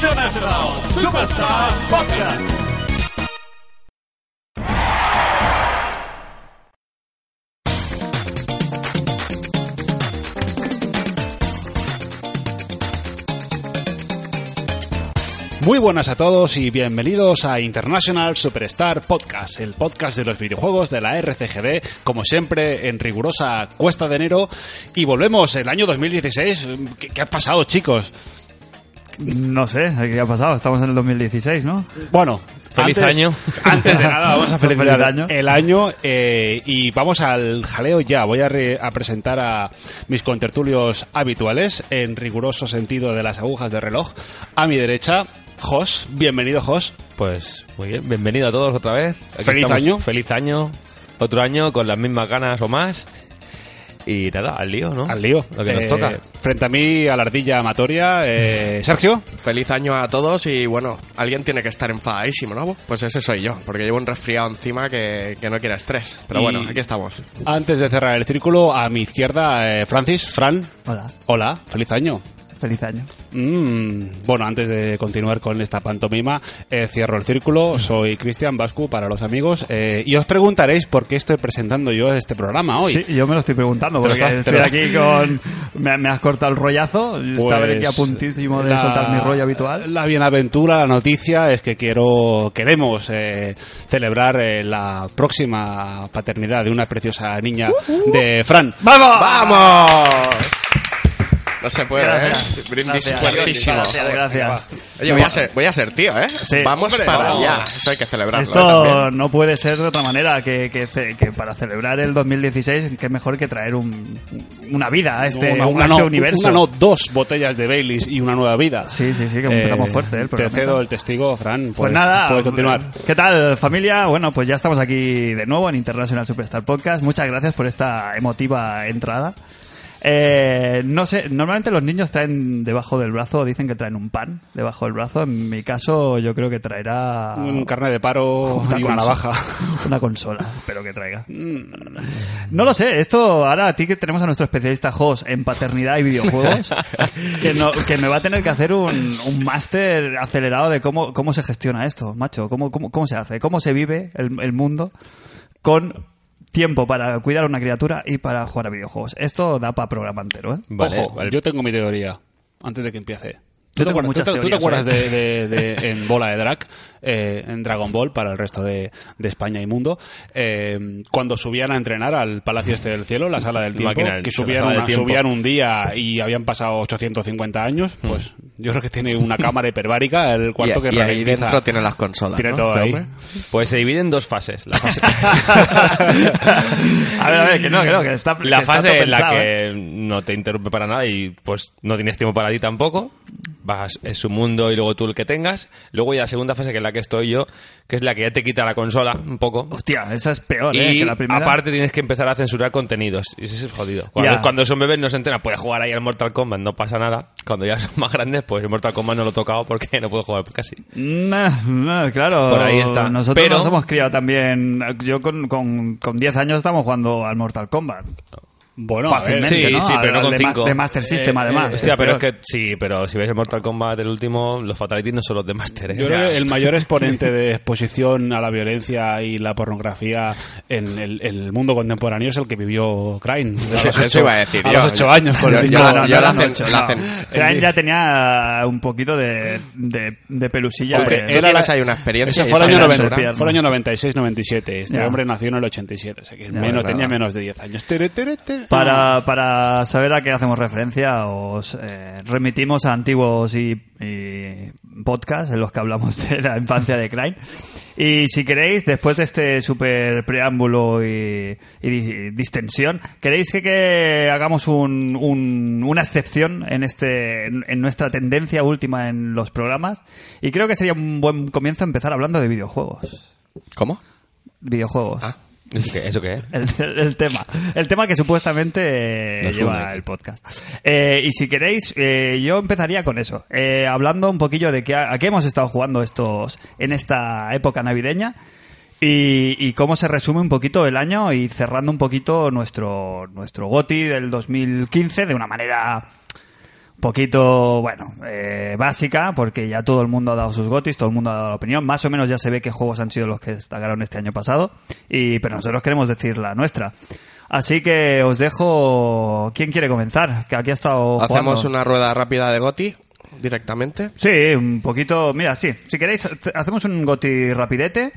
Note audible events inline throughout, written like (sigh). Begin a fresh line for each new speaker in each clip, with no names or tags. Underground Superstar Podcast.
Muy buenas a todos y bienvenidos a International Superstar Podcast, el podcast de los videojuegos de la RCGD, como siempre en rigurosa cuesta de enero. Y volvemos el año 2016. ¿Qué, qué ha pasado, chicos?
No sé, ¿qué ha pasado? Estamos en el 2016, ¿no?
Bueno.
Feliz
antes-
año.
Antes de nada,
(laughs)
vamos a
Feliz
felicitar
año.
el año eh, y vamos al jaleo ya. Voy a, re- a presentar a mis contertulios habituales en riguroso sentido de las agujas de reloj. A mi derecha, Jos. Bienvenido, Jos.
Pues muy bien, bienvenido a todos otra vez. Aquí
Feliz año.
Feliz año. Otro año con las mismas ganas o más. Y nada, al lío, ¿no?
Al lío.
Ah, Lo que nos
Eh,
toca.
Frente a mí, a la ardilla amatoria, eh, Sergio.
Feliz año a todos y bueno, alguien tiene que estar enfadadísimo, ¿no? Pues ese soy yo, porque llevo un resfriado encima que, que no quiere estrés. Pero
Y-
bueno, aquí estamos.
Antes de cerrar el círculo, a mi izquierda, eh, Francis, Fran.
Hola,
Hola, feliz año.
feliz año.
Mm, bueno, antes de continuar con esta pantomima, eh, cierro el círculo. Soy Cristian Vascu para los amigos. eh, y os preguntaréis por qué estoy presentando yo este programa hoy.
Sí, yo me lo estoy preguntando
Te lo
porque
estás- te
estoy
lo-
aquí con... Me, me has cortado el rollazo, estaba
Pues,
aquí a puntísimo de
la-
soltar mi rollo habitual.
La bienaventura, la noticia es que quiero, queremos eh, celebrar eh, la próxima paternidad de una preciosa niña de Fran.
¡Vamos!
¡Vamos! No se puede, ¿eh?
Gracias.
Brindis
Gracias,
fuertísimo.
Gracias, gracias.
Oye, voy a, ser, voy a ser tío, ¿eh?
Sí.
Vamos
Hombre,
para
vamos.
allá. Eso hay que celebrarlo. ¿eh?
Esto
También.
no puede ser de otra manera que, que, ce- que para celebrar el 2016, qué mejor que traer un, una vida a este,
una, una
a este
no,
universo.
una no, dos botellas de Baileys y una nueva vida.
Sí, sí, sí, que empezamos fuerte, ¿eh? el
Te
programa.
cedo el testigo, Fran.
Pues
puedes-
nada,
puedes continuar.
¿qué tal familia? Bueno, pues ya estamos aquí de nuevo en International Superstar Podcast. Muchas gracias por esta emotiva entrada. Eh, no sé, normalmente los niños traen debajo del brazo, dicen que traen un pan debajo del brazo. En mi caso, yo creo que traerá
Un carne de paro y una
consola.
navaja.
(laughs) Una consola, espero que traiga. No lo sé, esto ahora a ti que tenemos a nuestro especialista Jos en paternidad y
(laughs)
videojuegos, que, no- que me va a tener que hacer un, un máster acelerado de cómo, cómo se gestiona esto, macho, cómo, cómo, cómo se hace, cómo se vive el, el mundo con tiempo para cuidar a una criatura y para jugar a videojuegos. Esto da para programa entero, ¿eh?
Vale,
Ojo,
vale.
yo tengo mi teoría antes de que empiece. ¿Tú te,
Yo tengo
acuerdas,
muchas
tú te- tú te
teorías,
acuerdas de, de- de- en Bola de Drag, eh, en Dragon Ball para el resto de, de España y mundo, eh, cuando subían a entrenar al Palacio Este del Cielo, la sala del tiempo,
Máquina del-
que
la
subían,
sala del
una-
tiempo.
subían un día y habían pasado 850 años, pues yo creo que tiene una cámara hiperbárica, el cuarto
y,
que
y ahí
ralentiza.
dentro tienen las consolas.
Tiene
¿no?
todo
Este
ahí.
hombre.
Pues se divide en dos fases. La fase,
(laughs) a ver, a ver, que no, que no, que está
la
que está
fase
todo
en la
pensado, ¿eh?
que no te interrumpe para nada y pues no tienes tiempo para ti tampoco. Vas, es su mundo y luego tú el que tengas. Luego ya la segunda fase, que es la que estoy yo, que es la que ya te quita la consola un poco.
Hostia, esa es peor, ¿eh?
y
Que la primera...
aparte tienes que empezar a censurar contenidos. Y ese es el jodido. Cuando,
Ya.
cuando son bebés no se enteran. Puedes jugar ahí al Mortal Kombat, no pasa nada. Cuando ya son más grandes, pues el Mortal Kombat no lo he tocado porque (laughs) no puedo jugar casi.
No, no, claro.
Por ahí está.
Nosotros
Pero-
nos hemos criado también. Yo con, con, con 10 años estamos jugando al Mortal Kombat.
Bueno, a ver,
Fácilmente,
sí,
¿no?
sí, pero
Al-
no
al
con
de, ma-
cinco.
de Master System,
Eh,
además.
eh,
Hostia, pero es
peor.
que sí, pero si ves el Mortal Kombat el último, los fatalities no son los de Master. ¿eh?
Yo creo que el
(laughs)
mayor exponente de exposición a la violencia y la pornografía en el, en el mundo contemporáneo es el que vivió Crane. A
Sí,
los
eso
ocho-
iba a decir
A
yo.
los ocho
Yo-
años con
yo-
el
yo-
disco.
no,
No,
yo
no,
la
no,
hacen-
ocho,
la
no.
hacen-
Crane ya tenía un poquito de, de, de pelusilla.
Hombre,
eh,
tú
era
tienes
la-
ahí una experiencia.
Eso
y
fue el
esa
año,
era
90,
su
fue el
pierna.
año 96-97. Este
Ya.
hombre nació en el 87, o sea que menos,
verdad.
tenía menos de 10 años. Tere, tere, tere.
Para, para saber a qué hacemos referencia, os eh, remitimos a antiguos y, y podcasts en los que hablamos de la infancia de Crane. Y si queréis, después de este super preámbulo y, y di- distensión, ¿queréis que, que hagamos un- un- una excepción en, este, en, en nuestra tendencia última en los programas? Y creo que sería un buen comienzo empezar hablando de videojuegos.
¿Cómo?
Videojuegos.
Ah, ¿Eso qué- ¿Eso qué
(laughs)
es?
El, el tema. El tema que supuestamente eh,
Nos
lleva
une.
el podcast. Eh, y si queréis, eh, yo empezaría con eso. Eh, hablando un poquillo de qué, a, a qué hemos estado jugando estos en esta época navideña. Y, y cómo se resume un poquito el año y cerrando un poquito nuestro, nuestro GOTI del 2015 de una manera poquito, bueno, eh, básica, porque ya todo el mundo ha dado sus gotis, todo el mundo ha dado la opinión. Más o menos ya se ve qué juegos han sido los que destacaron este año pasado, y, pero nosotros queremos decir la nuestra. Así que os dejo. ¿Quién quiere comenzar? Que aquí ha estado.
Hacemos
jugando.
una rueda rápida de Goti directamente.
Sí, un poquito. Mira, sí. Si queréis, hace- hacemos un goti rapidete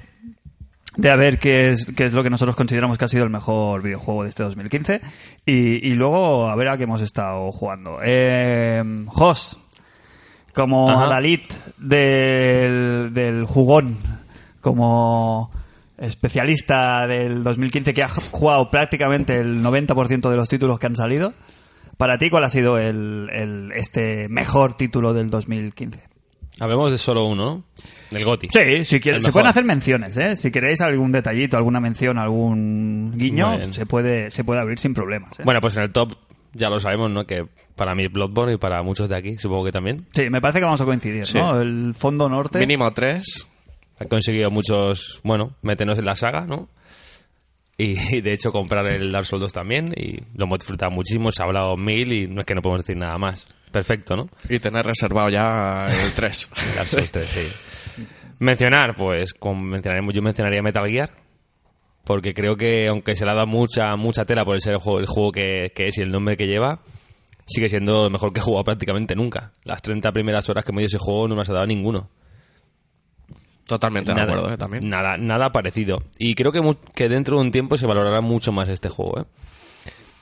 de a ver qué es, qué es lo que nosotros consideramos que ha sido el mejor videojuego de este 2015 y, y luego a ver a qué hemos estado jugando. Eh, Jos, como
Ajá.
Adalid del, del jugón, como especialista del 2015 que ha jugado prácticamente el 90% de los títulos que han salido, para ti cuál ha sido el, el- este mejor título del 2015?
Hablemos de solo uno, ¿no? Del Goti.
Sí, si quieres,
El
se
mejor.
pueden hacer menciones, ¿eh? Si queréis algún detallito, alguna mención, algún
Muy
guiño,
bien.
se puede, se puede abrir sin problemas. ¿eh?
Bueno, pues en el top ya lo sabemos, ¿no? Que para mí Bloodborne y para muchos de aquí, supongo que también.
Sí, me parece que vamos a coincidir,
Sí.
¿no? El fondo norte.
Mínimo tres.
Ha conseguido muchos, bueno, meternos en la saga, ¿no? Y, y de hecho comprar el Dark Souls 2 también y lo hemos disfrutado muchísimo, se ha hablado mil y no es que no podemos decir nada más. Perfecto, ¿no?
Y tener reservado ya el
(laughs)
3.
(laughs) El Dark Souls 3, sí. Mencionar, pues, con, mencionaremos, yo mencionaría Metal Gear. Porque creo que, aunque se le ha dado mucha, mucha tela por el ser el juego, el juego que, que es y el nombre que lleva, sigue siendo lo mejor que he jugado prácticamente nunca. Las 30 primeras horas que me dio ese juego no me las ha dado ninguno.
Totalmente de acuerdo, ¿eh? También.
Nada, nada parecido. Y creo que, mu- que dentro de un tiempo se valorará mucho más este juego, ¿eh?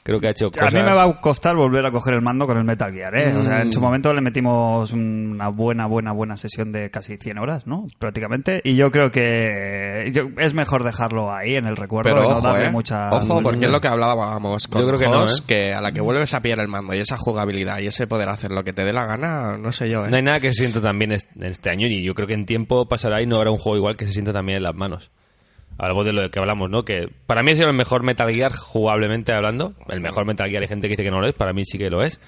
Creo que ha hecho
A
cosas...
mí me va a costar volver a coger el mando con el Metal Gear, ¿eh? O sea, en su
Mm.
momento le metimos una buena, buena, buena sesión de casi 100 horas, ¿no? Prácticamente. Y yo creo que yo- es mejor dejarlo ahí en el recuerdo y
Pero
no
ojo,
darle
¿eh?
mucha...
ojo, porque es lo que hablábamos con
Yo creo que no,
Jos,
¿eh?
que a la que vuelves a pillar el mando y esa jugabilidad y ese poder hacer lo que te dé la gana, no sé yo, ¿eh?
No hay nada que se sienta tan bien est- este año y yo creo que en tiempo pasará y no habrá un juego igual que se sienta también en las manos. Algo de lo que hablamos, ¿no? Que para mí ha sido el mejor Metal Gear jugablemente hablando. El mejor Metal Gear hay gente que dice que no lo es, para mí sí que lo es.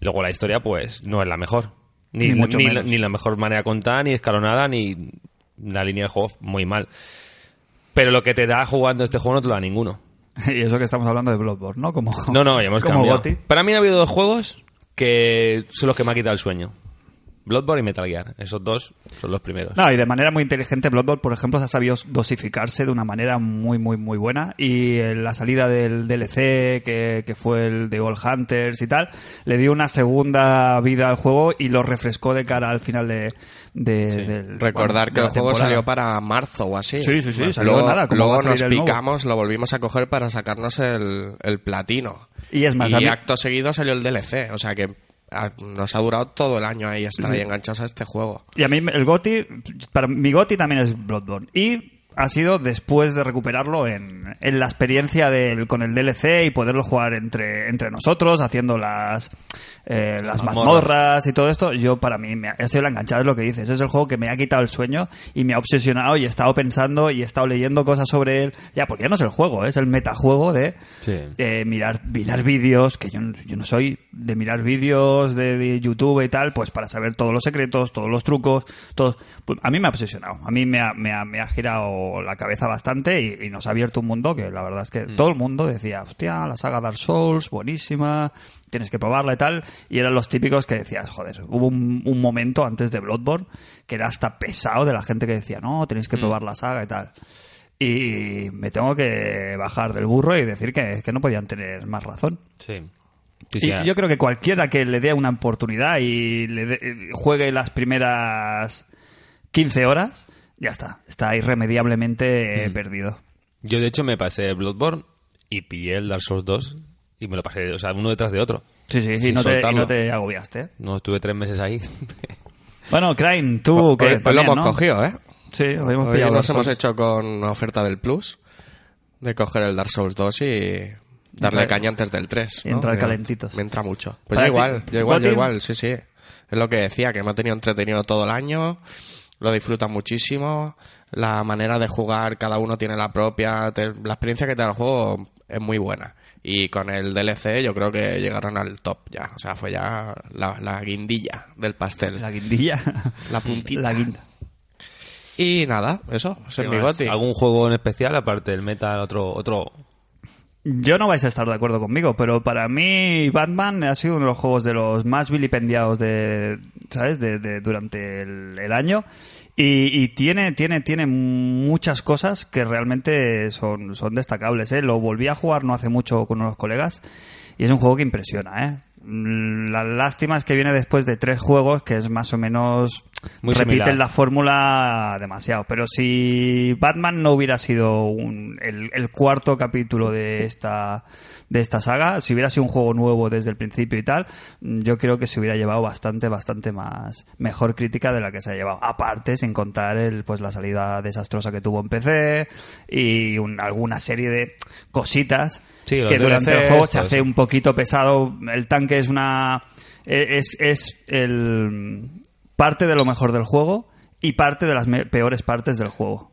Luego la historia pues no es la mejor. Ni,
Ni mucho
ni-
menos.
ni la mejor manera contada, ni escalonada, ni la línea del juego muy mal. Pero lo que te da jugando este juego no te lo da ninguno.
(laughs) Y eso que estamos hablando de Bloodborne, ¿no? Como,
No, no, ya hemos
como
cambiado.
Gotti.
Para mí ha habido dos juegos que son los que me ha quitado el sueño. Bloodborne y Metal Gear. Esos dos son los primeros.
No, y de manera muy inteligente, Bloodborne, por ejemplo, se ha sabido dosificarse de una manera muy, muy, muy buena. Y eh, la salida del DLC, que, que fue el de Gold Hunters y tal, le dio una segunda vida al juego y lo refrescó de cara al final de, de- del-
Recordar
bueno,
que
de la
el juego
temporada.
salió para marzo o así.
Sí, sí, sí,
Bueno,
salió
luego,
nada, como
luego
va a salir
nos
el nuevo.
picamos, lo volvimos a coger para sacarnos el, el platino.
Y es más,
y
a mí-
acto seguido salió el DLC, o sea que ah, nos ha durado todo el año ahí estar ahí enganchados a este juego.
Y a mí el Goti, para mi Goti también es Bloodborne. Y ha sido después de recuperarlo en, en la experiencia del, con el DLC y poderlo jugar entre, entre nosotros, haciendo las, eh, las mazmorras y todo esto. Yo, para mí, me ha, ha sido la enganchada, es lo que dices. Es el juego que me ha quitado el sueño y me ha obsesionado y he estado pensando y he estado leyendo cosas sobre él. Ya, porque ya no es el juego, ¿eh? es el metajuego de
Sí.
eh, mirar, mirar vídeos, que yo, no- yo no soy de mirar vídeos de, de YouTube y tal, pues para saber todos los secretos, todos los trucos, todos. Pues a mí me ha obsesionado, a mí me ha, me ha- me ha girado la cabeza bastante y, y nos ha abierto un mundo que la verdad es que todo el mundo decía, hostia, la saga Dark Souls, buenísima, tienes que probarla y tal, y eran los típicos que decías, joder, hubo un, un momento antes de Bloodborne que era hasta pesado de la gente que decía, no, tenéis que probar la saga y tal. Y me tengo que bajar del burro y decir que, que no podían tener más razón.
Sí.
Y yo creo que cualquiera que le dé una oportunidad y le dé- eh, juegue las primeras 15 horas, ya está. Está irremediablemente
Mm.
eh, perdido.
Yo, de hecho, me pasé Bloodborne y pillé el Dark Souls 2 y me lo pasé, o sea, uno detrás de otro.
Sí, sí, y
Sin
no, te, y
soltarlo.
no te agobiaste. ¿eh?
No estuve tres meses ahí.
Bueno, Crane, tú
Hoy-
que
hoy Pues, lo
también,
hemos
¿no?
cogido, ¿eh?
Sí, hoy hemos
Hoy
pillado
nos
los
hemos
dos.
hecho con oferta del Plus de coger el Dark Souls 2 y darle
Entrar-
caña antes del 3.
y
¿no?
entrar
Me-
calentitos.
Me entra mucho. Pues
Para
yo
ti-
igual, yo igual, yo
Gotti.
igual, sí, sí. Es lo que decía, que me ha tenido entretenido todo el año, lo disfruta muchísimo, la manera de jugar, cada uno tiene la propia, te- la experiencia que te da el juego es muy buena. Y con el DLC yo creo que llegaron al top ya, o sea, fue ya la, la guindilla del pastel,
La
la,
guindilla. (laughs)
puntita.
La guinda.
Y nada, eso, ese es mi goti.
¿Algún juego en especial, aparte del Metal, otro, otro
Yo no vais a estar de acuerdo conmigo, pero para mí Batman ha sido uno de los juegos de los más vilipendiados de, ¿sabes? De, de- durante el, el año y, y tiene, tiene, tiene muchas cosas que realmente son, son destacables. ¿eh? Lo volví a jugar no hace mucho con unos colegas y es un juego que impresiona. ¿eh? Mm, La lástima es que viene después de tres juegos que es más o menos
Muy
repiten
similar.
la fórmula demasiado. Pero si Batman no hubiera sido un- el, el cuarto capítulo de esta, de esta saga, si hubiera sido un juego nuevo desde el principio y tal, mm, yo creo que se hubiera llevado bastante, bastante más, mejor crítica de la que se ha llevado. Aparte, sin contar el, pues la salida desastrosa que tuvo en PC y un- alguna serie de cositas
Sí, los
que durante
DLCs,
el juego se
todo
hace
eso.
un poquito pesado. El tanque es una. e, Es, es el. Parte de lo mejor del juego y parte de las me- peores partes del juego.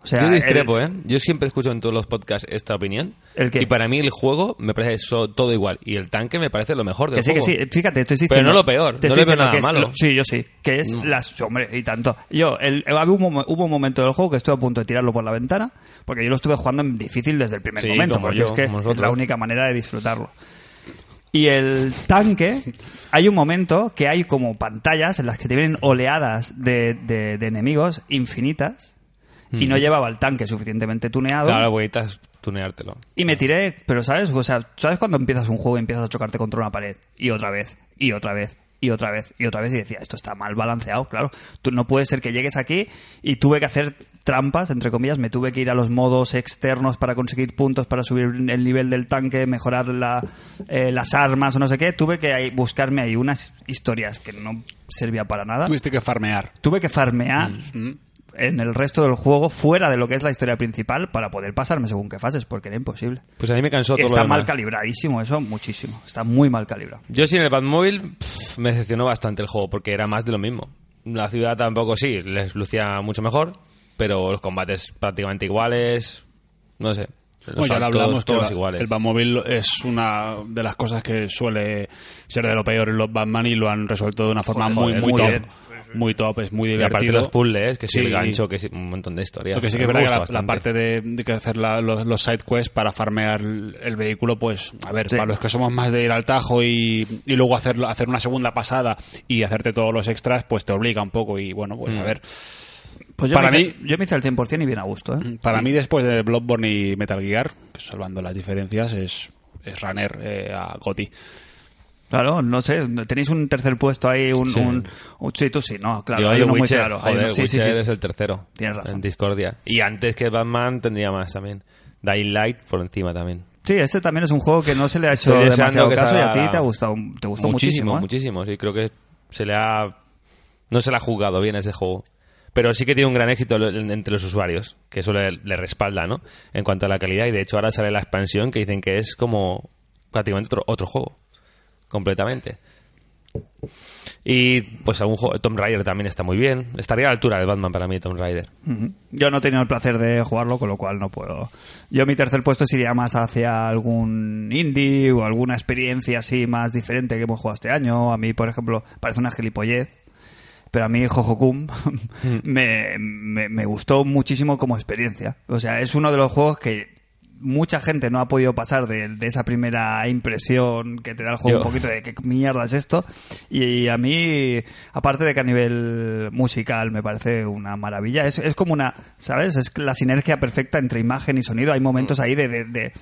O sea,
Yo discrepo,
el-
¿eh? Yo siempre escucho en todos los podcasts esta opinión.
¿El qué?
Y para mí el juego me parece so- todo igual. Y el tanque me parece lo mejor del
Que sí, que
juego.
sí. Fíjate, estoy
Pero
diciendo.
no lo peor,
te estoy
no le veo
diciendo
nada
que es
malo.
lo- sí, yo sí. Que es las. Hombre, y tanto. Yo, el, había un, mom- hubo un momento del juego que estuve a punto de tirarlo por la ventana, porque yo lo estuve jugando en difícil desde el primer
Sí,
momento,
como
porque
yo,
es que
como
es
nosotros.
la única manera de disfrutarlo. Y el tanque, hay un momento que hay como pantallas en las que te vienen oleadas de, de- de enemigos infinitas y no llevaba el tanque suficientemente tuneado.
Mm. Claro, porque necesitas tuneártelo.
Y me tiré, pero ¿sabes? O sea, ¿sabes cuando empiezas un juego y empiezas a chocarte contra una pared? Y otra vez, y otra vez, y otra vez, y otra vez. Y decía, esto está mal balanceado, claro. Tú no puede ser que llegues aquí y tuve que hacer trampas, entre comillas. Me tuve que ir a los modos externos para conseguir puntos, para subir el nivel del tanque, mejorar la, eh, las armas o no sé qué. Tuve que ahí buscarme ahí unas historias que no servía para nada
Tuviste que farmear.
tuve que farmear en el resto del juego fuera de lo que es la historia principal para poder pasarme según qué fases porque era imposible
Pues a mí me cansó todo
está
lo
mal
demás.
calibradísimo eso muchísimo está muy mal calibrado
Yo sí en el Batmóvil pff, me decepcionó bastante el juego porque era más de lo mismo. La ciudad tampoco sí, les lucía mucho mejor, pero los combates prácticamente iguales, no sé. Los
Bueno, ya lo
saltos,
hablamos, que
todos
el,
iguales.
el Batmóvil es una de las cosas que suele ser de lo peor en los Batman y lo han resuelto de una forma
Joder,
muy, muy
muy
top.
bien.
Muy top, es muy
y aparte
divertido.
los puzzles, que sí,
Sí.
el gancho, que sí, un montón de historias.
Lo que sí que es
Me
verdad que
gusta
la- la,
bastante.
parte de, de que hacer la- los, los side quests para farmear el, el vehículo, pues, a ver,
Sí.
para los que somos más de ir al tajo y, y luego hacer, hacer una segunda pasada y hacerte todos los extras, pues te obliga un poco. Y bueno,
Mm.
pues a ver.
pues yo,
Para
me hice, yo me hice el 100% y bien a gusto ¿eh?
Para mí, después de Bloodborne y Metal Gear, que salvando las diferencias, es, es Runner eh, a Gotti.
claro no sé tenéis un tercer puesto ahí un
Sí.
un- un- sí tú sí no claro
Yo
hay
de
uno muy
Witcher,
claro hay
joder,
uno- sí, sí,
Witcher
sí.
es el tercero.
Tienes razón.
En Discordia. Y antes que Batman tendría más también. Dying Light por encima también.
Sí, este también es un juego que no se le ha hecho
Estoy deseando
demasiado
que
caso y a ti
salga
te ha gustado te gustó muchísimo,
muchísimo,
¿eh?
muchísimo, sí, creo que se le ha no se le ha jugado bien ese juego. Pero sí que tiene un gran éxito lo- en- entre los usuarios, que eso le, le respalda, ¿no? En cuanto a la calidad, y de hecho ahora sale la expansión que dicen que es como prácticamente otro, otro juego, completamente. Y pues algún juego, Tomb Raider también está muy bien. Estaría a la altura de Batman para mí, Tomb Raider.
Ujú. Yo no he tenido el placer de jugarlo, con lo cual no puedo. Yo mi tercer puesto sería más hacia algún indie o alguna experiencia así más diferente que hemos jugado este año. A mí, por ejemplo, parece una gilipollez, pero a mí Jojocum me, me, me gustó muchísimo como experiencia. O sea, es uno de los juegos que mucha gente no ha podido pasar de, de esa primera impresión que te da el juego
Yo.
un poquito de qué mierda es esto. Y a mí, aparte de que a nivel musical me parece una maravilla, es, es como una, ¿sabes? Es la sinergia perfecta entre imagen y sonido. Hay momentos ahí de... de- de-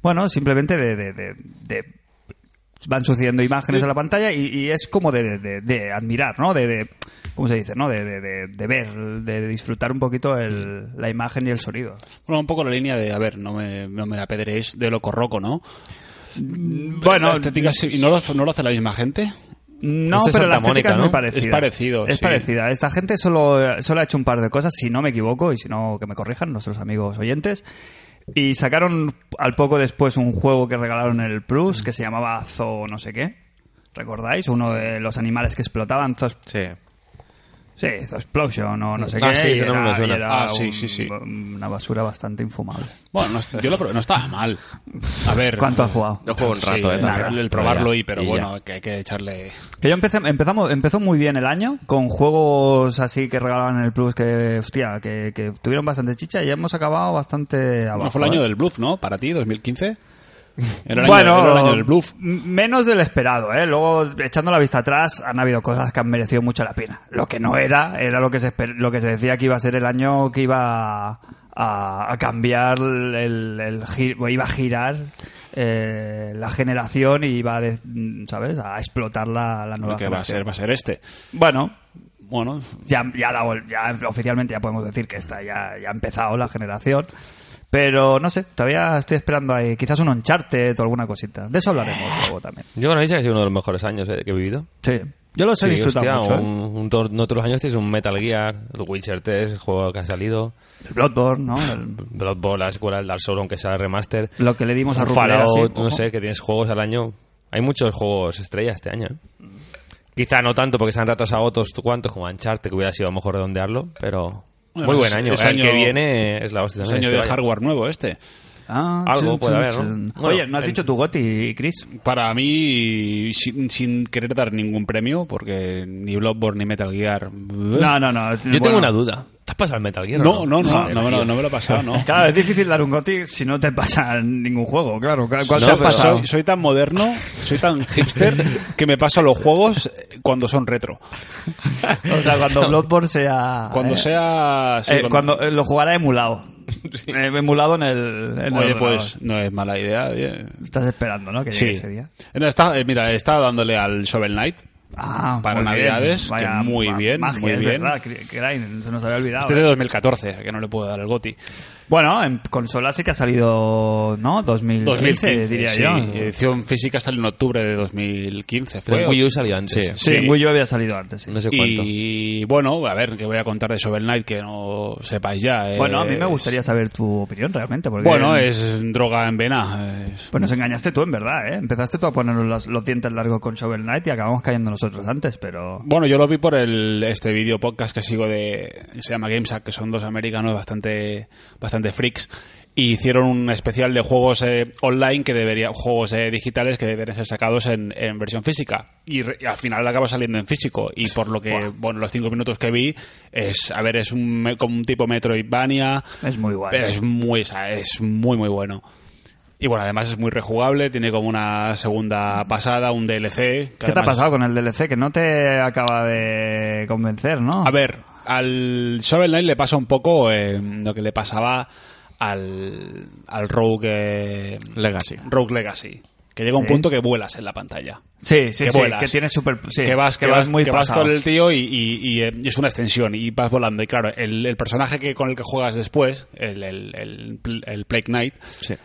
bueno, simplemente de- de- de- de van sucediendo imágenes a la pantalla y, y es como de, de- de- de admirar, ¿no? De, de- ¿cómo se dice? ¿no? De, de- de- de ver, de disfrutar un poquito el- la imagen y el sonido.
Bueno, un poco la línea de, a ver, no me, no me la pedréis de loco roco, ¿no?
Mm,
Bueno,
La estética, sí, ¿y no lo, no lo hace la misma gente?
no,
este es
pero la
Santa
estética
Mónica,
es muy
¿no?
parecida.
Es parecido,
Es
sí.
parecida. Esta gente solo, solo ha hecho un par de cosas, si no me equivoco, y si no, que me corrijan nuestros amigos oyentes. Y sacaron al poco después un juego que regalaron en el Plus que se llamaba Zoo no sé qué. ¿Recordáis? Uno de los animales que explotaban, zoos
Sí.
Sí, hizo Explosion o no sé
Ah,
qué.
sí,
y
ese
era,
nombre me
y
suena.
era
Ah, sí,
un-
sí, sí.
Una basura bastante infumable.
Bueno, no, yo lo probé, no estaba mal. A ver.
¿Cuánto has jugado?
Yo juego un
Sí,
rato, ¿eh?
el-
También.
el, probarlo y, pero
Y ya.
bueno, que hay que echarle.
Que yo empecé, empezamos, empezó muy bien el año con juegos así que regalaban en el Plus que, hostia, que, que tuvieron bastante chicha y hemos acabado bastante abajo.
No fue el año
¿eh?
del bluff, ¿no? Para ti, 2015. Era el año,
bueno,
era el año del bluff.
m- menos del esperado, ¿eh? Luego, echando la vista atrás, han habido cosas que han merecido mucho la pena. Lo que no era, era lo que se, esper- lo que se decía que iba a ser el año que iba a, a cambiar el, el, gi- o iba a girar eh, la generación y iba a, de- ¿sabes? A explotar la, la nueva
Que va a
generación.
ser, va a ser este.
Bueno,
Bueno,
ya, ya, la vol- ya oficialmente ya podemos decir que está ya, ya ha empezado la generación. Pero no sé, todavía estoy esperando ahí quizás un Uncharted o alguna cosita. De eso
Eh.
hablaremos luego también.
Yo con Avisa que ha sido uno de los mejores años eh, que he vivido.
Sí, yo los he
Sí,
disfrutado
hostia,
mucho. ¿eh?
un- un to- en otros años tienes un Metal Gear, el Witcher 3, el juego que ha salido,
El Bloodborne, ¿no? El-
Blood Bowl, la secuela, el Dark Souls, aunque sea remaster.
lo que le dimos a
Un
Rupert era
Fallout,
así,
no
ojo.
sé, que tienes juegos al año. Hay muchos juegos estrella este año, ¿eh? Quizá no tanto porque se han retrasado otros cuantos como Uncharted, que hubiera sido a lo mejor redondearlo, pero
Bueno,
muy buen
ese-
año.
ese
el que
año-
viene es la hostia.
es
también,
año
este,
de
vaya.
hardware nuevo este.
Ah,
Algo puede haber, ¿no? Bueno,
Oye, ¿no has
el- ¿Eh?
dicho tu Goti, Chris?
Para mí, sin, sin querer dar ningún premio, porque ni Bloodborne ni Metal Gear.
No, no, no.
Yo tengo una duda. ¿Te has pasado el Metal Gear? o
No, no, no,
Joder,
no, me, lo,
tío.
no me lo he pasado, no.
Claro, es difícil dar un Goti si no te pasa ningún juego, claro. ¿Cuál cuál
No,
te ha
pero
(laughs)
pasado?
Soy, soy tan moderno, soy tan hipster, que me paso los juegos eh, cuando son retro.
O sea, cuando Bloodborne sea...
Cuando
eh,
sea... sí,
Eh, cuando eh, lo jugara emulado.
(laughs)
Eh, emulado en el. en el
Oye,
ordenador.
pues no es mala idea. oye.
Estás esperando, ¿no? Que llegue
Sí.
ese día.
No, está, eh, mira, estaba dándole al Shovel Knight.
Ah,
Para
muy
Navidades,
bien.
que muy
ma-
bien,
magia,
muy
es
bien.
verdad, Cri- Crane, se nos había olvidado.
Este de
¿eh?
2014, que no le puedo dar el goti.
Bueno, en consola sí que ha salido, ¿no? 2015,
2015,
diría
sí.
yo.
Edición física salió en octubre de 2015.
Pero
Fue,
el Wii U salió antes.
Sí.
Sí, en Wii U había salido antes. sí.
No sé cuánto.
Y bueno, a ver, que voy a contar de Shovel Knight que no sepáis ya. eh.
Bueno, a mí me gustaría saber tu opinión realmente. Porque em,
Bueno, es droga en vena. es-
Pues nos engañaste tú, en verdad, ¿eh? Empezaste tú a poner los, los dientes largos con Shovel Knight y acabamos cayendo nosotros antes, pero...
Bueno, yo lo vi por el, este video podcast que sigo de. Se llama GameSack, que son dos americanos bastante, bastante freaks. Y hicieron un especial de juegos eh, online que debería. juegos eh, digitales que deberían ser sacados en, en versión física. Y, re- y al final acaba saliendo en físico. Y por lo que, bueno, los cinco minutos que vi, es. A ver, es un, me- como un tipo Metroidvania.
Es muy guay.
Pero es muy, o sea, es muy, muy bueno. Y bueno, además es muy rejugable, tiene como una segunda pasada, un DLC. que
¿Qué te ha
además-
pasado con el DLC? Que no te acaba de convencer, ¿no?
A ver, al Shovel Knight le pasa un poco eh, lo que le pasaba al, al Rogue, eh,
Legacy.
Rogue Legacy. Que llega un
Sí.
punto que vuelas en la pantalla.
Sí, sí,
que
sí,
vuelas.
que tienes super... sí,
que vas, que, vas,
muy
que vas
pasado.
con el tío y, y- y, eh, y es una extensión y vas volando. Y claro, el, el personaje que con el que juegas después, el, el, el, pl- el Plague Knight,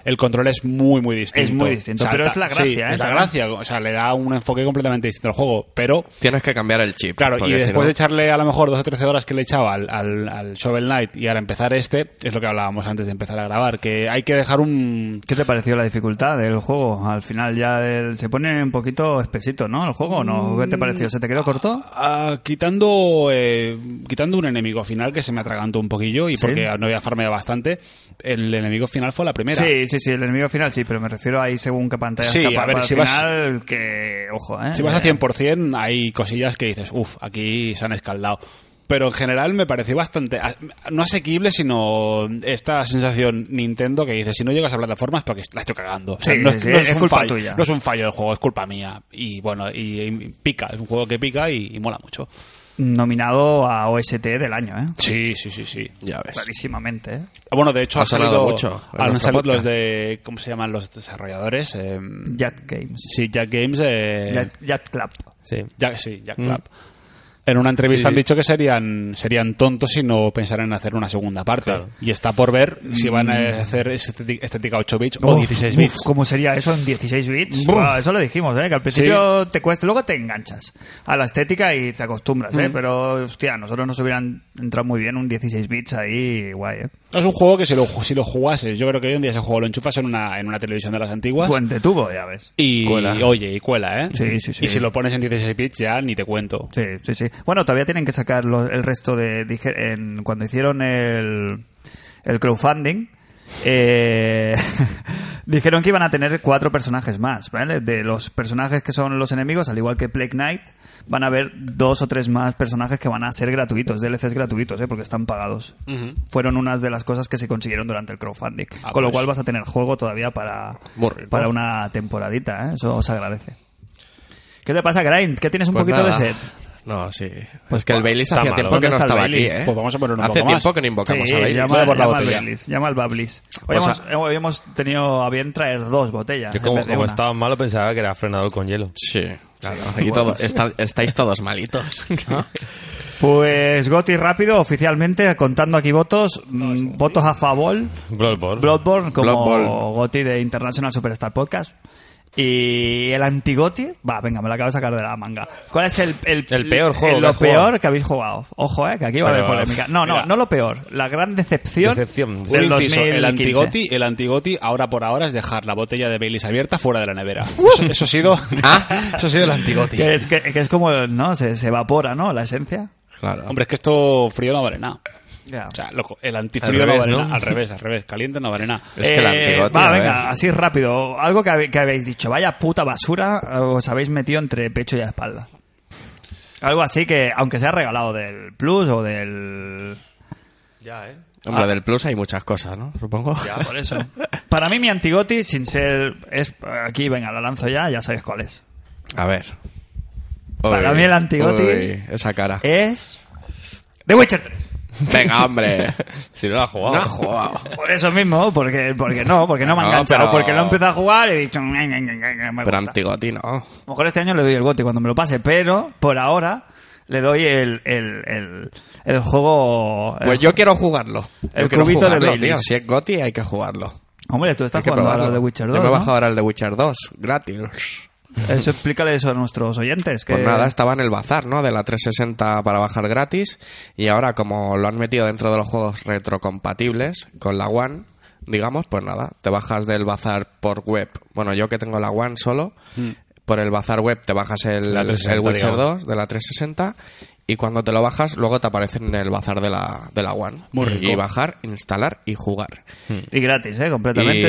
el control es muy, muy distinto.
Es muy distinto, pero es la
sí,
gracia, ¿eh?
es la
También.
gracia. O sea, le da un enfoque completamente distinto al juego, pero
Tienes que cambiar el chip.
Claro, y
porque si
después
no-
de echarle a lo mejor 12 o 13 horas que le echaba al, al, al Shovel Knight y ahora empezar este, es lo que hablábamos antes de empezar a grabar, que hay que dejar un...
¿Qué te pareció la dificultad del juego? Al final ya del- se pone un poquito espesito, ¿no? El juego, ¿o ¿no? ¿Qué te pareció? ¿Se te quedó corto?
ah, quitando eh, quitando un enemigo final que se me atragantó un poquillo y
Sí.
porque no había farmeado bastante, el enemigo final fue la primera.
Sí, sí, sí, el enemigo final sí, pero me refiero ahí según qué pantalla
Sí,
escapa
a ver,
para el
si vas-
final, que... Ojo, ¿eh?
Si vas a
Eh,
100% hay cosillas que dices, uff, aquí se han escaldado. Pero en general me pareció bastante, a- no asequible, sino esta sensación Nintendo que dices, si no llegas a plataformas, porque la estoy cagando. O sea,
Sí,
no,
sí, sí, es
un
culpa
fallo,
tuya.
No es un fallo del juego, es culpa mía. Y bueno, y, y pica, es un juego que pica y, y mola mucho.
Nominado a OST del año, ¿eh?
Sí, sí, sí, sí.
Ya ves.
Clarísimamente, ¿eh?
Bueno, de hecho
Ha
han salido,
sonado mucho en
han
nuestro
salido los
podcast.
de, ¿cómo se llaman los desarrolladores? Eh,
Jet Games.
sí, Jack Games. eh,
Jet, Jet Club.
Sí.
Jack, sí, Jack Club. En una entrevista han dicho que serían, serían tontos si no pensaran en hacer una segunda parte.
Claro.
Y está por ver si van a hacer esteti- estética 8 bits o
Uf,
16
uf,
bits.
¿Cómo sería eso en 16 bits? Buah, eso lo dijimos, ¿eh? que al principio te cuesta, luego te enganchas a la estética y te acostumbras, ¿eh? pero hostia, a nosotros nos hubieran entrado muy bien un 16 bits ahí, guay. ¿eh?
Es un juego que si lo, ju- si lo jugases, yo creo que hoy en día ese juego lo enchufas en una, en una televisión de las antiguas.
Fuente tubo, ya ves.
Y
Cuela.
oye, y cuela, ¿eh?
Sí, sí, sí.
Y si lo pones en 16 bits ya ni te cuento.
Sí, sí, sí. que... Bueno, todavía tienen que sacar los- el resto de... dije- en- cuando hicieron el, el crowdfunding, eh, (laughs) dijeron que iban a tener cuatro personajes más, ¿vale? De los personajes que son los enemigos, al igual que Plague Knight, van a haber dos o tres más personajes que van a ser gratuitos, DLCs gratuitos, ¿eh? Porque están pagados. Fueron unas de las cosas que se consiguieron durante el crowdfunding.
Ah,
Con lo
pues.
cual vas a tener juego todavía para,
Muy rico.
para una temporadita, ¿eh? Eso os agradece. ¿Qué te pasa, Grind? ¿Qué tienes un
Pues
poquito
nada.
de sed?
No, sí.
Pues
Pues que el
está
Baileys
malo.
hacía tiempo que
¿Dónde
no
está el
estaba aquí,
Baileys?
¿eh?
Pues vamos a poner un
Hace
poco más.
tiempo que no invocamos
Sí,
a Baileys.
llama,
Vale por la
llama al
botella.
Baileys, llama al Bablis. Hoy,
O
hemos, eh,
sea-
hoy hemos tenido a bien traer dos botellas.
Yo
en
como,
vez de
como
una.
estaba malo pensaba que era frenador con hielo.
Sí, claro. Y todo- está- estáis todos
(laughs)
malitos.
Pues Goti rápido, oficialmente, contando aquí votos, mm, votos a favor,
Blood Bowl.
Bloodborne como
Bloodborne.
Goti de International Superstar Podcast. Y el antigoti, va, venga, me lo acabo de sacar de la manga. ¿Cuál es el,
El peor juego que
lo
has jugado?
peor que habéis jugado? Ojo, eh, que aquí va a haber
Pero,
polémica. No, no,
mira.
no lo peor. La gran decepción,
Decepción.
Un
del
inciso,
2015.
el antigoti, el antigoti ahora por ahora es dejar la botella de Baileys abierta fuera de la (laughs) nevera. Eso, eso ha sido, (laughs) eso ha sido el antigoti.
Que es, que, que es como, ¿no? Se, se evapora, ¿no? La esencia.
Claro.
Hombre, es que esto frío no vale nada.
Ya.
O sea, loco, el
Al
antifrío no
revés,
vale
¿no?
nada. Al revés, al revés. Caliente no vale nada.
Es que el
Eh,
antigoti,
va,
a ver.
venga, así rápido. Algo que, habe- que habéis dicho. Vaya puta basura, eh, os habéis metido entre pecho y espalda. Algo así que, aunque sea regalado del Plus o del...
Ya, eh.
Ah.
Hombre, del Plus hay muchas cosas, ¿no? Supongo.
por eso. (laughs) Para mí mi antigoti, sin ser... es Aquí, venga, la lanzo ya, ya sabéis cuál es.
A ver.
Para mí el Eh. antigoti-
uy, esa cara.
Es... The Witcher 3. (laughs)
Venga, hombre.
Si no lo ha jugado.
No ha jugado.
Por eso mismo, porque, porque no, porque no me ha
No,
enganchado,
pero-
porque lo he empezado a jugar y he dicho... "Ña, ña, ña, ña, ña, me
Pero
gusta".
antigoti no.
A lo mejor este año le doy el gote cuando me lo pase, pero por ahora le doy el, el, el, el juego. el
Pues yo quiero jugarlo. Yo
el
quiero
cubito de
jugarlo,
Baileys.
tío. Si es Goti, hay que jugarlo.
ju- Hombre, tú estás
Hay que
jugando ahora
probarlo.
al The Witcher 2.
Yo me he
¿no?
bajado ahora el The Witcher 2, gratis.
Eso explícale eso a nuestros oyentes. Que
Pues nada, estaba en el bazar, ¿no? De la 360 para bajar gratis. Y ahora, como lo han metido dentro de los juegos retrocompatibles con la One, digamos, pues nada, te bajas del bazar por web. Bueno, yo que tengo la One solo, por el bazar web te bajas el,
La
el
360,
Witcher
digamos.
2 de la 360. Y cuando te lo bajas, luego te aparece en el bazar de la, de la One.
Muy rico.
Y bajar, instalar y jugar.
Y gratis, ¿eh? Completamente.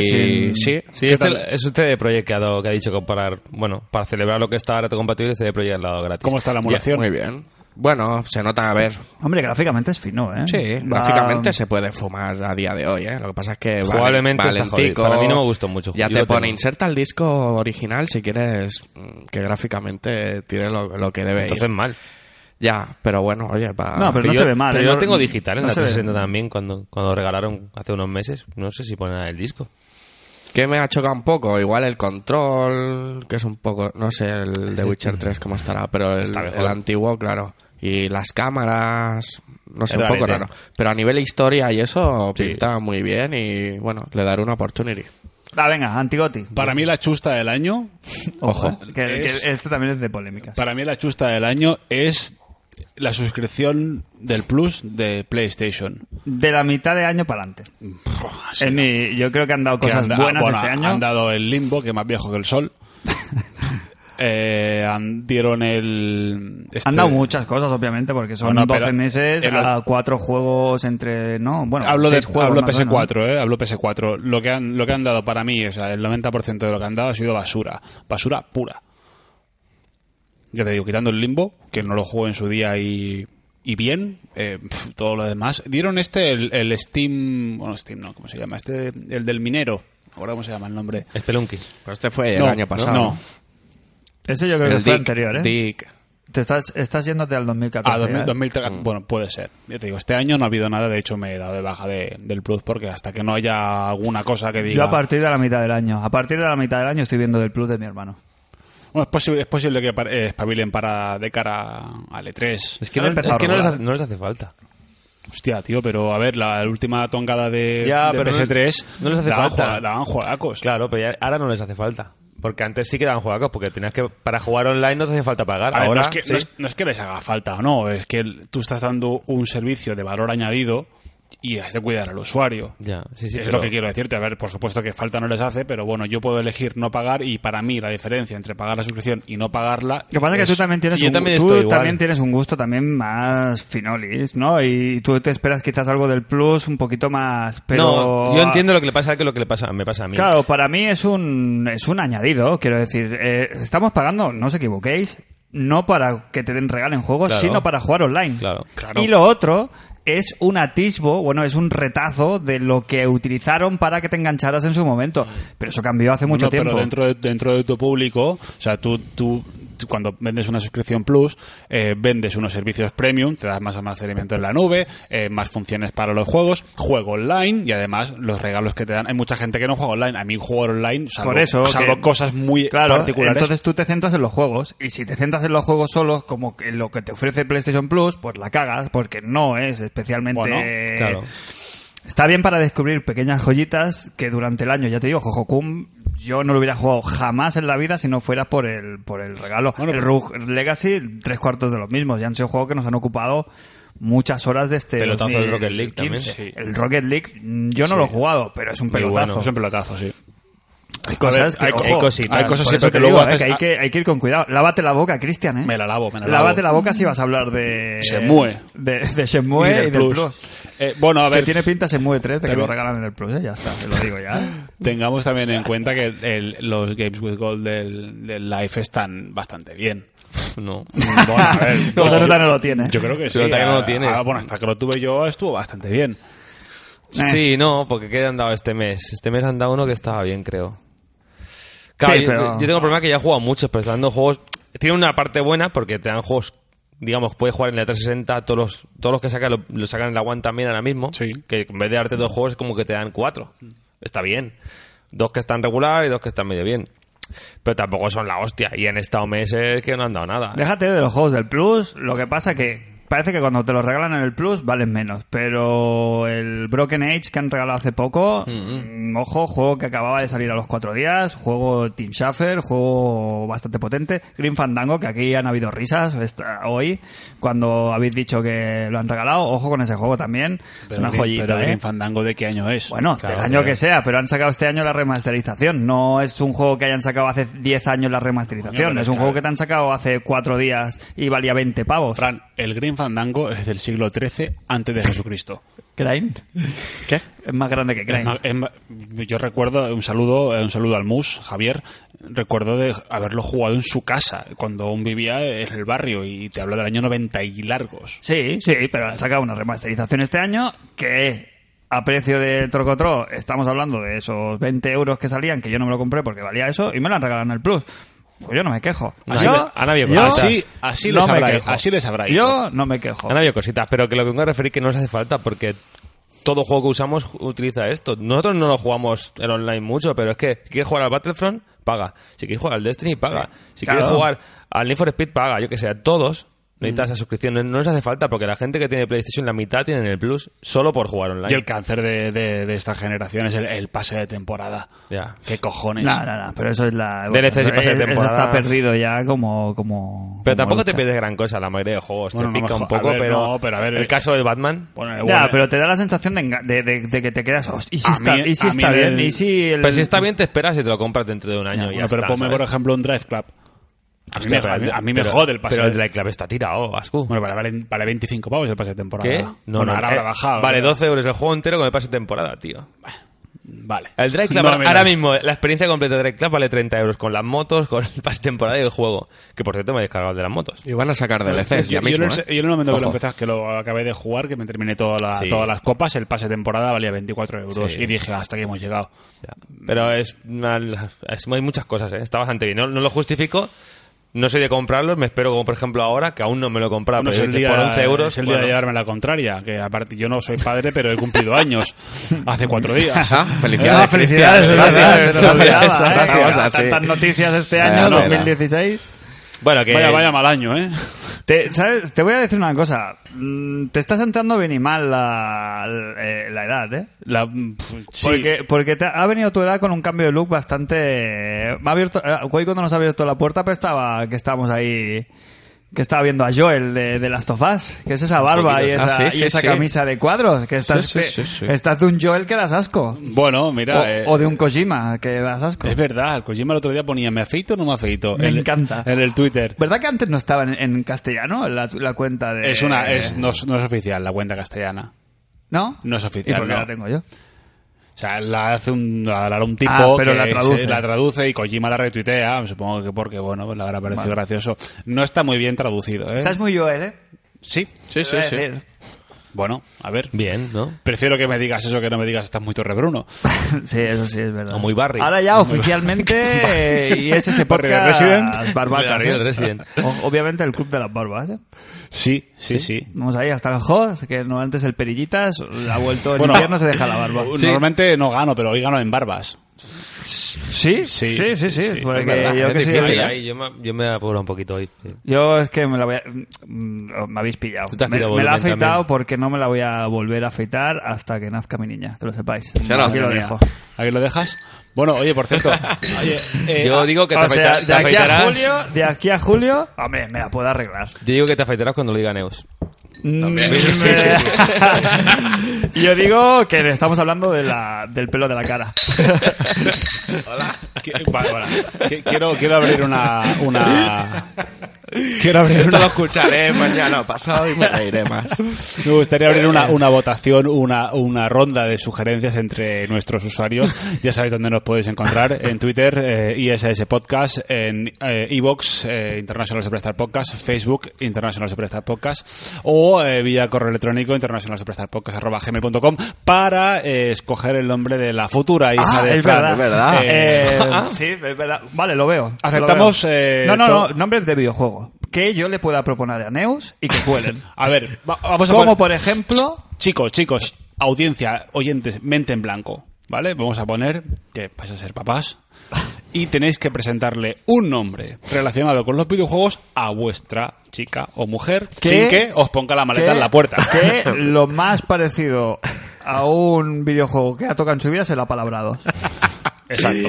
sin-
Y- sí,
Sí, este es un CD Projekt que ha, dado- que ha dicho que para, bueno, para celebrar lo que está ahora compatible, CD Projekt lo ha dado gratis.
¿Cómo está la emulación?
muy bien. Bueno, se nota, a ver,
Hombre, gráficamente es fino, ¿eh?
Sí,
Ah.
Va-
gráficamente se puede fumar a día de hoy, ¿eh? Lo que pasa es que... vale-
Jugablemente está
valentico,
jodido. Para mí no me gustó mucho.
Ya
Yo
te
lo
pone,
tengo.
inserta el disco original si quieres mm, que gráficamente tiene lo, lo que debe ir.
Entonces mal.
Ya, pero bueno, oye, para...
No, pero no
yo,
se ve mal.
Pero
¿eh?
yo
No-
lo tengo digital en
no
la
se ve-
360 también, cuando, cuando regalaron hace unos meses. No sé si ponen el disco.
Que me ha chocado un poco, igual el control, que es un poco... No sé, el de Witcher 3 cómo estará, pero el,
Está mejor.
el antiguo, claro. Y las cámaras... No sé,
Es
un poco
rarete.
raro. Pero a nivel historia y eso
Sí.
pinta muy bien y, bueno, le daré una opportunity.
Va, Ah, venga, Antigoti.
Para mí la chusta del año,
Pues
Ojo. eh, Que, que
Es-
este también es de polémica.
para mí la chusta del año es la suscripción del Plus de PlayStation.
De la mitad de año para adelante.
Sí,
En
¿no?
mi- yo creo que han dado
Que
cosas
han da-
buenas
bueno,
este año.
Han dado el limbo, que es más viejo que el
(laughs)
sol. Eh, han- dieron el... este-
Han dado muchas cosas, obviamente, porque son
Bueno, pero
12 meses
el-
a cuatro juegos entre... No, bueno,
hablo de
seis juegos
hablo
más o menos.
PS4, eh, hablo PS4. Lo que han lo que han dado para mí, o sea, el 90% de lo que han dado ha sido basura, basura pura. Ya te digo, quitando el Limbo, que no lo jugué en su día y y bien, eh, pf, todo lo demás. Dieron este el, el Steam, bueno, Steam no, ¿cómo se llama? Este el del minero. Ahora cómo se llama el nombre.
Spelunky.
Pues este fue
No,
el año pasado.
No,
Eso yo creo que
El
fue
Dick-
anterior, ¿eh?
Dick.
Te estás, estás yéndote al 2014.
Ah, 2000,
¿eh?
2003, bueno, puede ser. Ya te digo, este año no ha habido nada, de hecho me he dado de baja de- del Plus porque hasta que no haya alguna cosa que diga...
Yo a partir de la mitad del año. A partir de la mitad del año estoy viendo del plus de mi hermano.
Bueno, es posible, es posible que par- eh, espabilen para de cara al E3.
Es que,
Han
no,
empezado
es que no les,
regular.
hace, no les hace falta.
Hostia, tío, pero a ver, la última tongada de,
Ya,
de
pero no-
PS3
no les hace
la han
falta.
jugado- la han jugado
Pues Claro, pero ya- ahora no les hace falta. Porque antes sí que daban juegacos, porque tenías que para jugar online no te hace falta pagar.
Ahora, no,
ahora
es que,
sí.
no es- no es que les haga falta o no, es que el- tú estás dando un servicio de valor añadido y has de cuidar al usuario.
Ya, sí, sí,
es
pero-
lo que quiero decirte. A ver, por supuesto que falta no les hace, pero bueno, yo puedo elegir no pagar y para mí la diferencia entre pagar la suscripción y no pagarla.
Lo que pasa es que tú también tienes,
sí, yo
un,
también
tú
estoy igual.
también tienes un gusto también más finolis, ¿no? Y tú te esperas quizás algo del plus un poquito más, pero...
No, yo entiendo lo que le pasa a él que lo que le pasa, me pasa a mí.
Claro, para mí es un, es un añadido, quiero decir, eh, estamos pagando, no os equivoquéis, no para que te den regalen juegos,
Claro.
sino para jugar online.
Claro.
Claro.
Y lo otro es un atisbo, bueno, es un retazo de lo que utilizaron para que te engancharas en su momento. Pero eso cambió hace mucho
No,
tiempo.
Pero dentro de, dentro de tu público, o sea, tú, tú, tú cuando vendes una suscripción Plus, eh, vendes unos servicios premium, te das más almacenamiento en la nube, eh, más funciones para los juegos, juego online y además los regalos que te dan. Hay mucha gente que no juega online. A mí jugar online, salvo,
Por eso,
salvo
que-
cosas muy
Claro,
particulares.
entonces tú te centras en los juegos y si te centras en los juegos solos, como que lo que te ofrece PlayStation Plus, pues la cagas porque no es especialmente
Bueno,
Claro.
Está bien para descubrir pequeñas joyitas que durante el año, ya te digo, Jojocum, yo no lo hubiera jugado jamás en la vida si no fuera por el, por el regalo.
Bueno,
el
pero-
Rogue Legacy, tres cuartos de los mismos. Ya han sido juegos que nos han ocupado muchas horas de este.
Pelotazo del
2015.
Rocket League también, sí.
El Rocket League, mm, yo no lo he jugado, pero es un
Muy
pelotazo.
bueno.
Es un pelotazo, sí.
Hay cosas
A ver,
que,
hay-
ojo,
hay cositas.
hay cosas
por
sí,
eso
pero
te
que luego
digo, eh,
haces-
que hay, que, hay que ir con cuidado. Lávate la boca, Cristian, ¿eh?
Me la lavo, me la
Lávate
lavo.
la boca si vas a hablar de...
Shenmue.
De, de Shenmue y del, Plus.
Eh, bueno, a
Que
ver,
tiene pinta Shenmue 3 de que lo
También-
regalan en el Plus, ¿eh? Ya está, te lo digo
(laughs)
ya.
tengamos también en cuenta que el- los Games with Gold del, del Life están bastante bien.
No.
(laughs) Bueno, a
(laughs)
ver,
No,
yo-
Toyota no lo tiene.
Yo creo que sí.
Pero hasta que no lo
Ah,
tienes.
ah, bueno, hasta que lo tuve yo estuvo bastante bien.
Eh.
Sí, no, porque ¿qué han dado este mes? Este mes han dado uno que estaba bien, creo. Claro,
Sí,
yo-
pero-
yo, tengo el problema que ya he jugado muchos, pero están dando juegos... Tiene una parte buena porque te dan juegos, digamos, puedes jugar en la 360, todos los, todos los que sacan lo, lo sacan en la One también ahora mismo,
Sí.
que en vez de darte dos juegos es como que te dan cuatro. Está bien. Dos que están regular y dos que están medio bien. Pero tampoco son la hostia. Y han estado meses que no han dado nada.
Déjate de los juegos del Plus, lo que pasa que parece que cuando te los regalan en el Plus valen menos, pero el Broken Age que han regalado hace poco,
Mm-hmm.
mm, ojo, juego que acababa de salir a los cuatro días, juego Team Schafer, juego bastante potente, Green Fandango, que aquí han habido risas esta- hoy cuando habéis dicho que lo han regalado, ojo con ese juego también, Es una
Green-
joyita.
pero
¿eh?
Green Fandango, ¿de qué año es?
Bueno,
Claro,
del año
claro.
que sea, pero han sacado este año la remasterización. No es un juego que hayan sacado hace 10 años la remasterización.
Coño, pero
es un
claro.
juego que te han sacado hace 4 días y valía 20 pavos.
Fran, el Green Fandango es del siglo XIII antes de (laughs) Jesucristo.
¿Crane?
¿Qué?
Es más grande que Crane.
yo recuerdo un saludo, eh, un saludo al Mus, Javier. Recuerdo de haberlo jugado en su casa cuando aún vivía en el barrio y te hablo del año 90 y largos.
Sí, sí, pero han sacado una remasterización este año que a precio de Trocotro estamos hablando de esos 20 euros que salían, que yo no me lo compré porque valía eso, y me lo han regalado en el Plus. Pues yo no me quejo.
No, han- han habido cosas.
Así- así les habrá- así les habrá ido.
Yo no me quejo.
Han habido cositas, pero que lo que vengo a referir que no les hace falta porque todo juego que usamos ju- utiliza esto. Nosotros no lo jugamos en online mucho, pero es que si quieres jugar al Battlefront, paga. Si quieres jugar al Destiny, paga. Si
claro.
quieres jugar al Need for Speed, paga. Yo que sé, a todos necesitas
Mm.
esa suscripción. No- No les hace falta porque la gente que tiene PlayStation, la mitad tienen el Plus solo por jugar online.
Y el cáncer de, de- de esta generación es el, el pase de temporada.
Ya.
¿Qué cojones?
No, no, no, pero eso es la.
DLC y
eso-
pase de
eso
temporada.
está perdido ya como. como como
Pero tampoco te
lucha.
pierdes gran cosa la mayoría de juegos.
Bueno, no
te pica
me
un
jo- a
poco,
ver,
pero,
no, pero a ver,
el
eh,
caso del Batman...
Bueno,
Ya,
bueno,
pero te da la sensación de, enga- de- de- de que te quedas. "Host, ¿Y si
A
está,
mí-
y si
a
está
mí
bien?
el-
¿Y si el-
Pero si pues está bien, te esperas y te lo compras dentro de un año.
Ya,
y
bueno,
ya
pero
está,
ponme, por
¿sabes?
ejemplo, un Drive Club. A mí, me,
Hostia,
a mí-
pero-
a mí me
pero-
Pues jode el pase.
Pero
de-
el de la clave está tirado, Ascu.
Bueno, vale, vale, vale 25 pavos el pase de temporada.
¿Qué?
No, no, ahora
eh,
habrá bajado.
Vale,
pero-
12 euros el juego entero con el pase de temporada, tío.
Vale.
El Drive Club,
No,
ahora-
mira,
ahora mismo, la experiencia completa de Drive Club vale 30 euros con las motos, con el pase de temporada y el juego. Que por cierto me he descargado el de las motos.
Y van a sacar
es
DLCs
que
ya
yo,
mismo,
en el-
¿eh?
yo en el momento que lo
Ojo. (laughs)
empezás, que lo acabé de jugar, que me terminé toda la-
Sí.
todas las copas, el pase de temporada valía 24 euros.
Sí.
Y dije, hasta aquí hemos llegado.
Pero es, una- es- hay muchas cosas, ¿eh? está bastante bien. No, no lo justifico, no soy de comprarlos, me espero como por ejemplo ahora, que aún no me lo he comprado,
No
pero
es el
que
día,
Ah, pues por 11 euros...
es el día de
bueno,
llevarme la contraria. Que aparte, yo no soy padre, pero he cumplido
(laughs)
años. hace cuatro días.
Ah,
Ah,
felicidades,
felicidades,
Cristian.
es verdad, se nos olvidaba,
Gracias,
¿eh?
gracias,
Que
gracias, sí.
Tantas noticias este
Ya,
año,
no, era.
2016.
bueno, que...
Vaya, vaya mal año, ¿eh?
Te, ¿sabes? te voy a decir una cosa. Mm, Te estás entrando bien y mal la, la- eh, la edad, ¿eh?
La- pf, sí.
Porque, porque te ha venido tu edad con un cambio de look eh, bastante. Me ha abierto. eh, Hoy cuando nos ha abierto la puerta, pues estaba que estábamos ahí. que estaba viendo a Joel de, de Last of Us, que es esa barba y
poquito.
esa,
Ah, sí,
y
sí,
esa
sí.
camisa de cuadros, que estás,
Sí, sí, sí, sí.
estás de un Joel que das asco.
Bueno, mira.
O,
eh,
o de un Kojima que das asco.
Es verdad, el Kojima el otro día ponía, ¿me afeito o no me afeito?
Me
En-
encanta.
En el Twitter.
¿Verdad que antes no estaba en, en castellano la, la cuenta
Eh.
de...
Es una, es, no, es- no es oficial la cuenta castellana.
¿No?
no es oficial,
¿Y por qué
no.
la tengo yo?
O sea, la hace un, la, la hará un tipo
Ah, pero
que
la traduce.
se- la traduce y Kojima la retuitea, supongo que porque, bueno, pues le habrá parecido gracioso. No está muy bien traducido, ¿eh?
Estás muy Joel, ¿eh?
Sí.
Sí, sí,
Iba a
sí.
decir. (laughs)
Bueno, a ver.
Bien,
(laughs)
¿no?
Prefiero que me digas eso que no me digas estás muy Torre Bruno.
Sí, eso sí es verdad.
O muy Barry.
Ahora ya oficialmente eh, y es ese
Barry de
podcast
Resident.
barbacas,
Barry de
¿eh?
Resident.
O- obviamente el club de las barbas. ¿eh?
Sí, sí, sí.
Vamos ahí hasta el host, que normalmente es el perillitas, la ha vuelto en
Bueno.
invierno se deja la barba.
Normalmente no gano, pero hoy gano en barbas.
Sí,
Sí,
sí, sí, sí,
sí,
porque
es verdad,
yo
es
que sí,
difícil,
Ahí,
¿eh?
ahí, yo, me, yo me apuro un poquito hoy. sí.
Yo es que me la voy a... mm, Me habéis pillado.
Tú te has
me,
pillado
me la he
volumen
afeitado
también.
porque no me la voy a volver a afeitar hasta que nazca mi niña, que lo sepáis.
Ya lo-
Aquí lo
Madre
dejo.
¿Aquí lo dejas? Bueno, oye, por cierto. oye, eh,
Yo digo que te,
O sea,
afeita- te
de aquí a
afeitarás.
julio, de aquí a julio, hombre, me la puedo arreglar.
Yo digo que te afeitarás cuando lo diga Neus.
Mm,
Sí, sí, sí,
(laughs) Yo digo que estamos hablando de la, del pelo de la cara.
qui- vale, vale. Qui- Quiero, quiero abrir una... una... Quiero abrir (laughs)
Esto
una...
lo escucharé mañana pasado y me reiré más.
Me gustaría abrir
(laughs)
una, una votación, una, una ronda de sugerencias entre nuestros usuarios. Ya sabéis dónde nos podéis encontrar. En Twitter, eh, ISS Podcast, en eh, Evox, eh, International Superstar Podcast, Facebook, International Superstar Podcast, o eh, vía correo electrónico, international superstar podcast, arroba gmail.com, para eh, escoger el nombre de la futura hija
Ah,
de
es
Fran.
verdad.
verdad.
Eh,
Eh, sí, es verdad. Vale, lo veo.
Aceptamos,
Lo veo.
eh,
no, no,
todo-
no. Nombres de videojuego. Que yo le pueda proponer a Neus y que cuelen.
a ver, va- vamos a
Como
poner-
por ejemplo.
Chicos, chicos, audiencia, oyentes, mente en blanco, ¿vale? Vamos a poner que vais a ser papás y tenéis que presentarle un nombre relacionado con los videojuegos a vuestra chica o mujer
Que-
sin que os ponga la maleta
que-
en la puerta.
Que lo más parecido a un videojuego que ha tocado en su vida es el apalabrado.
Exacto.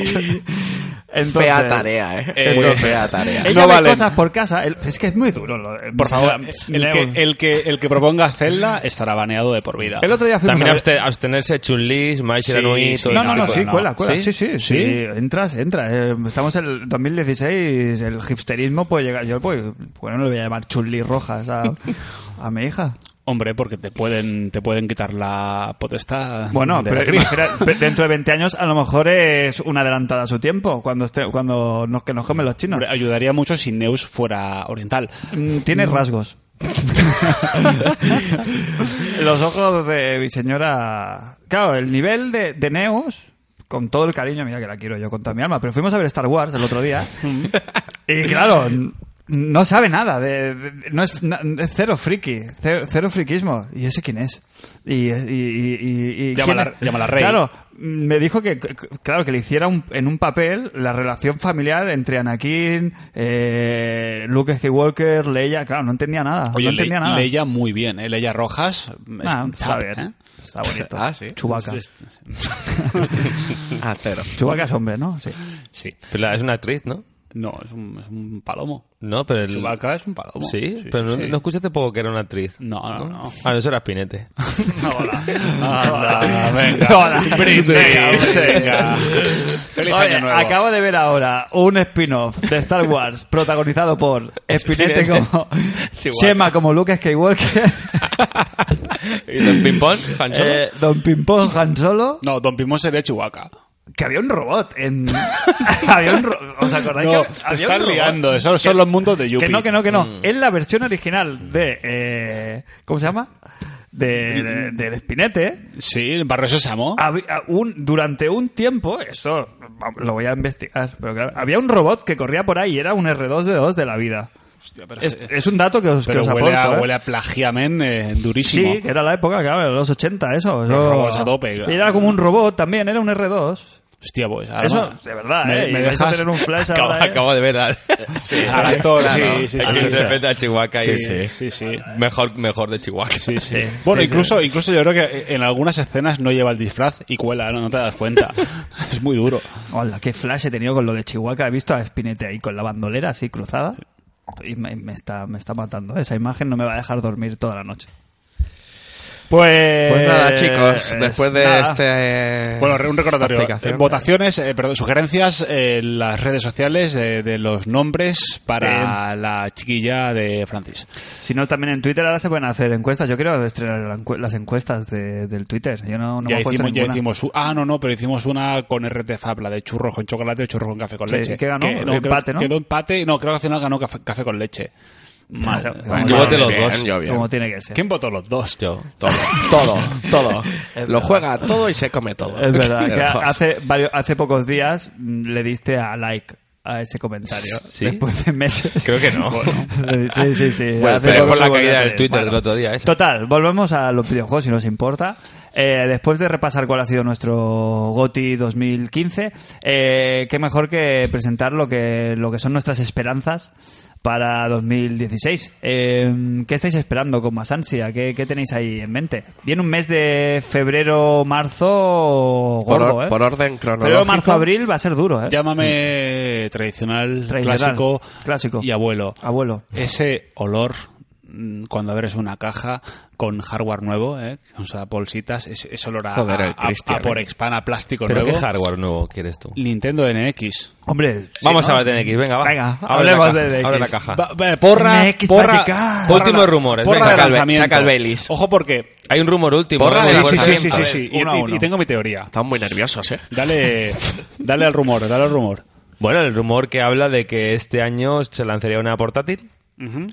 Entonces,
Fea tarea, ¿eh?
Eh,
Muy fea tarea.
Ella
No
ve
valen.
cosas por casa. el- Es que es muy duro. lo-
Por favor,
Neus.
el que, el, que, el que proponga Zelda estará baneado de por vida.
El otro día fuimos
También
a ver-
abste- abstenerse Chun-Li, Maishira
Sí,
Nui,
sí.
todo
No, no,
ese
no,
tipo de-
sí,
no.
cuela, cuela.
¿Sí?
Sí, sí, sí.
¿Sí?
Entras, entras. Eh, Estamos en el 2016, el hipsterismo puede llegar. Yo pues, bueno, no le voy a llamar chulli rojas a, a mi hija.
Hombre, porque te pueden, te pueden quitar la potestad.
Bueno,
de la
pero
cría.
imagina- pe- dentro de 20 años a lo mejor es una adelantada a su tiempo, cuando esté, cuando nos, que nos comen los chinos.
Hombre, ayudaría mucho si Neus fuera oriental.
Mm, Tiene rasgos. (laughs) Los ojos de mi señora. Claro, el nivel de, de Neus, con todo el cariño, mira que la quiero yo con toda mi alma, pero fuimos a ver Star Wars el otro día. y claro, n- no sabe nada, de, de- no es, na- es cero friki, cero, cero friquismo. ¿Y ese quién es? Y, y, y- y- y-
Llámala-
¿quién es?
llámala Rey.
Claro, me dijo que, c- c- claro, que le hiciera un- en un papel la relación familiar entre Anakin, eh, Luke Skywalker, Leia. Claro, no entendía nada.
Oye,
no
Le-
entendía nada.
Leia muy bien, ¿eh? Leia Rojas.
Ah,
es
está
top,
bien.
¿eh?
Está bonito.
Ah, sí.
Chubaca.
Es- este. es-
A cero.
Chubaca es hombre, ¿no? Sí.
Sí.
Pero la- es una actriz, ¿no?
No, es un, es un palomo.
No, pero el...
Chewbacca es un palomo.
Sí,
Sí,
pero
sí,
no,
sí.
no escuchaste poco que era una actriz.
No, no, no.
Ah, eso
(laughs)
era Spinete.
(laughs)
Hola. Anda, venga.
Hola.
Britney,
Venga,
venga. Feliz
Oye,
año nuevo.
acabo de ver ahora un spin-off de Star Wars (laughs) protagonizado por
(laughs)
Spinete como Shema como Luke Skywalker,
¿Y Don Pimpón? Han Solo?
eh, Don Pimpón Han Solo,
No, Don Pimón sería Chewbacca.
que había un robot en (laughs) había un ro- ¿Os acordáis
No,
que
te
había un
están
robot?
liando. Esos son los mundos de Yuppie.
Que no, que no, que
Mm.
no. Es la versión original de. eh, ¿Cómo se llama? De, de- del Spinete.
Sí, Barrio Sésamo.
Habi- a- un- durante un tiempo, eso lo voy a investigar, pero claro, había un robot que corría por ahí y era un R2D2 de la vida.
Hostia, pero
Es,
sí.
es un dato que os, que
Pero
os
huele,
aporto,
a,
¿eh?
huele a plagiamen eh, durísimo.
Sí, que era la época, claro, de los 80, eso. eso-
Los robots a tope, claro.
Era como un robot también, era un R2.
Hostia, pues. ahora
Eso,
me-
de verdad,
me-
¿eh?
me
y vais
dejas-
a tener un
(laughs)
flash
acabo,
ahora, ¿eh?
(laughs) acabo de ver al,
(laughs)
al actor,
Claro.
sí, sí,
al
sí,
(laughs)
sí.
intérprete de Chihuahua y
Sí, sí, sí.
Mejor, mejor de Chihuahua.
Sí, sí. Bueno, incluso, incluso yo creo que eh, en algunas escenas no lleva el disfraz y cuela, no, No te das cuenta.
(laughs)
es muy duro.
Hola, qué flash he tenido con lo de Chihuahua. He visto a Spinete ahí con la bandolera así cruzada. Y me, me está, me está matando. Esa imagen no me va a dejar dormir toda la noche. Pues,
Pues nada, chicos, después de
nada. Eh,
este.
Bueno, re- un recordatorio.
esta aplicación,
Eh, Votaciones, eh, perdón, sugerencias eh, en las redes sociales eh, de los nombres para la chiquilla de Francis.
Si no, también en Twitter ahora se pueden hacer encuestas. Yo quiero estrenar la encu- las encuestas de- del Twitter. Yo no, no
ya,
me acuerdo
hicimos, ya
ninguna.
hicimos u- Ah, no, no, pero hicimos una con RTFAP, la de churros con chocolate o churros con café con
Sí,
leche.
¿qué ganó?
creo-
Empate, ¿no?
Quedó empate. No, creo que al final ganó café, café con leche. Mal.
Claro.
Mal.
Yo voté los
Bien,
dos.
yo bien.
Como tiene que ser.
¿Quién votó los
(laughs)
dos?
Yo.
Todo, todo, todo. (laughs) Lo juega todo y se come todo.
Es
(laughs)
(laughs)
verdad. que
El host.
hace, varios- hace pocos días mm, le diste a like a ese comentario.
¿Sí?
Después de meses.
Creo
(laughs)
que no.
Le di- sí, sí, sí.
Bueno,
Hace
pero
poco
por la
se volvió
caída
a
del
hacer.
Twitter del otro día, ¿eh? esa.
Total, volvemos a los videojuegos si nos importa. Eh, después de repasar cuál ha sido nuestro GOTI 2015, eh, qué mejor que presentar lo que, lo que son nuestras esperanzas para 2016. Eh, ¿Qué estáis esperando con más ansia? ¿Qué, qué tenéis ahí en mente? Viene un mes de febrero, marzo
Por,
gordo,
or-
¿eh?
por orden
febrero,
cronológico.
marzo, abril va a ser duro, ¿eh?
Llámame tradicional,
Tradicional,
clásico,
clásico.
y abuelo.
Abuelo.
Ese olor mm, cuando abres una caja con hardware nuevo, ¿eh? con sus bolsitas, ese, ese olor a,
Joder, el
a- a-
Cristian,
a por
¿eh?
expana plástico
¿Pero qué
nuevo.
hardware nuevo quieres tú?
Nintendo NX.
Hombre,
Vamos a hablar de NX, venga, va.
Venga,
Abre la
hablemos
caja,
de NX.
Abre la caja.
Va- va, porra,
NX
porra,
Vatican.
porra-
Últimos rumores,
porra
eh,
de
venga, saca el Be-
lanzamiento.
saca el Ah, Baileys.
Ojo porque...
Hay un rumor último.
Porra,
¿no? pues
sí,
Del
sí,
fuerte.
sí,
sí,
ver,
sí. Y,
uno a
y-
uno.
y tengo mi teoría.
Están muy nerviosos, ¿eh?
Dale, dale al rumor, dale al
(laughs)
rumor.
Bueno, el rumor que habla de que este año se lanzaría una portátil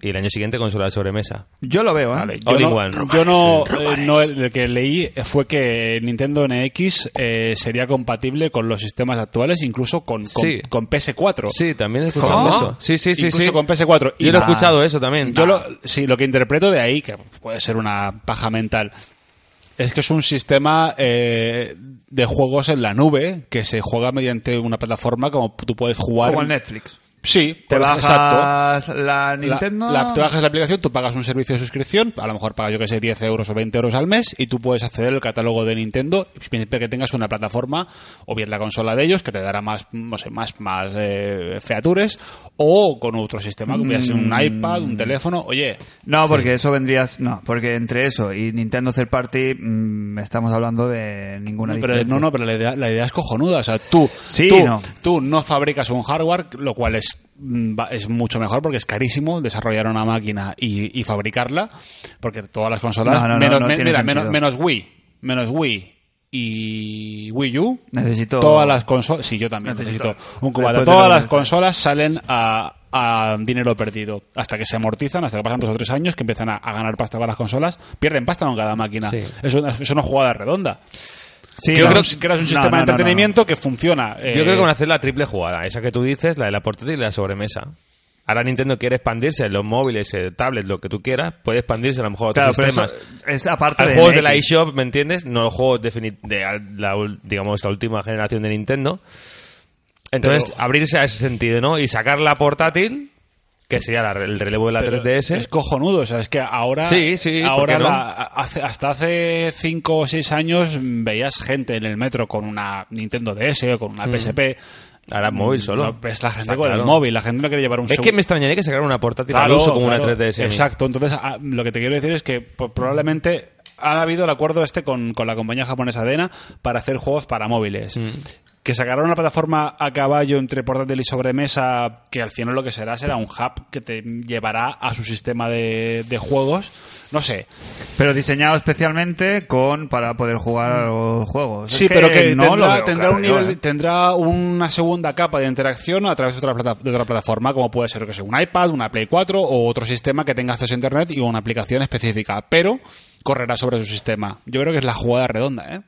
y el año siguiente consola de sobremesa.
yo lo veo, ¿eh?
Vale,
All
yo
in
no,
one.
yo no, eh, no, el que leí fue que Nintendo NX eh, sería compatible con los sistemas actuales, incluso con, con,
Sí.
con PS4.
Sí, también he escuchado
¿Cómo?
eso. Sí, sí, sí.
Incluso
sí.
con PS4. Y
Yo lo he
la-
escuchado eso también. Ah.
Yo lo, sí, lo que interpreto de ahí, que puede ser una paja mental, es que es un sistema eh, de juegos en la nube que se juega mediante una plataforma como tú puedes jugar.
E
Como el Netflix.
Sí,
Te
por-
bajas
exacto.
la
La-
Nintendo.
La, te bajas la aplicación, tú pagas un servicio de suscripción, a lo mejor pagas, yo que sé, 10 euros o 20 euros al mes, y tú puedes acceder al catálogo de Nintendo siempre que tengas una plataforma, o bien la consola de ellos, que te dará más, no sé, más, más eh, features, o con otro sistema, como puede ser un iPad, un teléfono, oye,
No, porque eso vendrías. No, porque entre eso y Nintendo Third Party mm, estamos hablando de ninguna
No, pero,
diferencia.
no, no, pero la idea, la idea es cojonuda. O sea, tú,
Sí,
tú,
no.
tú no fabricas un hardware, lo cual es, mm, va- es mucho mejor porque es carísimo desarrollar una máquina y, y fabricarla, porque todas las consolas,
No, no, no,
menos,
no
me-
tiene
mira,
sentido.
menos, menos Wii, menos Wii y Wii U,
Necesito-
todas las consolas, sí, yo también necesito,
Necesito-
un cubata.
Después de
todas
lo
las
que-
consolas salen a a dinero perdido, hasta que se amortizan, hasta que pasan dos o tres años, que empiezan a, a ganar pasta para las consolas, pierden pasta con cada máquina.
Sí.
Es, una, es una jugada redonda.
Sí,
Yo
no.
creo que creas un
No,
sistema de
no, no, no,
entretenimiento que funciona. eh,
Yo creo que van a hacer la triple jugada, esa que tú dices, la de la portátil y la sobremesa. Ahora Nintendo quiere expandirse, los móviles, eh, tablets, lo que tú quieras, puede expandirse a lo mejor a
no.
otros
Claro, pero
sistemas.
eso es aparte
Al
de.
juegos de la
NX.
eShop, ¿me entiendes? No los juegos defini- de al- la, ul- digamos, la última generación de Nintendo. Entonces, abrirse a ese sentido, ¿no? Y sacar la portátil, que sería la re- el relevo de la 3DS.
Es cojonudo, o sea, es que ahora,
Sí, sí, ¿por
ahora
qué no?
la- hace- hasta hace 5 o 6 años mm, veías gente en el metro con una Nintendo DS o con una PSP.
Ahora Mm. móvil solo.
No, ves la gente
Está
con
claro.
el móvil, la gente no quiere llevar un
es que me extrañaría que sacaran una portátil al uso como
claro,
una 3DS. mini.
Exacto, entonces ah, lo que te quiero decir es que pues, probablemente ha habido el acuerdo este con, con la compañía japonesa Dena para hacer juegos para móviles. Que sacará una plataforma a caballo entre portátil y sobremesa, que al final lo que será será un hub que te llevará a su sistema de, de juegos. No sé.
Pero diseñado especialmente con para poder jugar a los juegos.
Mm. Sí,
Es
pero que
no
tendrá,
lo veo
tendrá
claro,
un
yo,
nivel,
¿eh?
tendrá una segunda capa de interacción a través de otra, plata- de otra plataforma, como puede ser que sea un iPad, una Play 4 o otro sistema que tenga acceso a Internet y una aplicación específica, pero correrá sobre su sistema. Yo creo que es la jugada redonda, ¿eh?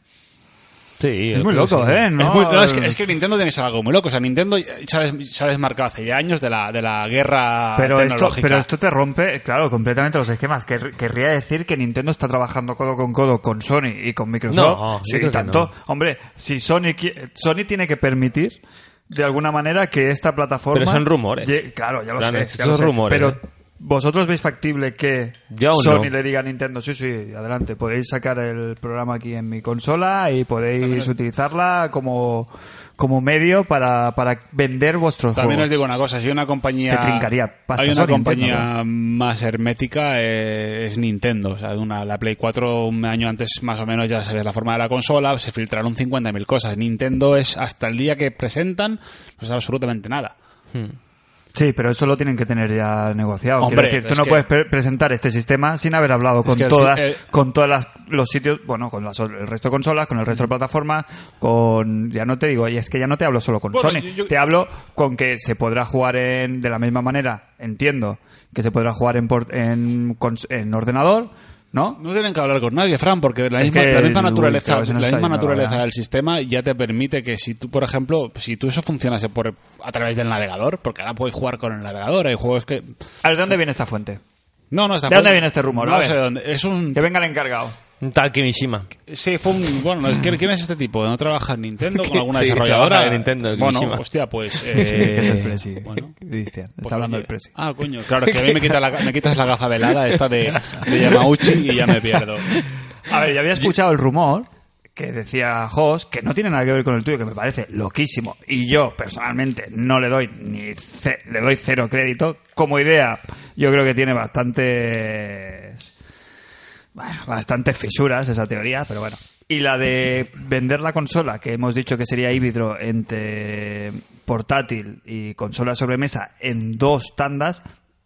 Sí,
Es
yo
muy
creo que
loco,
sí.
¿eh? No,
es, muy- no, es que, es que Nintendo tiene algo muy loco. O sea, Nintendo eh, se ha des- se ha desmarcado hace ya años de la, de la guerra
Pero esto,
tecnológica.
pero esto te rompe, claro, completamente los esquemas. Quer- querría decir que Nintendo está trabajando codo con codo con Sony y con Microsoft.
No, yo
sí,
creo que
tanto.
no.
Hombre, si Sony, qui- Sony tiene que permitir de alguna manera que esta plataforma.
Pero son rumores.
Lle- claro, ya lo
Fran,
sé.
es que
ya lo
son
sé.
rumores,
Pero
¿eh?
¿Vosotros veis factible que
Yo aún
Sony
no.
le diga a Nintendo, sí, sí, adelante, podéis sacar el programa aquí en mi consola y podéis utilizarla como, como medio para, para vender vuestros
También os
juegos?
digo una cosa, si hay una compañía...
Te trincaría pasta
hay una
Sony,
compañía
entiendo,
más hermética, eh, es Nintendo. O sea, de una, la Play 4 un año antes más o menos ya sabes la forma de la consola, se filtraron 50.000 cosas. Nintendo es, hasta el día que presentan, no sabe absolutamente nada.
Sí, pero eso lo tienen que tener ya negociado.
Hombre,
Quiero decir, tú
es
no
que-
puedes pre- presentar este sistema sin haber hablado con
que el si- eh,
todas,
el-
con todas las, los sitios, bueno, con las- el resto de consolas, con el resto de plataformas, con, ya no te digo, y es que ya no te hablo solo con
Bueno,
Sony,
yo- yo-
te hablo con que se podrá jugar en, de la misma manera, entiendo, que se podrá jugar en, por- en, cons- en ordenador, ¿no?
No tienen que hablar con nadie, Fran, porque la
Es
misma,
que
la misma
el-
naturaleza,
claro, se nos
la
está
misma
yendo la
naturaleza
verdad.
del sistema ya te permite que si tú, por ejemplo, si tú eso funcionase por, a través del navegador, porque ahora puedes jugar con el navegador, hay juegos que...
¿A ver, ¿De dónde viene esta fuente?
No, no, está
¿De dónde viene este rumor? A
No
ver.
sé dónde. Es un...
Que venga el encargado.
Un tal Kimishima.
Sí, fue un... Bueno, es que- ¿quién es este tipo? ¿No trabaja en Nintendo con alguna
(laughs) Sí,
desarrolladora?
trabaja en Nintendo,
Bueno,
Kimishima.
hostia, pues...
(laughs) es el
Eh,
Presi.
bueno.
Cristian, está
pues,
hablando
oye.
del Presi.
Ah, coño. Claro, es que a mí me,
(laughs)
quita la, me quitas la gafa velada esta de, de Yamauchi y ya me pierdo.
A ver, yo había escuchado el rumor que decía Hoss que no tiene nada que ver con el tuyo, que me parece loquísimo. Y yo, personalmente, no le doy ni ce- le doy cero crédito. Como idea, yo creo que tiene bastantes. Bueno, bastantes fisuras esa teoría, pero bueno. Y la de vender la consola, que hemos dicho que sería híbrido entre portátil y consola de sobremesa en dos tandas,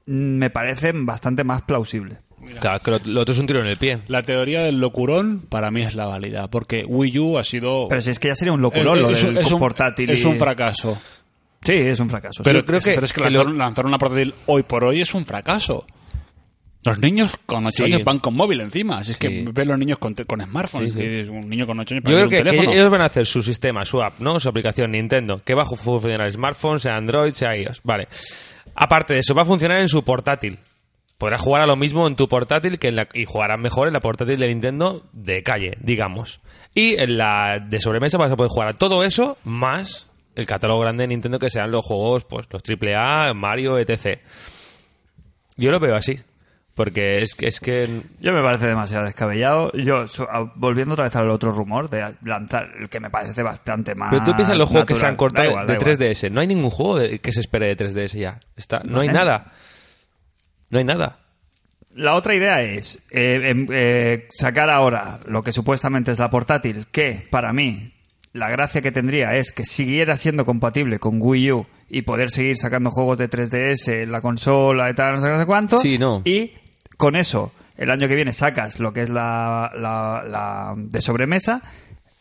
me parecen bastante más plausible.
Claro, es que lo, lo otro es un tiro en el pie.
La teoría del locurón para mí es la válida, porque Wii U ha sido...
Pero si es que ya sería un
Eh,
locurón lo del
un-
portátil. y-
es un fracaso.
Sí, es un fracaso.
Pero
sí.
creo que, pero es que
que
lanzar, lanzar una portátil hoy por hoy es un fracaso. Los niños con 8
Sí.
años van con móvil encima. Si es que
Sí.
ves los niños con, te- con smartphones.
Sí, sí.
que es un niño con 8 años
Yo
para
creo
un
que, que
teléfono.
ellos van a hacer su sistema, su app, ¿no? Su aplicación Nintendo, que va a ju- funcionar en smartphone, sea Android, sea iOS. Vale. Aparte de eso, va a funcionar en su portátil. Podrás jugar a lo mismo en tu portátil que en la, y jugarás mejor en la portátil de Nintendo de calle, digamos. Y en la de sobremesa vas a poder jugar a todo eso más el catálogo grande de Nintendo que sean los juegos, pues los AAA, Mario, etc. Yo lo veo así. Porque es que, es que
Yo me parece demasiado descabellado. Yo, so- a- volviendo otra vez al otro rumor de lanzar, el que me parece bastante más.
Pero tú piensas en los juegos que se
Ah, natural.
han cortado
Da igual,
de
da igual.
3DS. No hay ningún juego de- que se espere de 3DS ya. Está, no hay
Vale.
nada. No hay nada.
La otra idea es eh, em- eh, sacar ahora lo que supuestamente es la portátil, que para mí la gracia que tendría es que siguiera siendo compatible con Wii U y poder seguir sacando juegos de 3DS en la consola y tal, no sé, no sé cuánto.
Sí, no.
Y con eso, el año que viene sacas lo que es la, la- la de sobremesa.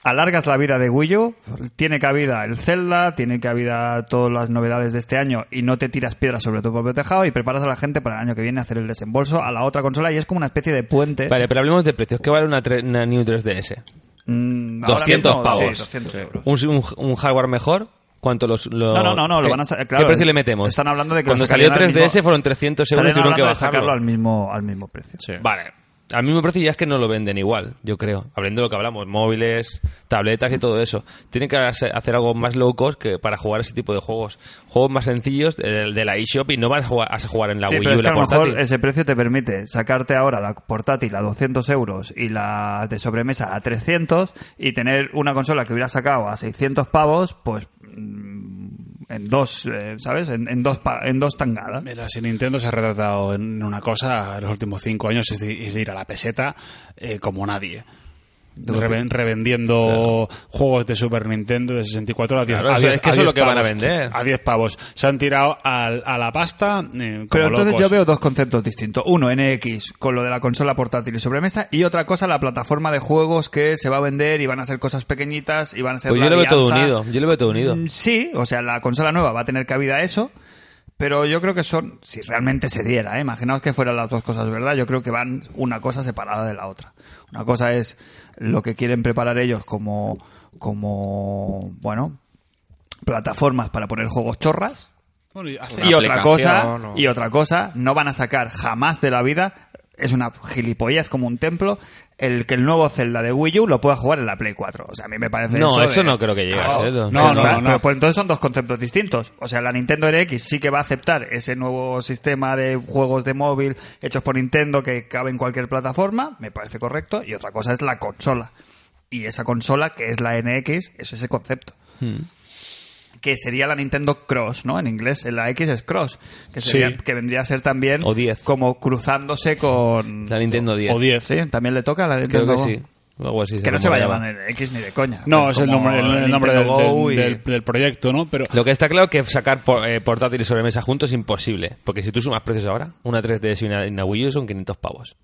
Alargas la vida de Wii U, tiene cabida el Zelda, tiene cabida todas las novedades de este año y no te tiras piedras sobre tu propio tejado y preparas a la gente para el año que viene a hacer el desembolso a la otra consola y es como una especie de puente.
Vale, pero hablemos de precios. ¿Qué vale una, tre- una New 3DS?
Mm, ahora
200
mismo,
pavos.
sí, 200 euros.
¿Un, un- un hardware mejor? ¿Cuánto los.? lo-
No, no, no, no, lo
¿qué-
van a sa-
¿Qué
claro,
precio le metemos?
están hablando de que
Cuando
lo
salió
sacarían al
3DS
mismo-
fueron 300 euros y
Estarían
tuvieron que
hablando de
bajarlo.
sacarlo al mismo, al mismo precio.
Sí.
Vale. Al mismo precio ya es que no lo venden igual, yo creo. Hablando de lo que hablamos, móviles, tabletas y todo eso. Tienen que hacer hacer algo más low cost que para jugar ese tipo de juegos. Juegos más sencillos de, de la eShop y no van a jugar, a jugar en la
Sí,
Wii U
pero es
y
que
la
a lo
portátil.
mejor ese precio te permite sacarte ahora la portátil a 200 euros y la de sobremesa a 300 y tener una consola que hubiera sacado a 600 pavos, pues mm, en dos, eh, ¿sabes? En, en dos, pa- en dos tangadas.
Mira, si Nintendo se ha retratado en una cosa en los últimos cinco años, es de, es de ir a la peseta eh, como nadie. Reven- revendiendo juegos de Super Nintendo de 64 a 10
Claro,
a
eso-
10
es que
a
eso es lo
10
que van a
pavos.
vender.
A 10 pavos. Se han tirado al- a, la pasta eh, como
Pero entonces
locos.
yo veo dos conceptos distintos. Uno, NX, con lo de la consola portátil y sobremesa, y otra cosa, la plataforma de juegos que se va a vender y van a ser cosas pequeñitas y van a ser...
Pues
la
yo lo veo todo
alianza.
unido, yo lo veo todo unido.
Mm, Sí, o sea, la consola nueva va a tener cabida a eso, pero yo creo que son, si realmente se diera, ¿eh? imaginaos que fueran las dos cosas, ¿verdad? Yo creo que van una cosa separada de la otra. Una cosa es lo que quieren preparar ellos como, como bueno, plataformas para poner juegos chorras,
Bueno, y hace-
Una
y otra cosa
aplicación o-
y otra cosa no van a sacar jamás de la vida es una gilipollez como un templo el que el nuevo Zelda de Wii U lo pueda jugar en la Play 4. O sea, a mí me parece
No, eso
de-
no creo que llegue a
Claro.
serlo.
No,
Sí,
no,
claro.
no. Pero, pues entonces son dos conceptos distintos. O sea, la Nintendo NX sí que va a aceptar ese nuevo sistema de juegos de móvil hechos por Nintendo que cabe en cualquier plataforma, me parece correcto, y otra cosa es la consola. Y esa consola que es la NX, es ese concepto.
Hmm.
Que sería la Nintendo Cross, ¿no? En inglés, la X es Cross, que, sería-
Sí.
que vendría a ser también
O 10.
como cruzándose con...
La Nintendo 10.
O 10.
Sí, también le toca a la
Creo
Nintendo
que
Go.
sí. O algo así
Que no se va a
llamar
llamar NX ni de coña.
No,
Pero
es el
como
nombre, el, el nombre del,
Nintendo Go
del-
y-
del- del proyecto, ¿no? Pero
Lo que está claro es que sacar por- eh, portátil y sobremesa juntos es imposible. Porque si tú sumas precios ahora, una 3DS y una, una Wii U son 500 pavos.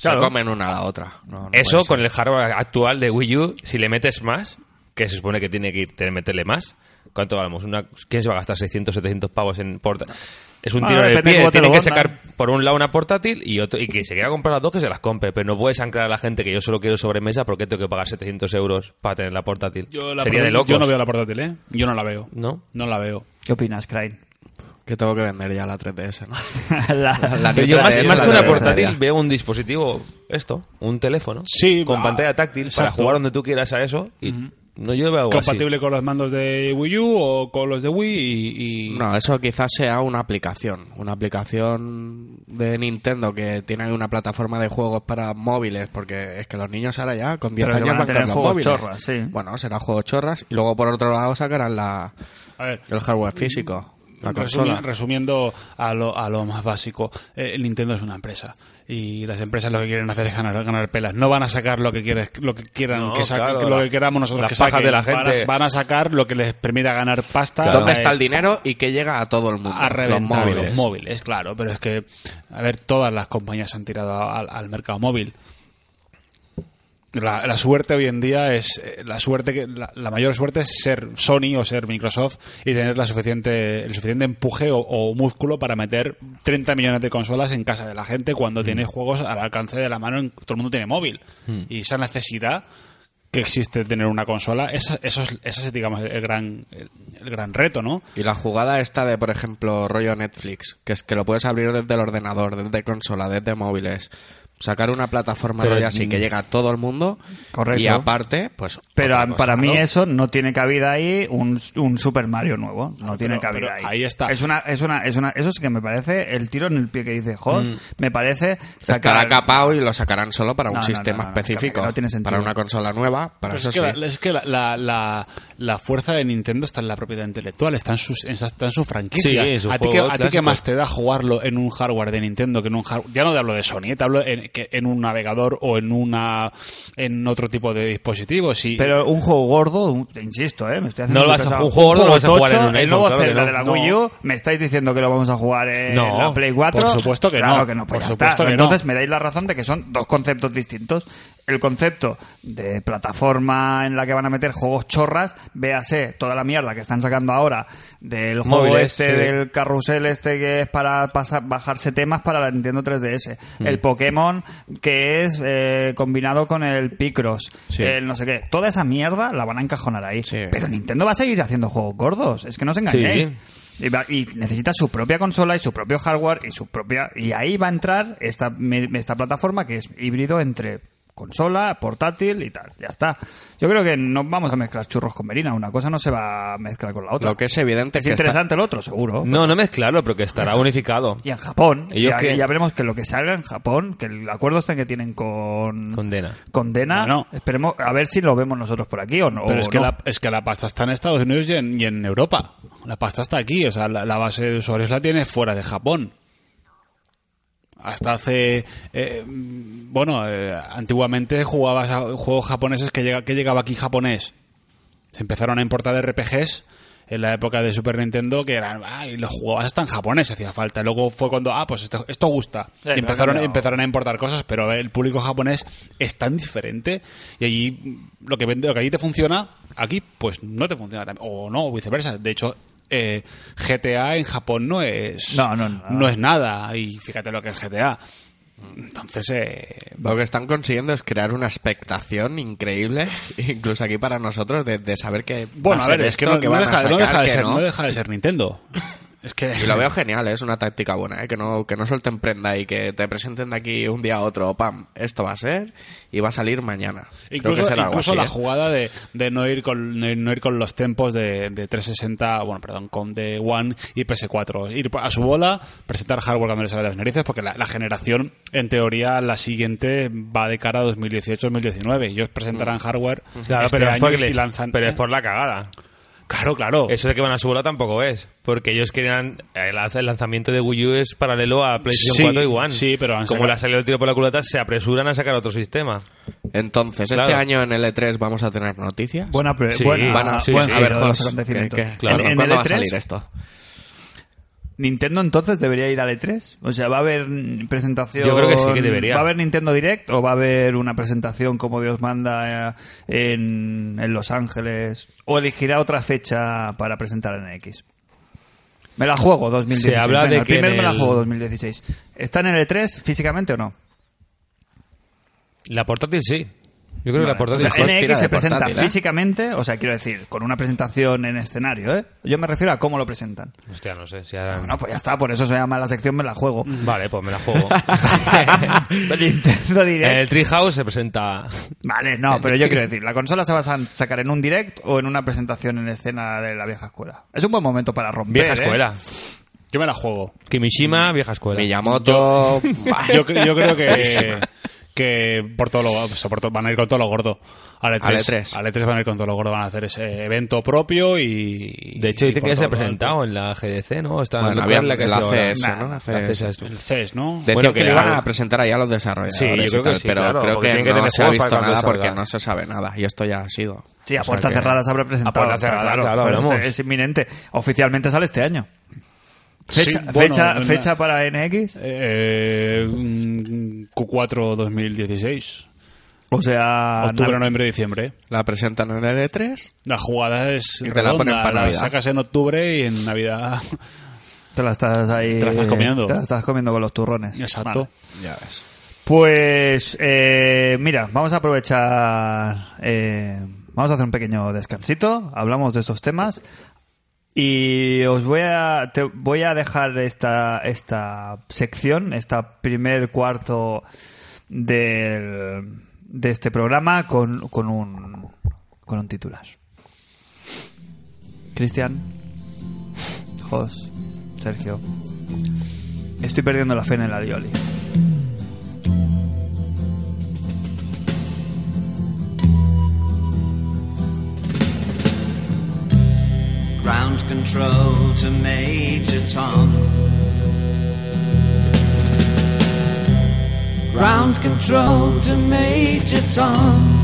Claro.
Se comen una a la otra. No, no
Eso
puede ser.
con el hardware actual de Wii U, si le metes más, que se supone que tiene que ir- tener- meterle más, ¿cuánto valemos? Una, ¿Quién se va a gastar 600, 700 pavos en portátil? Es un
Bueno,
tiro en el
depende
pie.
cómo te
Tienen
lo
que
vendan.
sacar por un lado una portátil y, otro, y que se quiera comprar las dos que se las compre. Pero no puedes anclar a la gente que yo solo quiero sobremesa porque tengo que pagar 700 euros para tener la portátil.
yo, la
Sería
portátil-
de locos.
yo no veo la portátil, ¿eh? Yo no la veo.
¿No?
No la veo.
¿Qué opinas, Crane?
Que tengo que vender ya la 3DS, ¿no?
(laughs) la,
Pero yo
Otra
más,
vez,
más que una
otra vez,
portátil
Adrián.
veo un dispositivo, esto, un teléfono,
Sí,
con
ah,
pantalla táctil para
exacto.
jugar donde tú quieras a eso y no yo veo algo así.
Compatible con los mandos de Wii U o con los de Wii y... y-
No, eso quizás sea una aplicación. Una aplicación de Nintendo que tiene ahí una plataforma de juegos para móviles, porque es que los niños ahora ya con 10
Pero que
años
van a
con
tener
los
juegos
móviles.
chorras, sí.
Bueno, será juegos chorras y luego por otro lado sacarán la,
A ver,
el hardware físico, la
Resumi-
consola.
resumiendo a lo, a lo más básico, eh, Nintendo es una empresa y las empresas lo que quieren hacer es ganar, ganar pelas. No van a sacar lo que quieres, lo que quieran
No,
que saquen,
claro,
lo
la-
que queramos nosotros
las
que
pajas
saquen.
de la
Van a-
gente.
Van, a, sacar lo que les permita ganar pasta.
¿Dónde
eh,
está el dinero y qué llega a todo el mundo?
a reventar
los móviles.
claro, pero es que, a ver, todas las compañías se han tirado al, al mercado móvil. La, la suerte hoy en día es eh, la suerte que la, la mayor suerte es ser Sony o ser Microsoft y tener la suficiente el suficiente empuje o, o músculo para meter 30 millones de consolas en casa de la gente
Mm.
cuando tiene juegos al alcance de la mano en- todo el mundo tiene móvil y esa necesidad que existe de tener una consola esa- eso es, ese es digamos el gran el- el gran reto no
Y la jugada esta de, por ejemplo, rollo Netflix, que es que lo puedes abrir desde el ordenador, desde consola, desde móviles. Sacar una plataforma
Pero-
rollo así que llega a todo el mundo.
Correcto.
Y aparte, pues.
Pero
otra
a-
cosa,
para mí
¿no?
eso no tiene cabida ahí un, un Super Mario nuevo. No tiene
pero-
cabida ahí.
pero ahí está.
Es una, es una, es una, eso sí que me parece el tiro en el pie que dice Hoss. Me parece sacar...
Estará capado y lo sacarán solo para un
No, no,
sistema
no, no, no,
específico.
no tiene sentido.
Para una consola nueva, para
Pues
eso
es, que
sí.
la, es que la- la- la- la fuerza de Nintendo está en la propiedad intelectual, está en sus, en esas- está en sus franquicias.
Sí, en sus
a ti que,
juegos
a ti que
clásicos.
más te da jugarlo en un hardware de Nintendo que en un hardware. Ya no te hablo de Sony, eh, te hablo en, que- en un navegador o en una en otro tipo de dispositivo. Si,
Pero un juego gordo, un- te insisto, ¿eh? Me estoy haciendo
No lo
muy
vas a-
pesado.
un juego gordo lo vas a jugar en un
El
iPhone,
nuevo
claro que
Zelda
no.
de la
No.
Wii U, me estáis diciendo que lo vamos a jugar en
No,
la Play 4.
por supuesto que
Claro
no,
que no,
por
por
supuesto que no.
Entonces me dais la razón de que son dos conceptos distintos. El concepto de plataforma en la que van a meter juegos chorras, véase toda la mierda que están sacando ahora del juego
Móviles,
este,
sí.
del carrusel este que es para pasar- bajarse temas para la Nintendo 3DS.
Mm.
El Pokémon que es eh, combinado con el Picross.
Sí.
El no sé qué. Toda esa mierda la van a encajonar ahí.
Sí.
Pero Nintendo va a seguir haciendo juegos gordos. Es que no os engañéis.
Sí.
Y, va- y necesita su propia consola y su propio hardware y su propia y ahí va a entrar esta me- esta plataforma que es híbrido entre consola, portátil y tal. Ya está. Yo creo que no vamos a mezclar churros con merina. Una cosa no se va a mezclar con la otra.
Lo que es evidente
es
que está-
interesante el otro, seguro.
No, no mezclarlo, pero que estará unificado.
Y en Japón,
Ellos
ya,
que-
ya veremos que lo que salga en Japón, que el acuerdo este que tienen con
Condena.
Condena,
Bueno.
esperemos a ver si lo vemos nosotros por aquí o no.
Pero
o
es que,
no.
la, es que la pasta está en Estados Unidos y en, y en Europa. La pasta está aquí. O sea, la, la base de usuarios la tiene fuera de Japón. Hasta hace. eh, mm, bueno, eh, antiguamente jugabas a juegos japoneses que, llega, que llegaba aquí japonés. Se empezaron a importar RPGs en la época de Super Nintendo que eran. Ah, y los jugabas hasta en japonés, hacía falta. Luego fue cuando. Ah, pues esto, esto gusta.
Sí,
Y empezaron,
pero-
empezaron a importar cosas, pero a ver, el público japonés es tan diferente y allí mm, lo que vende, lo que allí te funciona, aquí pues no te funciona tam- o no, o viceversa. De hecho, eh, GTA en Japón no es
No, no, no.
es nada y fíjate lo que es GTA. Entonces, eh,
Lo que están consiguiendo es crear una expectación increíble, (laughs) incluso aquí para nosotros, de, de saber que. va
bueno, a
ser
ver, es que
esto,
no, no
van a
deja, no deja
sacar,
de
que
ser,
no.
no deja de ser Nintendo. (laughs) Es que...
Y lo veo genial, ¿eh? es una táctica buena, ¿eh? que, no, que no suelten prenda y que te presenten de aquí un día a otro, pam, esto va a ser y va a salir mañana. Creo
Incluso,
que será algo
incluso
así,
la
¿eh?
jugada de, de no ir con no ir, no ir con los tempos de, de 360, bueno, perdón, con de One y PS4. Ir a su bola, presentar hardware cuando le sale de las narices, porque la, la generación, en teoría, la siguiente va de cara a 2018-2019. Ellos presentarán hardware
Claro,
este
pero,
año
spoilers,
y lanzan...
pero es por la cagada.
Claro, claro.
Eso de que van a su bola tampoco es. Porque ellos querían. eh, El lanz- el lanzamiento de Wii U es paralelo a PlayStation
Sí,
4 y One.
sí, pero han
Como
sacado-
le ha salido el tiro por la culata, se apresuran a sacar otro sistema.
Entonces,
Claro.
este año en el E3 vamos a tener noticias.
Buena, Ah, pre-
Sí,
buena,
van a- sí,
buen
sí.
giro
a ver,
de
Jos,
los acontecimientos.
que- que- claro,
en, en el E
¿cuándo va a
E3,
salir esto?
Nintendo entonces debería ir al E3. O sea, va a haber mm, presentación.
Yo creo que sí que debería.
¿Va a haber Nintendo Direct o va a haber una presentación como Dios manda eh, en, en Los Ángeles? ¿O elegirá otra fecha para presentar en X? Me la juego 2016.
Se habla
Venga,
de
el
que en
primer me la
el-
juego 2016. ¿Está en el E3 físicamente o no?
La portátil sí. Yo creo que la
O
portátil
sea,
sí.
entonces- cualquiera
NX se
de
presenta
portátil, ¿eh?
físicamente, o sea, quiero decir, con una presentación en escenario, ¿eh? Yo me refiero a cómo lo presentan.
Hostia, no sé. Si harán-
Bueno, pues ya está, por eso se llama la sección Me la juego.
Vale, pues me
(laughs)
la juego. (laughs)
Nintendo
en el
Direct.
Treehouse se presenta.
Vale, no, pero yo quiero decir, la consola se va a sacar en un direct o en una presentación en escena de la vieja escuela. Es un buen momento para romper.
Vieja
¿eh?
escuela.
Yo me la juego.
Kimishima, vieja escuela.
Miyamoto. bah,
Yo, cre- yo creo
(laughs)
que, que por todo lo, o sea, por to- van a ir con todo lo gordo. Al E3,
Al E E3.
Al E3 van a ir con todo lo gordo. Van a hacer ese evento propio y...
De hecho,
y
dicen
por
que ya
todo lo
se ha
alto.
presentado en la GDC, ¿no? Está
Bueno,
lo que
había
es la que
la
se ahora.
CS,
Nah,
¿no? La
La
CS.
CS.
El CES, ¿no? Pues,
Decían
Bueno,
que,
que
le iban
la-
a presentar ahí a los desarrolladores.
Sí, yo
y
creo que
tal,
sí,
pero
claro,
creo
porque
que
tienen que
no
tener
se ha
juegos para
visto
cuando
nada
salga.
porque no se sabe nada. Y esto ya ha sido.
Sí, a
O sea
puertas
que-
cerradas habrá presentado.
puertas cerradas,
claro,
claro,
pero
vamos.
este es inminente. Oficialmente sale este año.
Sí,
Fecha,
bueno,
fecha,
en la-
fecha para NX.
Eh, mm, Q4 2016.
O sea,
Octubre,
na-
Ah, noviembre, diciembre.
La presentan en el E E3.
La jugada es
Y te la
redonda,
ponen para
la
Navidad.
sacas en octubre y en
(laughs)
Navidad.
te la estás ahí.
Te la estás comiendo.
Te la estás comiendo con los turrones.
(laughs) Exacto.
Vale. Pues, eh, mira, vamos a aprovechar. eh, vamos a hacer un pequeño descansito. Hablamos de estos temas. Y os voy a, te voy a dejar esta, esta sección, esta primer cuarto del- de este programa con, con, un, con un titular. Cristian, Jos, Sergio, estoy perdiendo la fe en el Alioli.
Ground control to Major Tom. Ground control to Major Tom.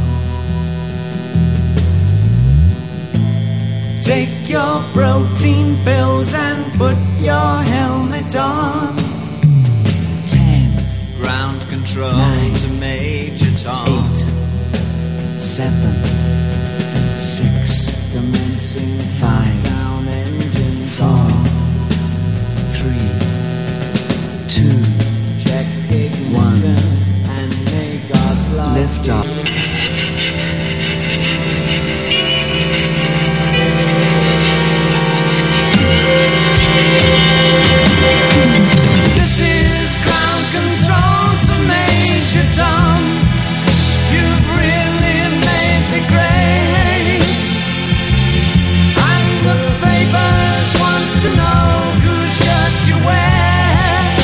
Take your protein pills and put your helmet on. Ten. Ground control to Major Tom. Eight. Seven six, commencing five, down engine four, three, two, check ignition, one, and may God's love lift up. This is ground control to Major Tom. You've really made me great. And the papers want to know who shut you away.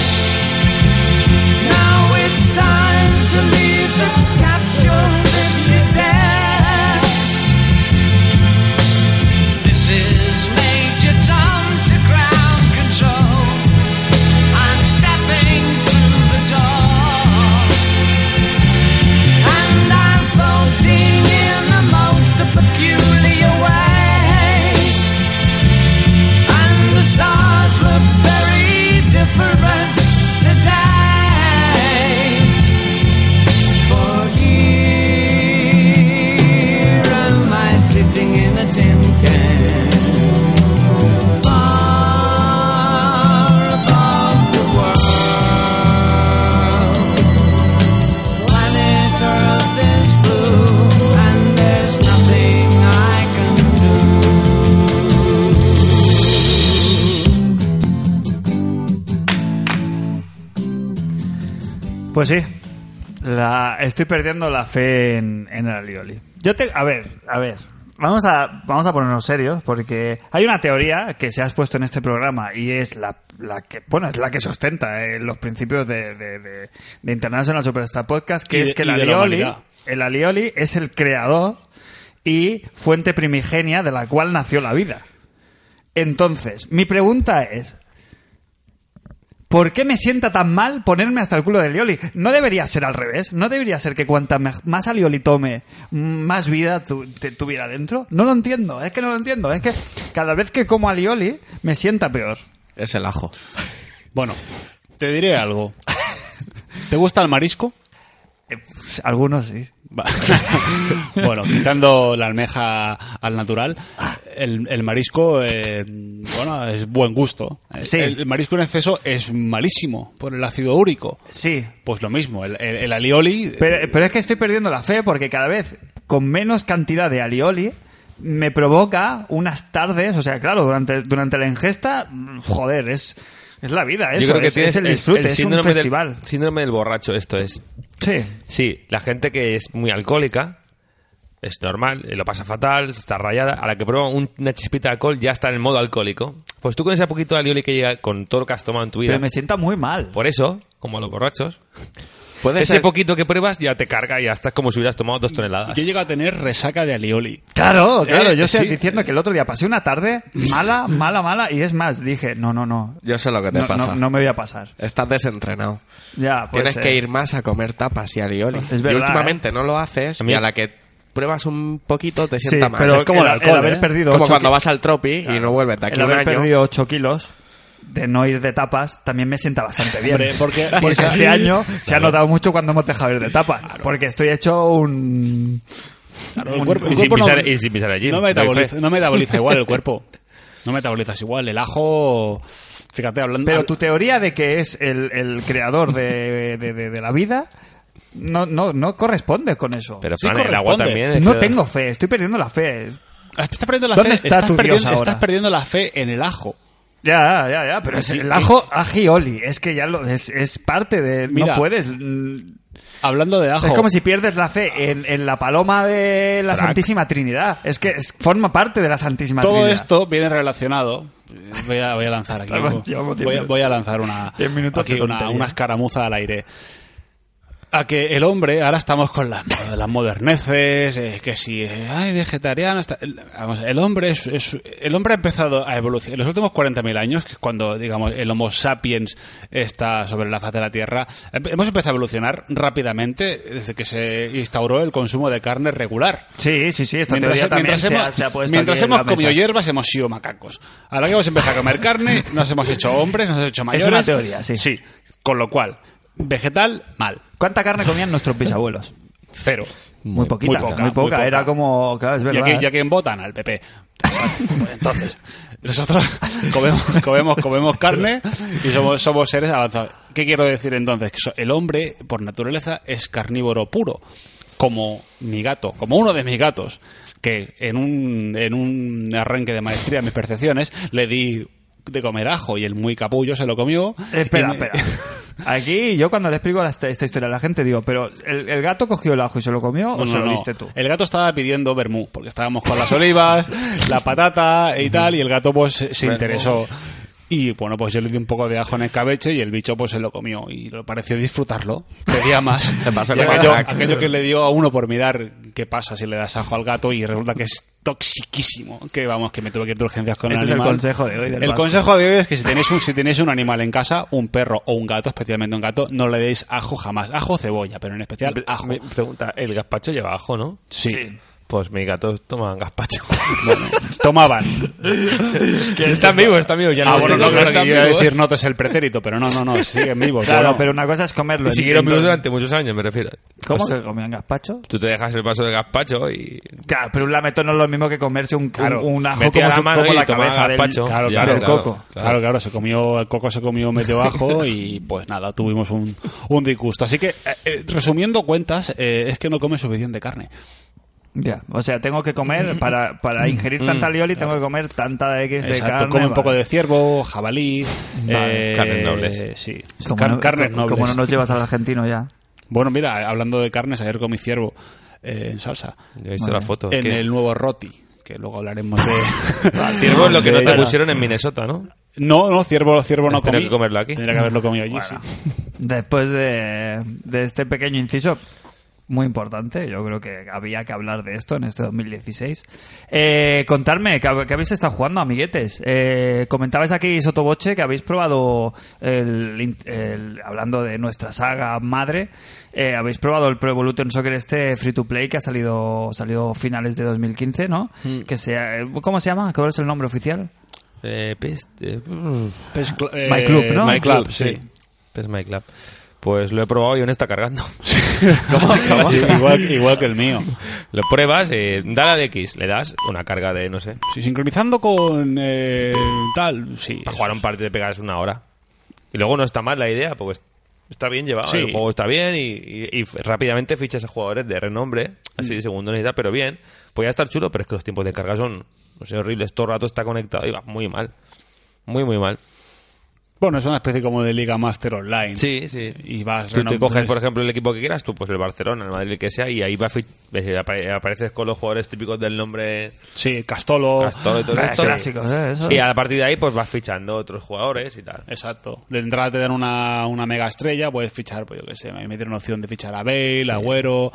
Pues sí. La- estoy perdiendo la fe en, en el alioli. Yo te, a ver, a ver. Vamos a, vamos a ponernos serios porque hay una teoría que se ha expuesto en este programa y es la, la que, bueno, es la que sostenta eh, los principios de, de, de- de International Superstar Podcast, que
Y
es
de-
que el
y de la
alioli,
humanidad.
el alioli es el creador y fuente primigenia de la cual nació la vida. Entonces, mi pregunta es, ¿Por qué me sienta tan mal ponerme hasta el culo del Lioli? No debería ser al revés. No debería ser que cuanta me- más alioli tome, mm, más vida tu- te- tuviera dentro. No lo entiendo. Es que no lo entiendo. Es que cada vez que como alioli me sienta peor.
Es el ajo.
Bueno, te diré
(laughs)
algo. ¿Te gusta el marisco?
Eh, pff, Algunos sí.
Va- (laughs) bueno, quitando la almeja al natural, el, el marisco, eh, bueno, es buen gusto.
Sí.
El, el marisco en exceso es malísimo por el ácido úrico.
Sí.
Pues lo mismo, el, el- el alioli...
Pero, pero es que estoy perdiendo la fe porque cada vez con menos cantidad de alioli me provoca unas tardes, o sea, claro, durante, durante la ingesta, mm, joder, es, es la vida, eso,
Yo creo que
es,
tienes
es el
el-
disfrute,
el
es un
síndrome del-
festival.
síndrome del borracho, esto es.
Sí.
Sí, la gente que es muy alcohólica es normal, eh, lo pasa fatal, está rayada. A la que prueba un- una chispita de alcohol ya está en el modo alcohólico. Pues tú con ese poquito de alioli que llega con todo lo que has tomado en tu vida.
Pero me sienta muy mal.
Por eso, como a los borrachos,
Puede
ese
ser-
poquito que pruebas ya te carga y ya estás como si hubieras tomado dos toneladas.
Yo llego a tener resaca de alioli.
Claro, claro,
Eh,
yo estoy
sí.
diciendo que el otro día pasé una tarde mala, mala, mala, y es más, dije, no, no, no.
Yo sé lo que te
No,
pasa.
no, no me voy a pasar.
Estás desentrenado.
Ya, pues, eh, puede
Tienes
ser.
que ir más a comer tapas y alioli.
Es
y
verdad, ¿eh?
últimamente no lo haces
A mí-
y a la que pruebas un poquito te
Sí,
sienta mal.
pero
Es como el
el- el
alcohol,
haber
¿eh?
perdido
Como
ocho
cuando
ki-
vas al tropi y no vuelves de aquí
el
a un
haber
año.
perdido 8 kilos de no ir de tapas también me sienta bastante bien.
Hombre,
(laughs)
porque- porque-
este año se ha notado mucho cuando hemos dejado ir de tapas. Porque estoy hecho un...
el cuerpo,
y,
el
sin
cuerpo
pisar,
no,
y sin pisar el gym,
no
doy fe.
metaboliza, no metaboliza igual el cuerpo. No metabolizas igual. El ajo... Fíjate, hablando...
Pero tu teoría de que es el, el creador de, de- de- de la vida no, no, no corresponde con eso.
Pero
Sí
Fran, el agua
corresponde.
también. es
no
que-
tengo fe, estoy perdiendo la fe.
(laughs) Estás perdiendo la
¿Dónde
fe,
está
estás
tu Dios
perdiendo-
ahora?
estás perdiendo la fe en el ajo.
Ya, ya, ya, pero es el ajo agioli, es que ya lo, es, es parte de...
Mira,
no puedes... mm,
Hablando de ajo...
Es como si pierdes la fe en, en la paloma de la
Frac.
Santísima Trinidad. Es que es- forma parte de la Santísima
Todo
Trinidad.
esto viene relacionado. Voy a, voy a lanzar aquí.
(laughs) Estamos- llevamos diez
Voy a,
minutos.
voy a lanzar una,
Diez minutos
aquí
de
una,
tontería.
una escaramuza al aire. A que el hombre, ahora estamos con las, las moderneces, eh, que si eh, ay, vegetariano, está- el- vamos, el hombre es, es- el hombre ha empezado a evolucionar. En los últimos 40.000 años, que es cuando digamos el Homo sapiens está sobre la faz de la Tierra, em- hemos empezado a evolucionar rápidamente desde que se instauró el consumo de carne regular.
Sí, sí, sí, esta
Mientras,
teoría también
mientras
se ha-
hemos,
se ha puesto
mientras
aquí en
hemos
la
comido
mesa.
hierbas hemos sido macacos. Ahora que hemos empezado a comer
(laughs)
carne, nos hemos hecho hombres, nos hemos hecho mayores.
una teoría, sí.
Sí, con lo cual, vegetal, mal.
¿Cuánta carne comían nuestros bisabuelos?
Cero.
Muy, poquita, muy poca,
Mm, muy poca.
Era como, claro, es
Ya
verdad.
que, ya que votan al PP. Pues Entonces, nosotros comemos, comemos, comemos carne y somos, somos seres avanzados. ¿Qué quiero decir entonces? Que so- el hombre, por naturaleza, es carnívoro puro. Como mi gato, como uno de mis gatos, que en un, en un arranque de maestría en mis percepciones le di de comer ajo y el muy capullo se lo comió.
Eh, Espera,
Y me-
espera. Aquí yo cuando le explico la- esta, esta historia a la gente digo, pero ¿el, el gato cogió el ajo y se lo comió
No,
o se
no,
lo
no.
diste tú?
El gato estaba pidiendo vermú, porque estábamos con las
(laughs)
olivas, la patata y tal, y el gato pues se se interesó. Y bueno, pues yo le di un poco de ajo en el cabeche y el bicho pues se lo comió y le pareció disfrutarlo. Pedía
(laughs)
más.
pasó
Y
como
aquello,
Jack.
aquello que le dio a uno por mirar qué pasa si le das ajo al gato y resulta que es toxiquísimo. Que vamos, que me tuve que ir de urgencias con
Este
el
es el
animal.
consejo de hoy del
El
Vasco.
consejo de hoy es que si tenéis, un, si tenéis un animal en casa, un perro o un gato, especialmente un gato, no le deis ajo jamás. Ajo o cebolla, pero en especial ajo.
Me pregunta, el gazpacho lleva ajo, ¿no?
sí.
Pues mis gatos toman (laughs) gazpacho.
Tomaban.
están vivos, están vivos. Ya
Ah,
los
bueno, no,
tengo, pero
claro que
están
yo iba a
vivos.
decir notas el pretérito, pero no, no, no, siguen vivos.
Claro,
bueno.
Pues pero una cosa es comerlo.
Y
en-
siguieron
en
vivos
todo-
durante muchos años, me refiero.
¿Cómo
O sea,
que comían gazpacho?
Tú te dejas el vaso de gazpacho y...
Claro, pero un lametón no es lo mismo que comerse un,
Claro,
un, un ajo
metía
como,
la
su-
mano
como
y
la
tomaba
cabeza del,
gazpacho.
claro,
Ya,
claro, del
claro.
coco.
Claro, claro, se comió, el coco se comió medio ajo y pues nada, tuvimos un, un disgusto. Así que, eh, eh, resumiendo cuentas, eh, es que no come suficiente carne.
Ya. O sea, tengo que comer, para, para ingerir tanta lioli, tengo que comer tanta X de
Exacto,
carne.
come un
vale.
poco de ciervo, jabalí,
Vale.
eh,
Carnes nobles.
Sí,
Como
car-
no-
carnes
como-
nobles.
Como no nos llevas al argentino ya.
Bueno, mira, hablando de carnes, ayer comí ciervo eh, en salsa.
Yo he visto
Vale.
la foto.
en
que-
el nuevo roti, que luego hablaremos de... (laughs)
Ciervo es lo que no te
Pero-
pusieron en Minnesota, ¿no?
No, no, ciervo, ciervo no
Has
comí.
tenido Pues que comerlo aquí.
Tendría que haberlo comido allí,
Bueno,
sí.
después de, de este pequeño inciso, muy importante, yo creo que había que hablar de esto en este 2016. Eh, contarme, ¿qué, hab- qué habéis estado jugando, amiguetes? Eh, comentabais aquí, Sotoboche, que habéis probado, el, in- el- hablando de nuestra saga madre, eh, habéis probado el Pro Evolution Soccer este free to play que ha salido, salido finales de 2015, ¿no? Que sea, eh, ¿Cómo se llama? ¿Cuál es el nombre oficial?
Eh, PES, eh,
Pues, cl- eh,
My Club, ¿no?
My Club, sí.
(laughs)
PES My Club. Pues lo he probado y aún
(laughs)
está cargando. (laughs)
Sí, igual, igual que el mío.
Lo pruebas, eh, dale al X, le das una carga de, no sé,
Sí, sincronizando con eh, tal, sí.
para jugar un partido de pegas una hora. Y luego no está mal la idea, porque es- está bien llevado,
Sí.
el juego está bien y, y- y rápidamente fichas a jugadores de renombre, así de segundo necesita, pero bien. Pues Podría estar chulo, pero es que los tiempos de carga son, no sé, horribles. Todo el rato está conectado y va muy mal. Muy, muy mal.
Bueno, es una especie como de Liga Master Online.
Sí, sí.
Y vas...
Tú te
renom-
coges, por ejemplo, el equipo que quieras, tú, pues el Barcelona, el Madrid, el que sea, y ahí va fi- ves, eh, apare- apareces con los jugadores típicos del nombre
Sí, Castolo.
Castoro y todo
Ah,
esto.
clásicos, ¿eh? Eso.
Y a partir de ahí, pues vas fichando otros jugadores y tal.
Exacto. De entrada te dan una, una mega estrella, puedes fichar, pues yo qué sé, a mí me dieron opción de fichar a Bale, a Agüero.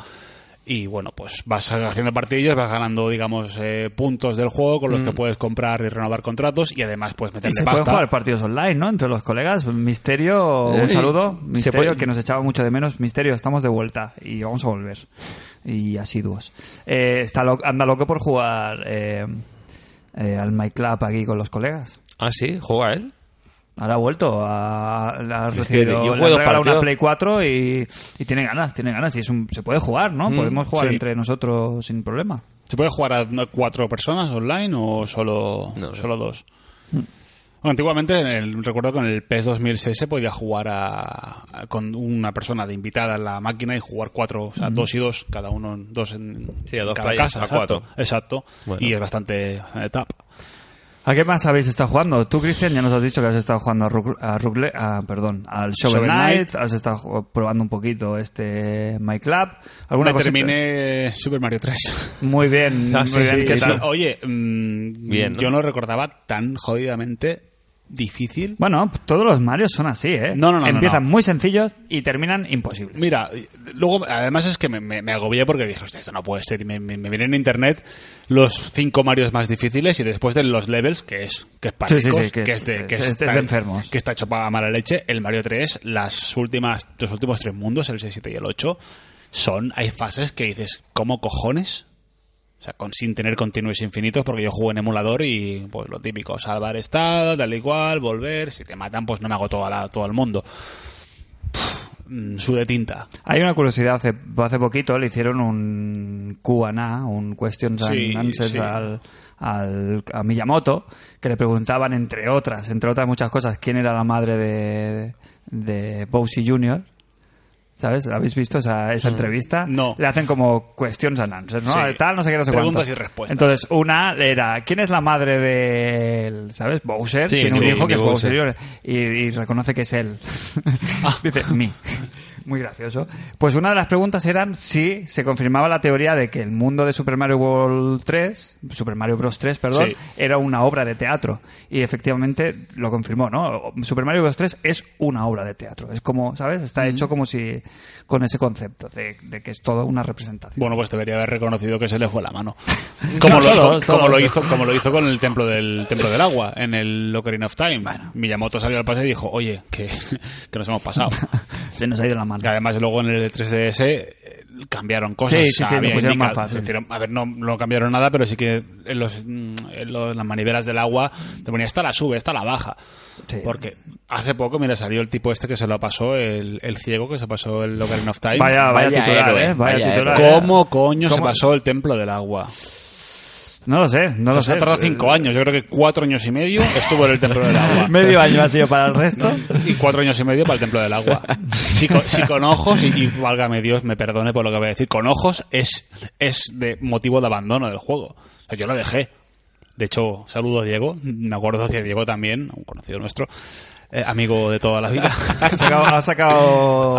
Y bueno, pues vas haciendo partidillas, vas ganando, digamos, eh, puntos del juego
Mm.
con los que puedes comprar y renovar contratos y además puedes
Y
meterle
se pueden
pasta.
jugar partidos online, ¿no? Entre los colegas. Misterio, un
Eh,
saludo.
se
Misterio,
puede-
que nos echaba mucho de menos. Misterio, estamos de vuelta y vamos a volver. Y asiduos. Eh, está lo- anda loco por jugar eh, eh, al My Club aquí con los colegas.
Ah, sí, juega él.
Ahora ha vuelto, ha, ha
que
recibido
yo
le
juego
han regalado una
partidos.
Play 4 y, y tiene ganas, tiene ganas. Y es un- se puede jugar, ¿no?
Mm.
Podemos jugar
sí.
entre nosotros sin problema.
¿Se puede jugar a cuatro personas online o solo,
No sé.
solo dos? Bueno, antiguamente, en el- recuerdo que en el PES 2006 se podía jugar a, a- con una persona de invitada en la máquina y jugar cuatro, o sea, dos y dos, cada uno en- dos en,
Sí, a
en
dos
cada
players,
casa.
a
exacto,
cuatro.
Exacto.
Bueno.
Y es bastante, bastante tap.
¿A qué más habéis estado jugando? Tú, Cristian, ya nos has dicho que has estado jugando a, Rug- a Rugle- a- perdón, al Shovel
Shovel
Knight,
Knight.
has estado ju- probando un poquito este My Club. ¿Alguna
Me
cosita?
terminé Super Mario 3. (laughs)
Muy bien,
(laughs) Ah,
muy
sí,
bien.
sí,
¿Qué
sí.
tal?
Oye, mm,
Bien, ¿no?
yo no recordaba tan jodidamente difícil.
Bueno, todos los Marios son así, ¿eh?
No, no, no, no,
Empiezan
no.
muy sencillos y terminan imposibles.
Mira, luego, además es que me, me- me agobié porque dije, "Hostia, esto no puede ser. Y me, me, me miré en internet los cinco Marios más difíciles y después de los levels, que es, que es para
Sí, sí,
ricos,
sí, que
que, es de,
es-
que
es-
está-
es de enfermos.
Que está hecho para mala leche. El Mario 3, las últimas, los últimos tres mundos, el 6, 7 y el 8, son, hay fases que dices, ¿cómo cojones? O sea, con, sin tener continuos infinitos, porque yo juego en emulador y pues lo típico, salvar estado, tal y cual, volver, si te matan, pues no me hago toda la, todo el mundo. Pff, mm, Su de tinta.
Hay una curiosidad, hace, hace poquito le hicieron un Q&A, un Questions
Sí,
and Answers
sí.
al, al- a Miyamoto, que le preguntaban, entre otras, entre otras muchas cosas, quién era la madre de, de Bowsy Jr., ¿Sabes? ¿Habéis visto esa, esa entrevista?
Mm. No.
Le hacen como questions and answers, ¿no?
Sí.
Tal, no sé qué, no sé
Preguntas
cuánto.
y respuestas.
Entonces, una era, ¿quién es la madre de, ¿sabes? Bowser.
Sí,
Tiene un
sí,
hijo que es
de
Bowser
Bowser.
Jr. y, y reconoce que es él. (laughs) Dice, mí. Muy gracioso. Pues una de las preguntas eran si se confirmaba la teoría de que el mundo de Super Mario World 3, Super Mario Bros. 3, perdón,
Sí.
era una obra de teatro. Y efectivamente lo confirmó, ¿no? Super Mario Bros. 3 es una obra de teatro. Es como, ¿sabes? Está hecho como si con ese concepto de, de que es toda una representación.
Bueno, pues debería haber reconocido que se le fue la
(laughs)
mano. Como, lo,
todos,
como
todos.
lo hizo, como lo hizo con el templo del templo del agua, en el Ocarina of Time. Miyamoto salió al pase y dijo, oye, que, (laughs) que nos hemos
(laughs)
pasado.
Se nos ha ido la
Y
mano.
además luego en el 3DS eh, cambiaron cosas. Ah,
Sí, sí, sí, lo
había
pusieron más
indica-
fácil.
hicieron- a ver, no, no cambiaron nada, pero sí que en, los, mm, en los- en las manivelas del agua te ponía esta la sube, esta la baja.
Sí.
Porque hace poco, mira, salió el tipo este que se lo pasó, el, el ciego que se pasó el Ocarina of Time.
Vaya, vaya,
Vaya
titular,
héroe,
¿eh? Vaya,
vaya
titular.
¿Cómo coño se
¿Cómo?
pasó el templo del agua?
No lo sé, no
O sea, se
lo sé. Eh,
ha tardado cinco años, yo creo que cuatro años y medio estuvo en el templo del agua.
(laughs) Medio año ha sido para el resto.
Y cuatro años y medio para el templo del agua. Si con, si con ojos, y, y válgame Dios, me perdone por lo que voy a decir, con ojos es, es de motivo de abandono del juego. O sea, yo lo dejé. De hecho, saludo a Diego. Me acuerdo que Diego también, un conocido nuestro, eh, amigo de toda la vida.
Ha sacado, ha sacado,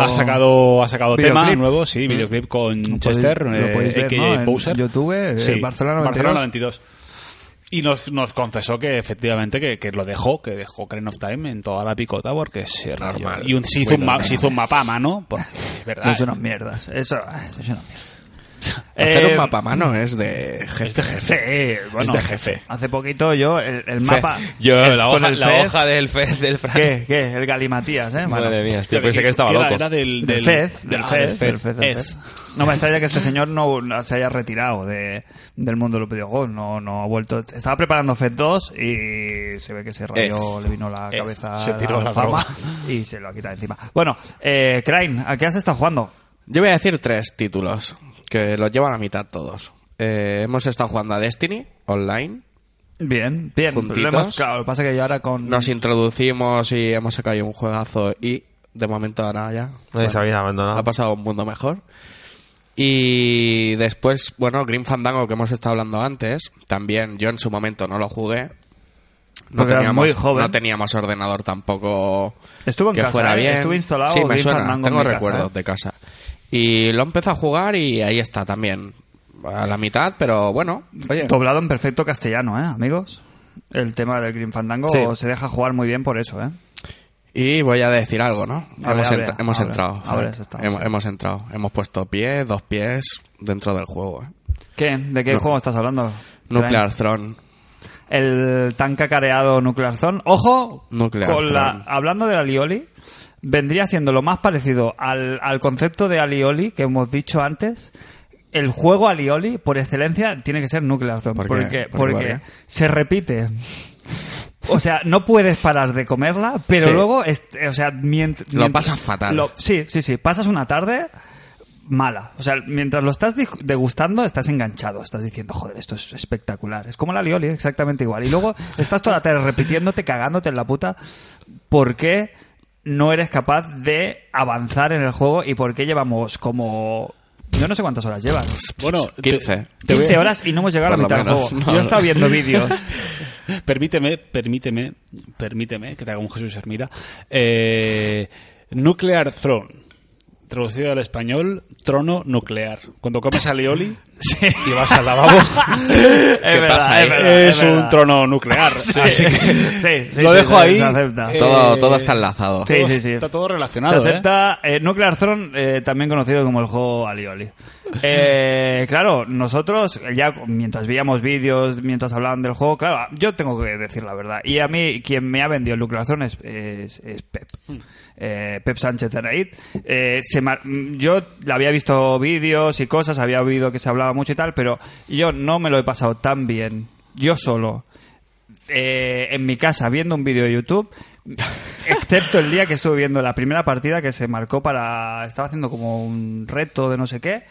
(laughs) Ha sacado, ha sacado
Videoclip.
tema nuevo, sí, videoclip con
podéis-
Chester,
lo
eh,
podéis ver,
aka
¿no? en
Bowser.
YouTube, eh, Barcelona
92. Y nos, nos confesó que efectivamente que, que lo dejó, que dejó Crane of Time en toda la picota porque se rayó.
Normal.
Y un, se, hizo un ma- se hizo un mapa a mano, porque
(laughs)
es verdad.
No es unas mierdas. Eso, eso es una mierda.
Hacer
Eh, (laughs)
un mapa a mano es de jefe.
es de jefe, eh, bueno,
es de jefe.
Hace poquito yo, el, el mapa.
eh.
Yo,
el-
la
con
hoja,
el
la
Fez,
hoja del Fez, del Fran.
¿Qué? ¿Qué? El Galimatías, ¿eh? mano?
Madre mía, tío,
Hostia,
pensé
que-
que estaba
que era-
loco.
Era del,
Del
del,
Fez, del
ah,
Fez,
del Fez,
del Fez, del
Ed.
Fez. No me extraña que este señor no, no se haya retirado de, del mundo de los videojuegos, no, no ha vuelto. Estaba preparando Fez 2 y se ve que se rayó, le vino la
Ed.
cabeza
Se tiró la
fama
droga.
(laughs) y se lo ha quitado encima. Bueno, eh, Crane, ¿a qué has estado jugando?
Yo voy a decir tres títulos que los llevan a la mitad todos. Eh, hemos estado jugando a Destiny online.
Bien, bien.
Juntitos.
Lo hemos- claro, lo que pasa es que yo ahora con...
Nos introducimos y hemos sacado ahí un juegazo y de momento ahora ya
Nadie se habéis abandonado.
Ah.
ha pasado un mundo mejor. Y después, bueno, Green Fandango que hemos estado hablando antes, también yo en su momento no lo jugué. No
Porque eras
teníamos,
muy joven.
no teníamos ordenador tampoco
Estuvo en
que
casa,
fuera
¿eh?
bien.
Estuve instalado
sí, me
Green
suena,
Fandango en
tengo
mi casa,
recuerdos
¿eh?
de casa. Y lo empecé a jugar y ahí está también. A la mitad, pero bueno, oye.
Doblado en perfecto castellano, ¿eh, amigos? El tema del Green Fandango
Sí.
se deja jugar muy bien por eso, ¿eh?
Y voy a decir algo, ¿no?
A ver,
hemos
a ver,
entra- hemos
a ver,
entrado.
a ver,
joder.
eso estamos
hemos,
ahí.
hemos entrado. Hemos puesto pie, dos pies dentro del juego. ¿eh?
¿Qué? ¿De qué
No.
juego estás hablando?
Nuclear Throne.
el tan cacareado Nuclear Zone. Ojo,
Nuclear
con la,
Zone.
hablando del Alioli, vendría siendo lo más parecido al, al concepto de Alioli que hemos dicho antes. El juego Alioli, por excelencia, tiene que ser Nuclear Zone.
¿Por qué?
porque
¿Por qué?
porque
¿Por qué?
se repite. O sea, no puedes parar de comerla, pero
Sí.
luego, est- o sea, mient-
Lo
mient-
pasas fatal.
lo- sí, sí, sí. Pasas una tarde mala. O sea, mientras lo estás dig- degustando, estás enganchado. Estás diciendo, joder, esto es espectacular. Es como la lioli, exactamente igual. Y luego estás toda la tarde repitiéndote, cagándote en la puta. ¿Por qué no eres capaz de avanzar en el juego y por qué llevamos como... Yo no sé cuántas horas llevas.
Bueno, te-
15.
te voy a-
15 horas y no hemos llegado a la
Por
mitad
lo
del
menos,
juego. Yo
no,
he
no.
estado viendo vídeos.
Permíteme, permíteme, permíteme que te haga un Jesús Hermida. Eh, nuclear Throne. Traducido al español, trono nuclear. Cuando comes
(laughs)
alioli y vas al lavabo,
Es verdad,
pasa,
es
eh?
verdad, es
es un
verdad.
trono nuclear. Así que
(laughs) Sí, sí,
lo
sí,
dejo
se-
ahí.
se acepta.
Eh,
Todo, todo está enlazado.
Sí, sí, sí.
Está todo
Se
relacionado. ¿eh?
acepta eh, Nuclear Throne, eh, también conocido como el juego Alioli. Eh, claro, nosotros ya mientras veíamos vídeos, mientras hablaban del juego, claro, yo tengo que decir la verdad. Y a mí quien me ha vendido el Nuclear Throne es, es- es Pep. Eh, Pep Sánchez Araid. Eh, se mar- yo le había visto vídeos y cosas, había oído que se hablaba mucho y tal, pero yo no me lo he pasado tan bien, yo solo, eh, en mi casa viendo un vídeo de YouTube, excepto el día que estuve viendo la primera partida que se marcó para... Estaba haciendo como un reto de no sé qué.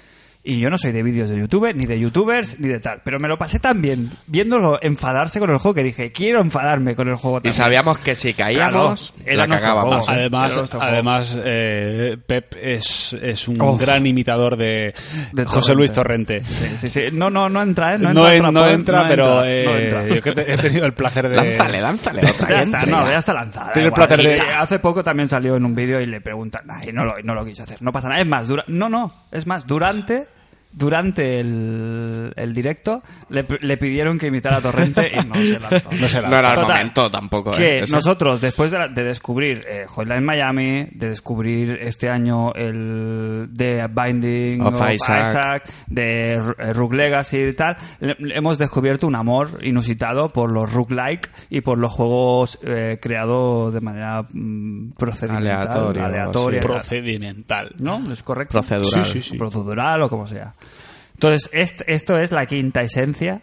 Y yo no soy de vídeos de YouTube, ni de youtubers, ni de tal. Pero me lo pasé tan bien viéndolo enfadarse con el juego que dije, quiero enfadarme con el juego
Y
también.
sabíamos que si caíamos,
Claro, era
la
nuestro
cagábamos.
juego.
Además,
Pero esto juego.
además eh, Pep es, es un
Uf.
gran imitador de,
Oh. De
José Luis Torrente.
Sí, sí, sí. No, no, no entra, ¿eh? No
No,
entra,
en-
Trapón,
no entra,
no
pero
entra, no
eh,
entra.
yo que te- he tenido el placer de...
Lánzale, lánzale otra.
Eh, Ya
que
está,
entre,
no,
ya.
ya está lanzada.
Tiene el
igual.
placer de-
Y Hace poco también salió en un vídeo y le preguntan, ay, no lo, no lo quiso hacer, no pasa nada. Es más, dura... no, no, es más, durante, durante el, el directo le, le pidieron que imitara a Torrente y no se lanzó.
(laughs) No se lanzó.
No era el
Total,
momento tampoco.
Que
¿eh? Eso-
nosotros, después de, la- de descubrir eh, Hotline Miami, de descubrir este año el de Binding
Of
of,
Isaac.
Isaac. de R- eh, Rogue Legacy y tal, le- le hemos descubierto un amor inusitado por los Rogue-like y por los juegos eh, creados de manera mm, procedimental,
Aleatorio,
aleatoria.
sí.
y tal.
Procedimental.
¿No? ¿Es correcto?
Procedural.
Sí, sí, sí.
procedural o como sea. Entonces, est- esto es la quinta esencia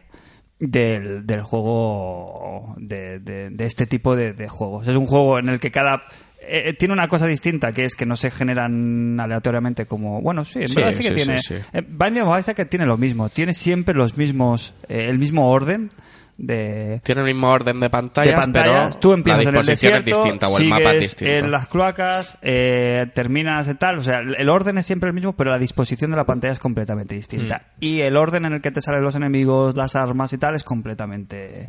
del, del juego, de, de- de este tipo de, de juegos. Es un juego en el que cada eh, tiene una cosa distinta que es que no se generan aleatoriamente como bueno sí en
Sí,
verdad sí que
sí, sí,
tiene
sí.
eh, Binding of Isaac tiene lo mismo tiene siempre los mismos eh, el mismo orden de
Tiene el mismo orden de
de
pantallas,
pantallas,
pero
tú empiezas
la
en el
disposición
desierto,
es distinta o el
sigues
mapa es distinto.
en las cloacas, eh, terminas en tal, o sea, el el orden es siempre el mismo, pero la disposición de la pantalla es completamente distinta.
Mm.
Y el orden en el que te salen los enemigos, las armas y tal es completamente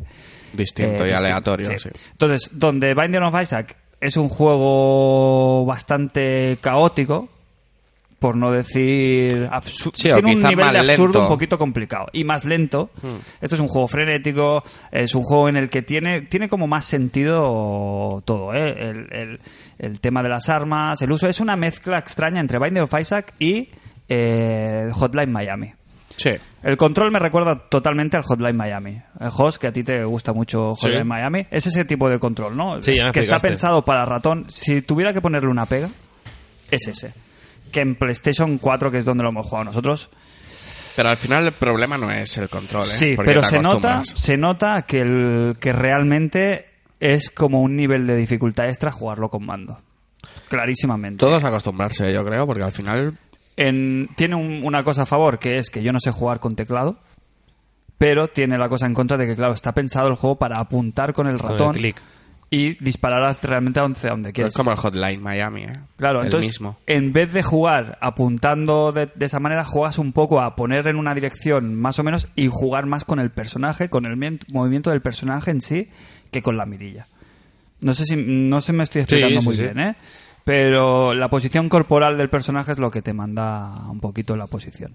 Distinto y
Eh,
aleatorio, sí.
Entonces, donde Binding of Isaac es un juego bastante caótico, por no decir absurdo.
Sí, o
Tiene un
quizás
nivel
más
de absurdo
lento. Hmm.
un poquito complicado y más lento. Esto es un juego frenético, es un juego en el que tiene, tiene como más sentido todo, ¿eh? el, el- el tema de las armas, el uso. Es una mezcla extraña entre Binding of Isaac y eh, Hotline Miami.
Sí.
El control me recuerda totalmente al Hotline Miami. El host que a ti te gusta mucho Hotline
Sí.
Miami. Es ese tipo de control, ¿no?
Sí, ya me
que está
explicaste.
pensado para ratón. Si tuviera que ponerle una pega, es ese. Que en PlayStation 4, que es donde lo hemos jugado nosotros,
Pero al final el problema no es el control, ¿eh?
Sí,
Porque
pero
te
se nota,
acostumbras.
se nota que, el, que realmente es como un nivel de dificultad extra jugarlo con mando. Clarísimamente.
Todos acostumbrarse, yo creo, porque al final
En- tiene un- una cosa a favor, que es que yo no sé jugar con teclado, pero tiene la cosa en contra de que, claro, está pensado el juego para apuntar con el
Con el
ratón
clic.
y disparar a- realmente a donde, a donde
no
quieres.
es como el Hotline Miami, ¿eh?
Claro,
el
entonces,
mismo.
en vez de jugar apuntando de, de esa manera, juegas un poco a poner en una dirección más o menos y jugar más con el personaje, con el mien- movimiento del personaje en sí, que con la mirilla. No sé si no se me estoy explicando
sí,
muy
sí.
bien, ¿eh? Pero la posición corporal del personaje es lo que te manda un poquito la posición.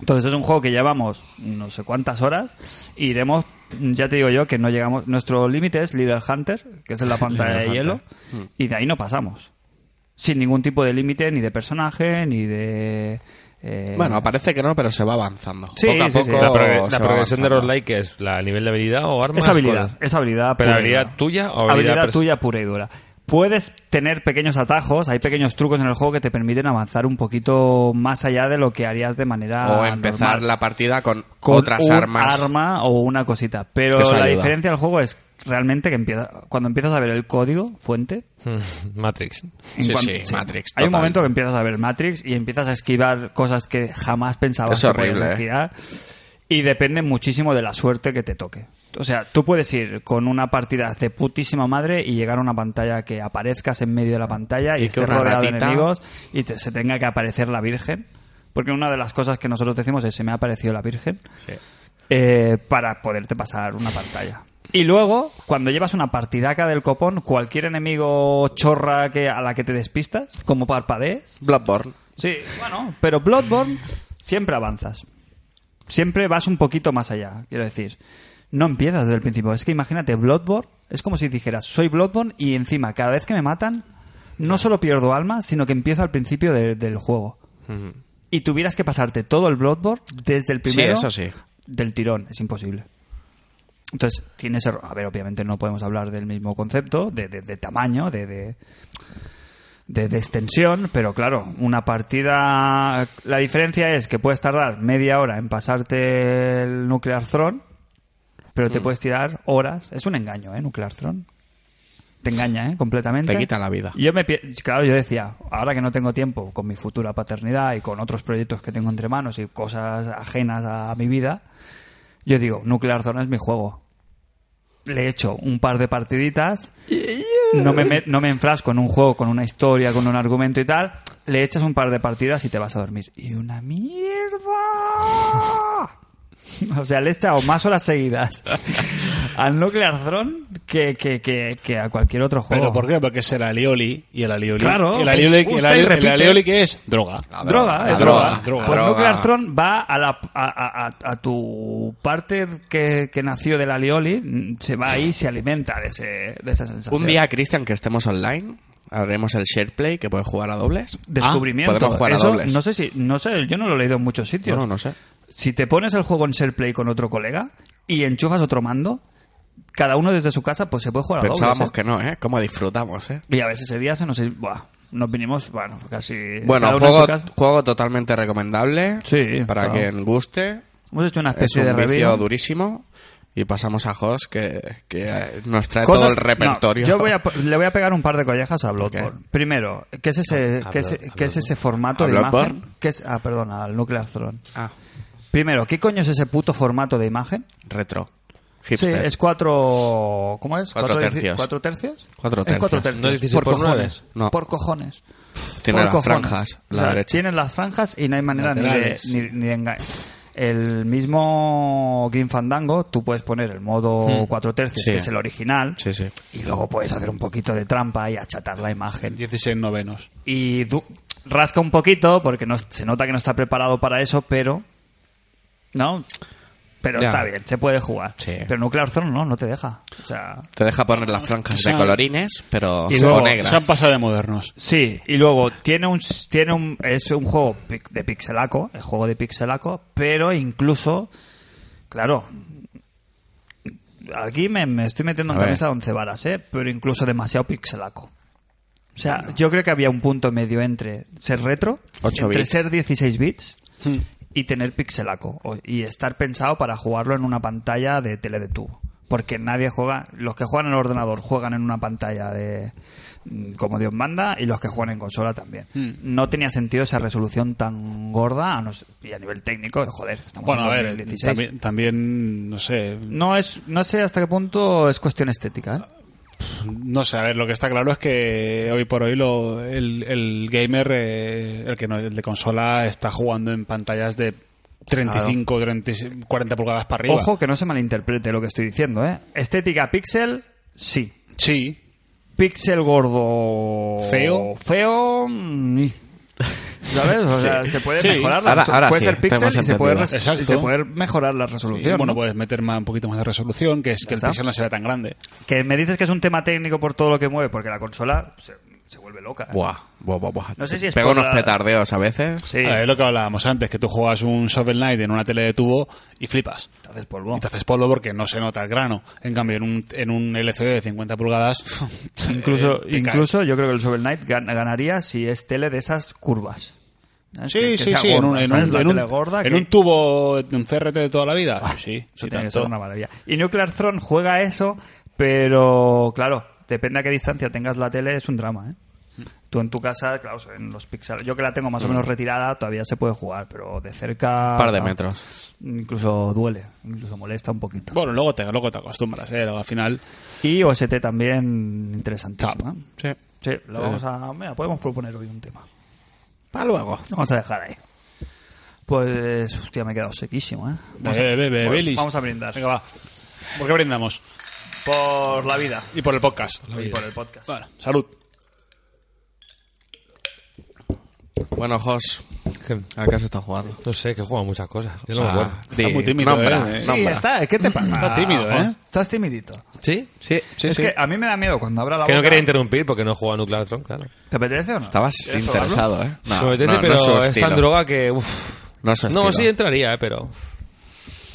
Entonces es un juego que llevamos no sé cuántas horas y iremos, ya te digo yo, que no llegamos, nuestro límite es Little Hunter, que es en la pantalla de
Little
hielo,
Mm.
y de ahí no pasamos. Sin ningún tipo de límite, ni de personaje, ni de... eh,
Bueno, parece que no, pero se va avanzando.
Sí,
poco a
sí, sí.
poco
La, prog-
se
la
va
progresión de
avanzando.
los likes que es la nivel de habilidad o armas.
es habilidad,
¿cuál es?
es habilidad.
¿Pero
pura y
habilidad
dura.
tuya o habilidad pers-
tuya pura y dura. Puedes tener pequeños atajos, hay pequeños trucos en el juego que te permiten avanzar un poquito más allá de lo que harías de manera
O empezar
Ah, normal.
la partida con,
con
otras
un
armas.
arma o una cosita. Pero
Que eso
la
ayuda.
diferencia del juego es realmente que empieza, cuando empiezas a ver el código fuente.
(laughs) Matrix.
Sí,
cuanto-
sí, Matrix,
Hay un
total.
momento que empiezas a ver Matrix y empiezas a esquivar cosas que jamás pensabas
Es
que podías
horrible, ¿eh?
esquivar. Y depende muchísimo de la suerte que te toque. O sea, tú puedes ir con una partida de putísima madre y llegar a una pantalla que aparezcas en medio de la pantalla y,
Y que
estés
una
rodeado de
ratita-
enemigos y te- se tenga que aparecer la Virgen. Porque una de las cosas que nosotros decimos es: se me ha aparecido la Virgen
Sí.
eh, para poderte pasar una pantalla. Y luego, cuando llevas una partidaca del copón, cualquier enemigo chorra que, a la que te despistas, como parpadees,
Bloodborne.
sí, bueno, pero Bloodborne siempre avanzas. Siempre vas un poquito más allá, quiero decir. No empiezas desde el principio. Es que imagínate, Bloodborne es como si dijeras, soy Bloodborne y encima, cada vez que me matan, no solo pierdo alma, sino que empiezo al principio de- del juego. Y tuvieras que pasarte todo el Bloodborne desde el primero
eso sí.
del tirón. Es imposible. Entonces, tienes error. A ver, obviamente no podemos hablar del mismo concepto, de, de- de tamaño, de, de, de- de extensión, pero claro, una partida. La diferencia es que puedes tardar media hora en pasarte el Nuclear Throne, pero
Mm.
te puedes tirar horas. Es un engaño, ¿eh? Nuclear Throne. Te engaña, ¿eh? Completamente.
Te quita la vida.
Yo me pi- claro, yo decía, ahora que no tengo tiempo con mi futura paternidad y con otros proyectos que tengo entre manos y cosas ajenas a mi vida, yo digo, Nuclear Zone es mi juego. Le he hecho un par de partiditas, no me, met- no me enfrasco en un juego con una historia, con un argumento y tal, le echas un par de partidas y te vas a dormir. ¡Y una mierda! (laughs) O sea, le he echado más horas seguidas (laughs) al Nuclear Throne que, que, que, que a cualquier otro juego.
¿Pero por qué? Porque es el alioli y el alioli.
Claro,
el alioli,
es
el
justa y
alioli- el
repite.
alioli que es droga.
droga,
La
es droga.
droga,
droga.
Pues
droga.
Nuclear Throne va a, la, a, a- a tu parte que, que nació del alioli, mm, se va ahí y se alimenta de, ese, de esa sensación.
Un día, Cristian, que estemos online, abriremos el SharePlay, que puedes jugar a dobles. Ah,
descubrimiento.
podemos jugar a
Eso,
dobles.
no sé si, no sé, yo no lo he leído en muchos sitios. Ah,
No, no sé.
Si te pones el juego en SharePlay con otro colega y enchufas otro mando, cada uno desde su casa, pues se puede jugar a dobles.
Pensábamos
¿eh?
que no, ¿eh? Cómo disfrutamos, ¿eh?
Y a veces ese día se nos buah, nos vinimos, bueno, casi cada
Bueno,
uno en su
juego,
casa.
juego totalmente recomendable.
Sí,
Para
claro.
quien guste.
Hemos hecho una
Es
especie
un
de
vicio
review.
durísimo. Y pasamos a Jos, que, que, eh, nos trae
Cosas-
todo el repertorio.
no, yo voy a po- le voy a pegar un par de collejas a Bloodborne.
Ok.
Primero, ¿qué es ese,
A
qué es,
Blood- a
qué es ese formato
¿A
de
Bloodborne?
imagen? ¿Qué es, ah, perdona, al Nuclear Throne.
(laughs) Ah,
Primero, ¿qué coño es ese puto formato de imagen?
retro.
Sí,
Hipster.
es cuatro... ¿Cómo es?
Cuatro
dieci-
tercios.
¿Cuatro tercios?
Cuatro
Es cuatro
tercios.
tercios.
¿No es 16
por,
por nueve?
cojones.
No.
Por cojones.
Tiene
por
las
cojones.
franjas,
O
la
sea,
derecha.
Tienen las franjas y no hay manera ni de,
Laterales.
ni, ni de enga- El mismo Green Fandango, tú puedes poner el modo cuatro tercios,
Hmm. Sí.
que es el original,
Sí, sí.
y luego puedes hacer un poquito de trampa y achatar la imagen.
16 novenos.
Y du- rasca un poquito, porque no- se nota que no está preparado para eso, pero... ¿No? Pero
Ya.
está bien, se puede jugar.
Sí.
Pero Nuclear Throne no, no te deja. O sea,
Te deja poner las franjas de
Sí.
colorines, pero
Y
o
luego,
negras.
Se han pasado de modernos.
Sí, y luego tiene un tiene un es un juego pic- de pixelaco, el juego de pixelaco, pero incluso claro, aquí me, me estoy metiendo en
A ver.
camisa de once varas, eh, pero incluso demasiado pixelaco. O sea, yo creo que había un punto medio entre ser retro,
Ocho
entre
bits.
ser 16 bits
Hmm.
y tener pixelaco o- y estar pensado para jugarlo en una pantalla de tele de tubo. Porque nadie juega, los que juegan en el ordenador juegan en una pantalla de mm, como Dios manda y los que juegan en consola también.
Hmm.
No tenía sentido esa resolución tan gorda a no ser- y a nivel técnico, joder, estamos
Bueno,
en
a ver,
2016.
también, también, no sé,
No es no sé hasta qué punto es cuestión estética, ¿eh?
no sé, a ver, lo que está claro es que hoy por hoy lo, el, el gamer, eh, el que no, el de consola, está jugando en pantallas de 35, 30, 40 pulgadas para arriba.
Ojo que no se malinterprete lo que estoy diciendo, ¿eh? Estética pixel, sí.
Sí,
Pixel gordo
Feo.
feo mm, y- ¿sabes? O sea, se puede
(laughs) Sí.
mejorar la
Ahora-
resu-
ahora
puede
sí,
ser
te
pixel
hemos
y se, puede
entendido.
res- y se
Exacto.
puede mejorar la
Y,
resolución,
bueno,
¿no?
puedes meter más, un poquito más de resolución, que es que el
está.
pixel no sea tan grande.
Que me dices que es un tema técnico por todo lo que mueve, porque la consola se, se vuelve loca. ¿eh?
Buah, buah, buah, buah.
No sé si es
Pego
por
unos
la-
petardeos a veces.
Sí,
A ver, es lo que hablábamos antes, que tú juegas un Shovel Knight en una tele de tubo y flipas.
te haces polvo.
Y te haces polvo porque no se nota el grano. En cambio, en un, en un LCD de 50
(laughs)
pulgadas...
Incluso,
eh, te cae.
incluso yo creo que el Shovel Knight gan- ganaría si es tele de esas curvas. ¿Sabes?
Sí,
Que- que
sí,
sea
sí. en
gorda,
un, en
¿sabes?
un-
La
en un-
tele gorda
en
que- Ah,
un tubo, de un CRT de toda la vida. sí, sí,
Eso
sí,
tiene que
tanto.
ser una maravilla. Y Nuclear Throne juega eso, pero claro, depende a qué distancia tengas la tele, es un drama, ¿eh? Tú en tu casa, claro, en los pixeles. Yo que la tengo más
Mm.
o menos retirada, todavía se puede jugar, pero de cerca.
Un par de
no.
metros.
Incluso duele, incluso molesta un poquito.
Bueno, luego te, luego te acostumbras, ¿eh? Luego al final...
Y OST también interesantísima.
Sí.
Sí, lo vamos a. Mira, podemos proponer hoy un tema.
Para luego.
Lo vamos a dejar ahí. Pues, hostia, me he quedado sequísimo, ¿eh? Vamos a-
Bebe, bebe,
bueno,
Belis.
vamos a brindar.
Venga, va. ¿Por qué brindamos?
Por la vida
Y por el podcast.
y por el podcast.
Bueno, salud.
Bueno, Jos, Ah, ¿a qué has estado jugando?
No sé, que he jugado muchas cosas. Yo no me acuerdo.
sí.
Está muy tímido,
Nombra,
¿eh?
Sí,
nombra.
está, ¿qué te pasa?
Está tímido, ¿eh?
Estás timidito.
¿Sí? Sí, sí,
es
sí.
que a mí me da miedo cuando abra la
Que no
boca.
quería interrumpir porque no he jugado a Nuclear Throne, claro.
¿Te apetece o no?
Estabas
¿Quieres probarlo?
interesado, ¿eh?
Se me entiende,
no, no
pero
su
es
estilo.
tan droga que... uf.
No es su
no,
estilo.
sí entraría, eh, pero...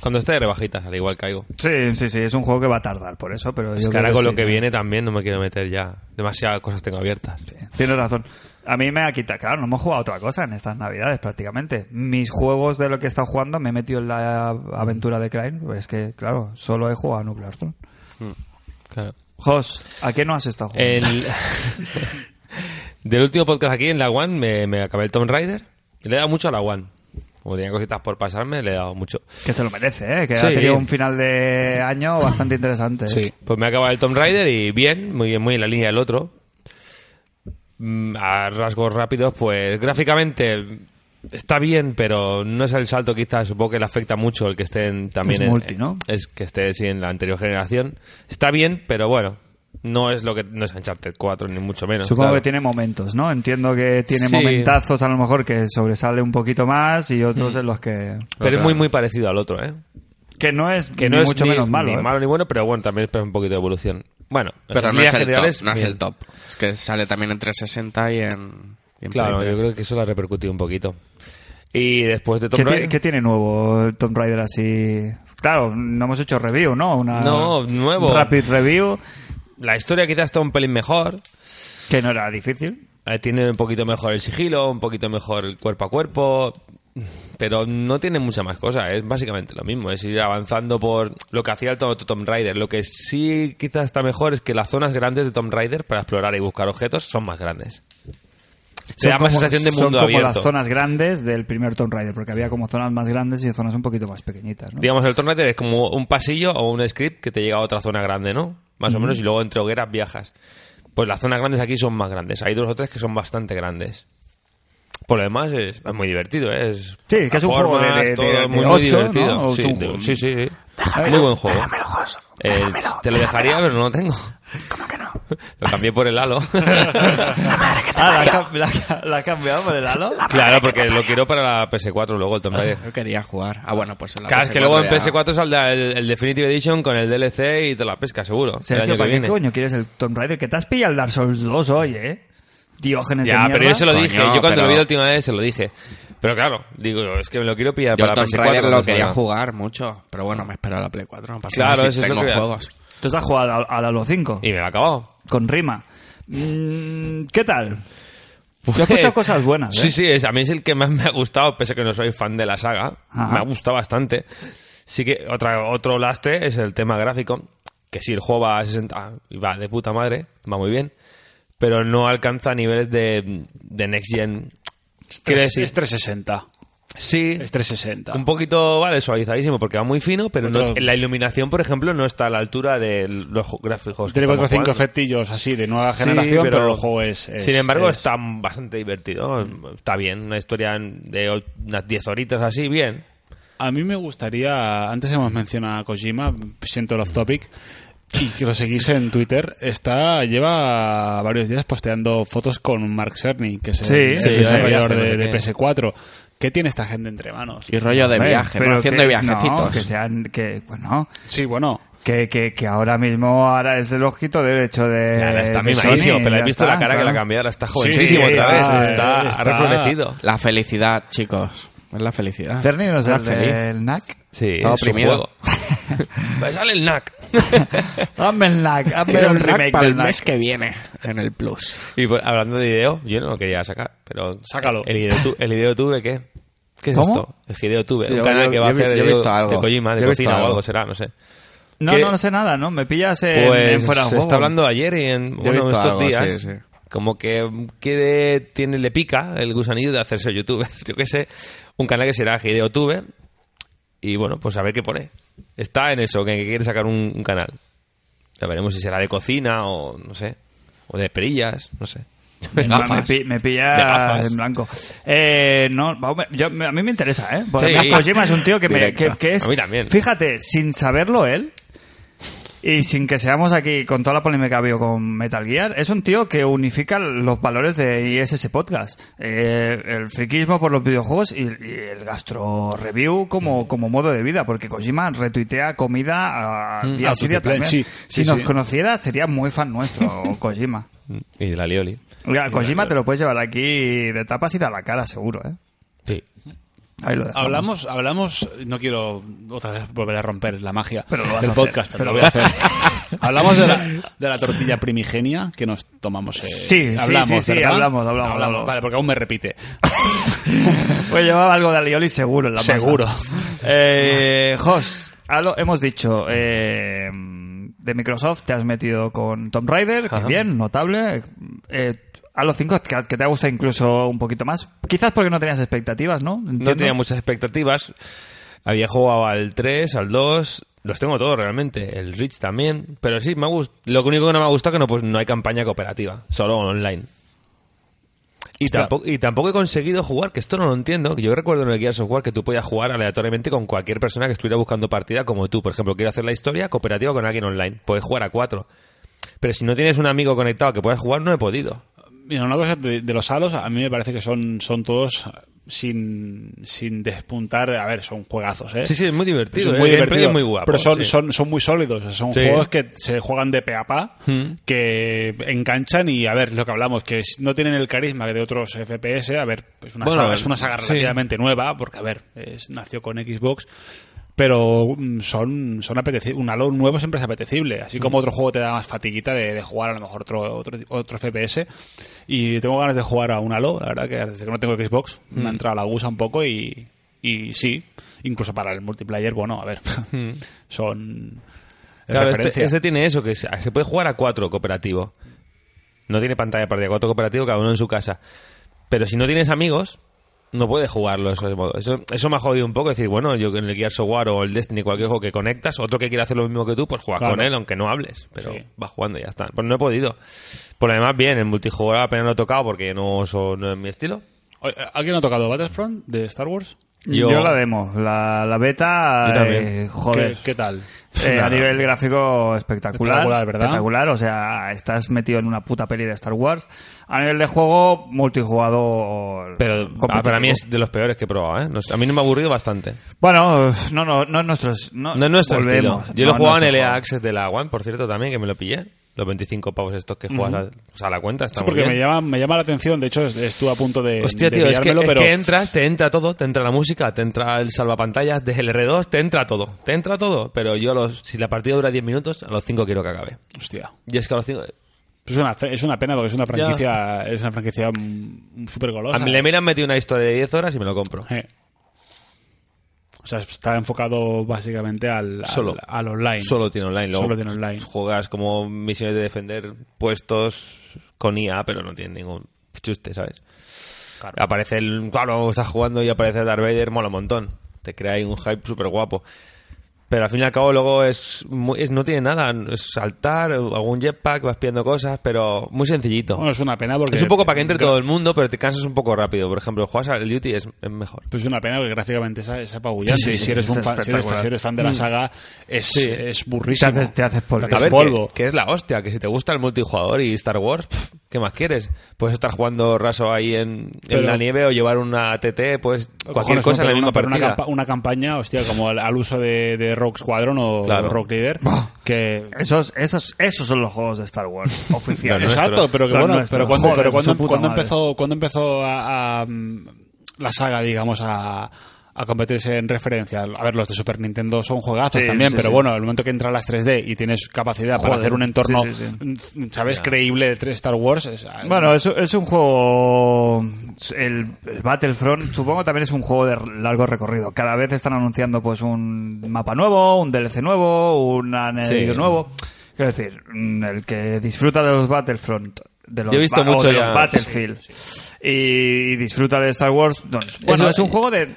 Cuando esté de rebajitas, al igual caigo.
Sí, sí, sí, es un juego que va a tardar por eso, pero
Es
yo
que
creo
ahora con lo
sí.
que viene también no me quiero meter ya. Demasiadas cosas tengo abiertas.
Tienes razón. A mí me ha quitado, claro, no hemos jugado a otra cosa en estas navidades prácticamente. Mis juegos de lo que he estado jugando me he metido en la aventura de Crane, pues es que, claro, solo he jugado a Nuclear Throne.
Claro.
Jos, ¿a qué no has estado jugando?
El... Del último podcast aquí en la One me, me acabé el Tomb Raider. Le he dado mucho a la One. Como tenía cositas por pasarme, le he dado mucho.
que se lo merece, ¿eh? Que
Sí.
ha tenido un final de año bastante interesante.
Sí. Pues me ha acabado el Tomb Raider y bien, muy bien, muy en la línea del otro. Mm, A rasgos rápidos, pues gráficamente está bien, pero no es el salto quizás, supongo que le afecta mucho el que estén también
Es
en-
multi, ¿no?
Es que esté sí, en la anterior generación. Está bien, pero bueno, no es lo que no es Uncharted 4 ni mucho menos.
Supongo
claro.
que tiene momentos, ¿no? Entiendo que tiene
Sí.
momentazos a lo mejor que sobresale un poquito más y otros en los que...
Mm. Pero es muy muy parecido al otro, ¿eh?
Que no es
Que
ni
no es
mucho
ni,
menos malo.
ni
¿eh?
malo ni bueno, pero bueno, también espera un poquito de evolución. Bueno,
Pero
en
no es,
líneas
el top,
generales,
no es
bien.
el top. Es que sale también en 360 y en... y en
Claro,
Play
yo
3.
creo que eso la ha repercutido un poquito. Y después de
¿Qué,
Tomb
tiene,
Raider...
qué tiene nuevo el Tomb Raider así? Claro, no hemos hecho review, ¿no? Una
No, nuevo.
Rapid review,
La historia quizás está un pelín mejor.
que no era difícil.
Eh, tiene un poquito mejor el sigilo, un poquito mejor el cuerpo a cuerpo. Pero no tiene mucha más cosa, es básicamente lo mismo, es ir avanzando por lo que hacía el to- Tomb Raider. Lo que sí quizás está mejor es que las zonas grandes de Tomb Raider para explorar y buscar objetos son más grandes. Te
Son
da más
como-
sensación de
son
mundo
como
abierto.
las zonas grandes del primer Tomb Raider, porque había como zonas más grandes y zonas un poquito más pequeñitas, ¿no?
Digamos, el Tomb Raider es como un pasillo o un script que te llega a otra zona grande, ¿no? Más o menos, y luego entre hogueras viajas. Pues las zonas grandes aquí son más grandes. Hay dos o tres que son bastante grandes. Por lo demás, es, es muy divertido, ¿eh? Es,
Sí, que es un juego de- de- de-
todo
de
muy, muy
ocho,
divertido.
¿no? O
Sí,
es un
de-
juego-
sí, sí, sí. muy buen juego. Eh, te lo dejaría, pero no
(laughs)
lo tengo. (laughs) Lo cambié por el halo.
Ah, (laughs) la, ca- la ca- la has cambiado por el halo.
claro, porque lo quiero para la PS4 luego, el Tomb Raider.
Yo quería jugar. Ah, bueno, pues en la
Claro, es que
PS4
luego en
ya-
PS4 saldrá el, el Definitive Edition con el DLC y te la pesca, seguro. el año
Sergio,
que
¿para qué
viene.
coño quieres el Tomb Raider? Que te has pillado el Dark Souls 2 hoy, ¿eh? Diógenes de
Ya,
mierda.
pero yo se lo dije.
Coño,
yo cuando lo vi
pero-
la última vez se lo dije. Pero claro, digo, es que me lo quiero pillar
Yo el
para
Tomb
PS4.
Raider
cuando
lo quería
salga.
jugar mucho, pero bueno, me espero a la Play 4. No pasa
Claro,
nada, si
eso es lo
tengo
que-
juegos.
Entonces has jugado al, al Halo 5,
Y me lo he acabado.
con rima. Mm, ¿Qué tal? yo he
(laughs)
escuchado cosas buenas, ¿eh?
Sí, sí, es, a mí es el que más me ha gustado, pese a que no soy fan de la saga.
Ajá.
Me ha gustado bastante. Sí que otra, otro lastre es el tema gráfico. Que sí, el juego va a 60 y va de puta madre, va muy bien. Pero no alcanza niveles de, de Next Gen. Quiero
Es,
decir,
es 360.
sí,
Es 360.
Un poquito, vale, suavizadísimo, porque va muy fino, pero no-
Otro-
la iluminación, por ejemplo, no está a la altura de los ju- gráficos. que
Tiene cuatro o
estamos
cinco
jugando.
efectillos así de nueva
Sí,
generación, pero, el juego es. es-
sin embargo,
es-
está bastante divertido. Está bien, una historia de o- unas 10 horitas así, bien.
A mí me gustaría, antes hemos mencionado a Kojima, siento el off topic, y que lo seguís en Twitter, está, lleva varios días posteando fotos con Mark Cerny, que es el,
Sí,
el
sí,
desarrollador
de viaje,
de,
no sé
de
qué.
PS4. ¿Qué tiene esta gente entre manos?
Y rollo de
Hombre,
viaje,
pero
pero haciendo
que-
viajecitos.
no, que sean, que, bueno,
Sí, bueno,
que, que, que ahora mismo ahora es el ojito derecho de.
Ahora está
Eh, de
mimadísimo,
Sony,
pero he
ya
visto
está,
la cara que
claro.
la ha cambiado. Ahora está jovencísimo
sí,
otra
sí,
vez.
sí, sí,
está,
está-
ha reflorecido.
La felicidad, chicos. Es la felicidad.
Cerny no es
Era
el del NAC.
Sí,
Está
es su
oprimido.
juego. (laughs) Me sale el knack.
Hazme el NAC, hazme
Quiero
un
un rack
remake
para
del
el
NAC.
mes que viene en el Plus.
Y por- hablando de ideo, yo no lo quería sacar, pero...
Sácalo.
¿El ideo, tu- el ideo tuve qué? ¿Qué es
¿Cómo?
esto? Es ideo tuve,
Sí,
un
yo-
canal
yo-
que va a
yo he vi-
hacer
yo he
de-
visto
de
algo.
Kojima, de
Yo he visto
cocina o algo
algo.
será, no sé.
No,
Que-
no, no sé nada, ¿no? Me pillas en, en
Pues
fuera de
se
juego.
está hablando ayer y en
he
bueno,
visto
estos
algo,
días.
sí, sí.
Como que quiere, tiene, le pica el gusanillo de hacerse youtuber. (laughs) Yo qué sé, un canal que será GideoTube. Y bueno, pues a ver qué pone. Está en eso, que, que quiere sacar un, un canal. Ya veremos si será de cocina o no sé. O de perillas, no sé.
Me,
Gafas.
pi- me
De
pilla
gafas.
en blanco. Eh, no, hombre, yo- me- a mí me interesa, ¿eh? Porque
Sí.
a mí Kojima es un tío que, me, que,
Directo.
que es...
A mí también.
Fíjate, sin saberlo él y sin que seamos aquí con toda la polémica que ha habido con Metal Gear, es un tío que unifica los valores de ISS Podcast. Eh, el friquismo por los videojuegos y, y el gastro review
Mm.
como, como modo de vida, porque Kojima retuitea comida a
Mm,
día
a
sí, día
tutiplén,
también.
sí,
si
sí,
nos
sí.
conociera sería muy fan
(laughs)
nuestro, Kojima.
Mm, Y de la Lioli.
Mira, Kojima te lo puedes llevar aquí de tapas y de a la cara, seguro, ¿eh?
Sí.
Ahí lo dejamos.
hablamos, hablamos, no quiero otra vez volver a romper la magia
Pero lo vas
del
a hacer.
podcast, pero lo voy a hacer. (laughs) hablamos de la, de la tortilla primigenia que nos tomamos. eh,
Sí, sí,
hablamos,
sí, sí,
¿verdad?
hablamos, hablamos, hablamos.
Vale, porque aún me repite.
Pues llevaba algo de alioli seguro en la masa.
Seguro.
Eh, Jos, algo hemos dicho. eh, de Microsoft te has metido con Tomb Raider, que
Ajá.
bien, notable. Eh, Halo 5 que que te ha gustado incluso un poquito más. Quizás porque no tenías expectativas, ¿no?
No
Entiendo.
tenía muchas expectativas. Había jugado al 3, al 2. Los tengo todos realmente. El Rich también. Pero sí, me ha gust- Lo único que no me ha gustado es que no, pues, no hay campaña cooperativa. Solo online. Y,
Hostia.
tampoco, y tampoco he conseguido jugar, que esto no lo entiendo. que Yo recuerdo en el Gears of War que tú podías jugar aleatoriamente con cualquier persona que estuviera buscando partida como tú. Por ejemplo, quiero hacer la historia cooperativa con alguien online. Puedes jugar a cuatro. Pero si no tienes un amigo conectado que puedas jugar, no he podido.
Mira, una cosa de, de los halos, a mí me parece que son, son todos sin, sin despuntar. A ver, son juegazos, ¿eh?
Sí, sí, es muy divertido.
Son
¿eh?
muy
El gameplay
divertidos,
es muy guapo.
Pero son,
sí.
son, son muy sólidos. Son
Sí. Hmm.
juegos que se juegan de pe a pa, que enganchan y, a ver, lo que hablamos, que es- no tienen el carisma de otros FPS. A ver, es una
Bueno,
saga, es una saga
sí.
relativamente nueva, porque, a ver, es- nació con Xbox. pero mm, son, son apetecibles. Un Halo nuevo siempre es apetecible. Así
Mm.
como otro juego te da más fatiguita de, de jugar a lo mejor otro, otro, otro FPS. Y tengo ganas de jugar a un Halo, la verdad que desde que no tengo Xbox, me
Mm.
ha entrado la gusa un poco y, y sí, incluso para el multiplayer, bueno, a ver,
Mm.
(laughs) son... es
Claro, este,
referencia.
este tiene eso, que se se puede jugar a cuatro cooperativo. No tiene pantalla de partida, cuatro cooperativo, cada uno en su casa. Pero si no tienes amigos, no puedes jugarlo eso de modo. Eso, eso me ha jodido un poco, decir, bueno, yo en el Gears of War o el Destiny, cualquier juego que conectas, otro que quiera hacer lo mismo que tú, pues juega
Claro.
con él, aunque no hables. Pero
Sí.
va jugando y ya está. Pues no he podido. Por lo demás, bien, el multijugador apenas lo he tocado porque no, so- no es mi estilo.
Oye, ¿Alguien ha tocado Battlefront de Star Wars?
Yo,
Yo-
la demo, la, la beta,
Yo también.
eh, joder.
¿Qué, qué tal?
Eh,
Nada.
a nivel gráfico espectacular.
Espectacular, ¿verdad?
Espectacular, o sea, estás metido en una puta peli de Star Wars. A nivel de juego, multijugador.
Pero ah,
competitivo.
para mí es de los peores que he probado, ¿eh? No sé, a mí no me ha aburrido bastante.
Bueno, no, no, no es nuestro. No,
No es nuestro
volvemos.
estilo. Yo
No
lo
es
jugaba en el
nuestro
EA
juego.
Access de la One, por cierto, también, que me lo pillé. Los 25 pavos estos que juegas a, o sea, a la cuenta está
Sí,
muy
porque
bien.
me llama, me llama la atención, de hecho es- estuve a punto de,
Hostia,
de
tío, es que,
pillármelo,
es
pero
que entras, te entra todo, te entra la música, te entra el salvapantallas, desde el R2, te entra todo, te entra todo. Pero yo, a los, si la partida dura 10 minutos, a los 5 quiero que acabe.
hostia.
Y es que a los 5...
Es una, fe- es una pena porque es una franquicia, es una franquicia mm, súper
A
golosa.
mí le miran metido una historia de 10 horas y me lo compro.
Eh. O sea, está enfocado básicamente al, al-
Solo.
al online.
Solo tiene online. Luego
Solo tiene online.
Juegas como misiones de defender puestos con IA, pero no tiene ningún chuste, ¿sabes? Aparece el... Claro, estás jugando y aparece Darth Vader, mola un montón. Te crea ahí un hype súper guapo. Pero al fin y al cabo luego es, muy- es- no tiene nada. Es saltar, algún jetpack, vas pidiendo cosas, pero muy sencillito.
Bueno, es una pena porque...
es un poco para que entre todo el mundo, pero te cansas un poco rápido. Por ejemplo, juegas al Duty es, es mejor.
Pues es una pena porque gráficamente es, es apabullante.
Sí, sí,
y si eres,
es
un fan, si, eres,
espectacular.
si eres fan de la saga, es,
Sí.
es
Te
burrísimo.
haces, te haces polvo.
Te
A
Es
ver,
polvo.
Que, que es la hostia, que si te gusta el multijugador y Star Wars, pf, ¿qué más quieres? Puedes estar jugando raso ahí en, en
Pero-
la nieve o llevar una TT, pues cualquier
Cojones,
cosa en la
pero
misma
una, pero
partida.
Una, campa- una campaña, hostia, como al, al uso de, de Rogue Squadron o
Claro.
Rogue Leader, que
Esos, esos, esos son los juegos de Star
(laughs)
Wars oficiales.
Los
Exacto, pero que
Los
bueno,
nuestros.
pero cuando,
Joder,
pero cuando,
su puta
cuando
madre.
empezó, cuando empezó a, a, mm, la saga, digamos, a, a competirse en referencia. A ver, los de Super Nintendo son juegazos
Sí,
también,
sí,
pero
sí.
bueno, el momento que entran las 3D y tienes capacidad para
Joder,
hacer un entorno,
sí, sí,
mm, ¿sabes? Creíble de tres Star Wars. es- ah,
Bueno, es, es un juego. El, el Battlefront, supongo, también es un juego de largo recorrido. Cada vez están anunciando pues un mapa nuevo, un DLC nuevo, un añadido
Sí.
nuevo. Quiero decir, mm, el que disfruta de los Battlefront. De los
Yo he visto
ba- o
mucho
de los
ya.
Battlefield. Y, y disfruta de Star Wars. no, es- bueno,
Eso-
es un juego de.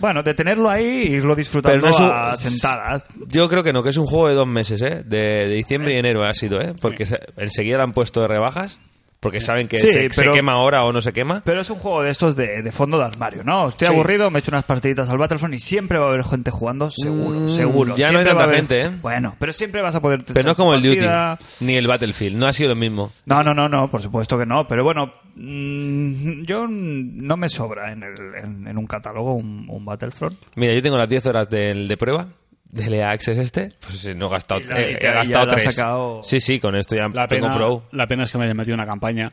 Bueno, de tenerlo ahí y irlo disfrutando
Pero no es un-
a sentadas.
Yo creo que no, que es un juego de dos meses, ¿eh? De, de diciembre y enero ha sido, ¿eh? Porque se- enseguida le han puesto de rebajas, porque saben que
Sí,
se, se
pero-
quema ahora o no se quema.
Pero es un juego de estos de, de fondo de armario, ¿no? Estoy
Sí.
aburrido, me echo unas partiditas al Battlefront y siempre va a haber gente jugando, seguro,
Mm,
seguro.
ya
Siempre
no
va
hay tanta
a haber-
gente, ¿eh?
Bueno, pero siempre vas a poder...
Pero no es como el Duty,
partida.
ni el Battlefield, no ha sido lo mismo.
No, no, no, no, por supuesto que no, pero bueno, mm, yo no me sobra en, el- en- en un catálogo un, un Battlefront.
Mira, yo tengo las 10 horas del de prueba del EA Access este, pues eh, no he gastado,
Y la-
eh,
y que
he
ya
gastado
la has
tres.
sacado-
Sí, sí, con esto ya
La
tengo
pena,
Pro. Mm.
la pena es que no haya metido una campaña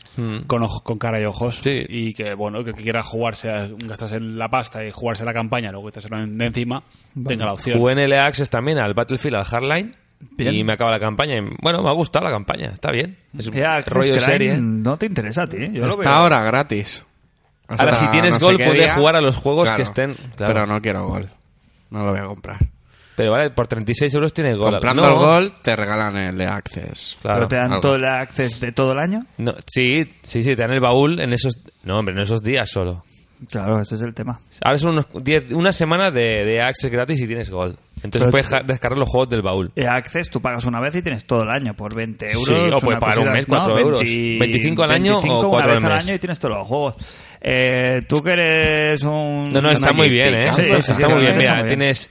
con, ojo- con cara y ojos
Sí.
y que bueno que quiera jugarse a- gastarse la pasta y jugarse la campaña luego gastárselo en- de encima tenga la opción
Jugué en el Access también al Battlefield, al Hardline.
Bien.
Y me acaba la campaña. Y, bueno, me ha gustado la campaña, está bien. Es un
Ya, Chris
rollo
Crane
serie. ¿eh?
No te interesa a ti, yo lo veo.
Está ahora gratis. Hasta
Ahora, si tienes
sé
gol,
qué
puedes
día.
jugar a los juegos que estén- claro.
Pero no quiero gol. No lo voy a comprar.
Pero vale, por 36 euros tiene gol.
Comprando
No,
el gol, te regalan el de Access.
Claro.
pero te dan
algo.
todo el access de todo el año.
no, sí, sí, sí, te dan el baúl en esos... No, hombre, en esos días solo.
Claro, ese es el tema.
Ahora son unos 10 una semana de, de Access gratis y tienes gol. Entonces
Pero
puedes ja- descargar los juegos del baúl.
Eh, Access, tú pagas una vez y tienes todo el año por 20 euros.
Sí, o puedes
una
pagar un
cosita
mes,
así,
cuatro euros. 25 al año o
25
cuatro
una
al
vez al
mes.
año y tienes todos los juegos. Eh, tú que eres un...
No, no, está muy bien, ¿eh?
Sí,
está
sí,
está
sí,
muy
está
bien.
muy
Mira,
bien.
tienes...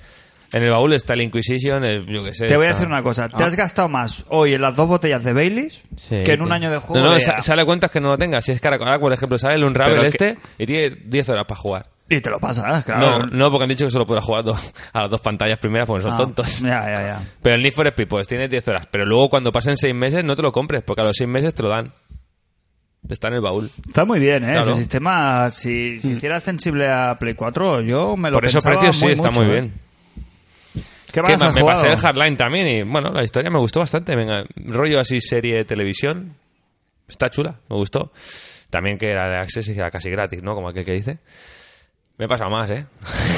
En el baúl está el Inquisition, el- yo qué sé.
Te voy a
está-
decir una cosa. Te has gastado más hoy en las dos botellas de Baileys
Ah. Sí,
que en un
tío.
año de juego.
No, no,
de
sa-
EA.
sale cuentas que no lo tengas. Si es Caracol, ahora, por ejemplo, sale el Unravel
Pero que-
este y tiene 10 horas para jugar.
Y te lo pasas, claro.
No, no, porque han dicho que solo podrás jugar dos- (laughs) a las dos pantallas primeras porque son
Ah,
tontos.
Ya, ya, ya.
Pero el Need for Speed, pues tienes 10 horas. Pero luego cuando pasen 6 meses no te lo compres porque a los 6 meses te lo dan. Está en el baúl.
Está muy bien, ¿eh?
Claro. Mm.
Ese sistema, si, si hicieras sensible a Play 4, yo me lo
Por esos
pensaba
precios sí,
muy
está
mucho,
muy
¿eh?
bien.
¿Qué
Que
más
me,
has
me
jugado?
pasé el Hardline también y bueno, la historia me gustó bastante. Venga, rollo así serie de televisión. Está chula, me gustó. También que era de Access y que era casi gratis, ¿no? Como aquel que dice. Me he pasado más, ¿eh?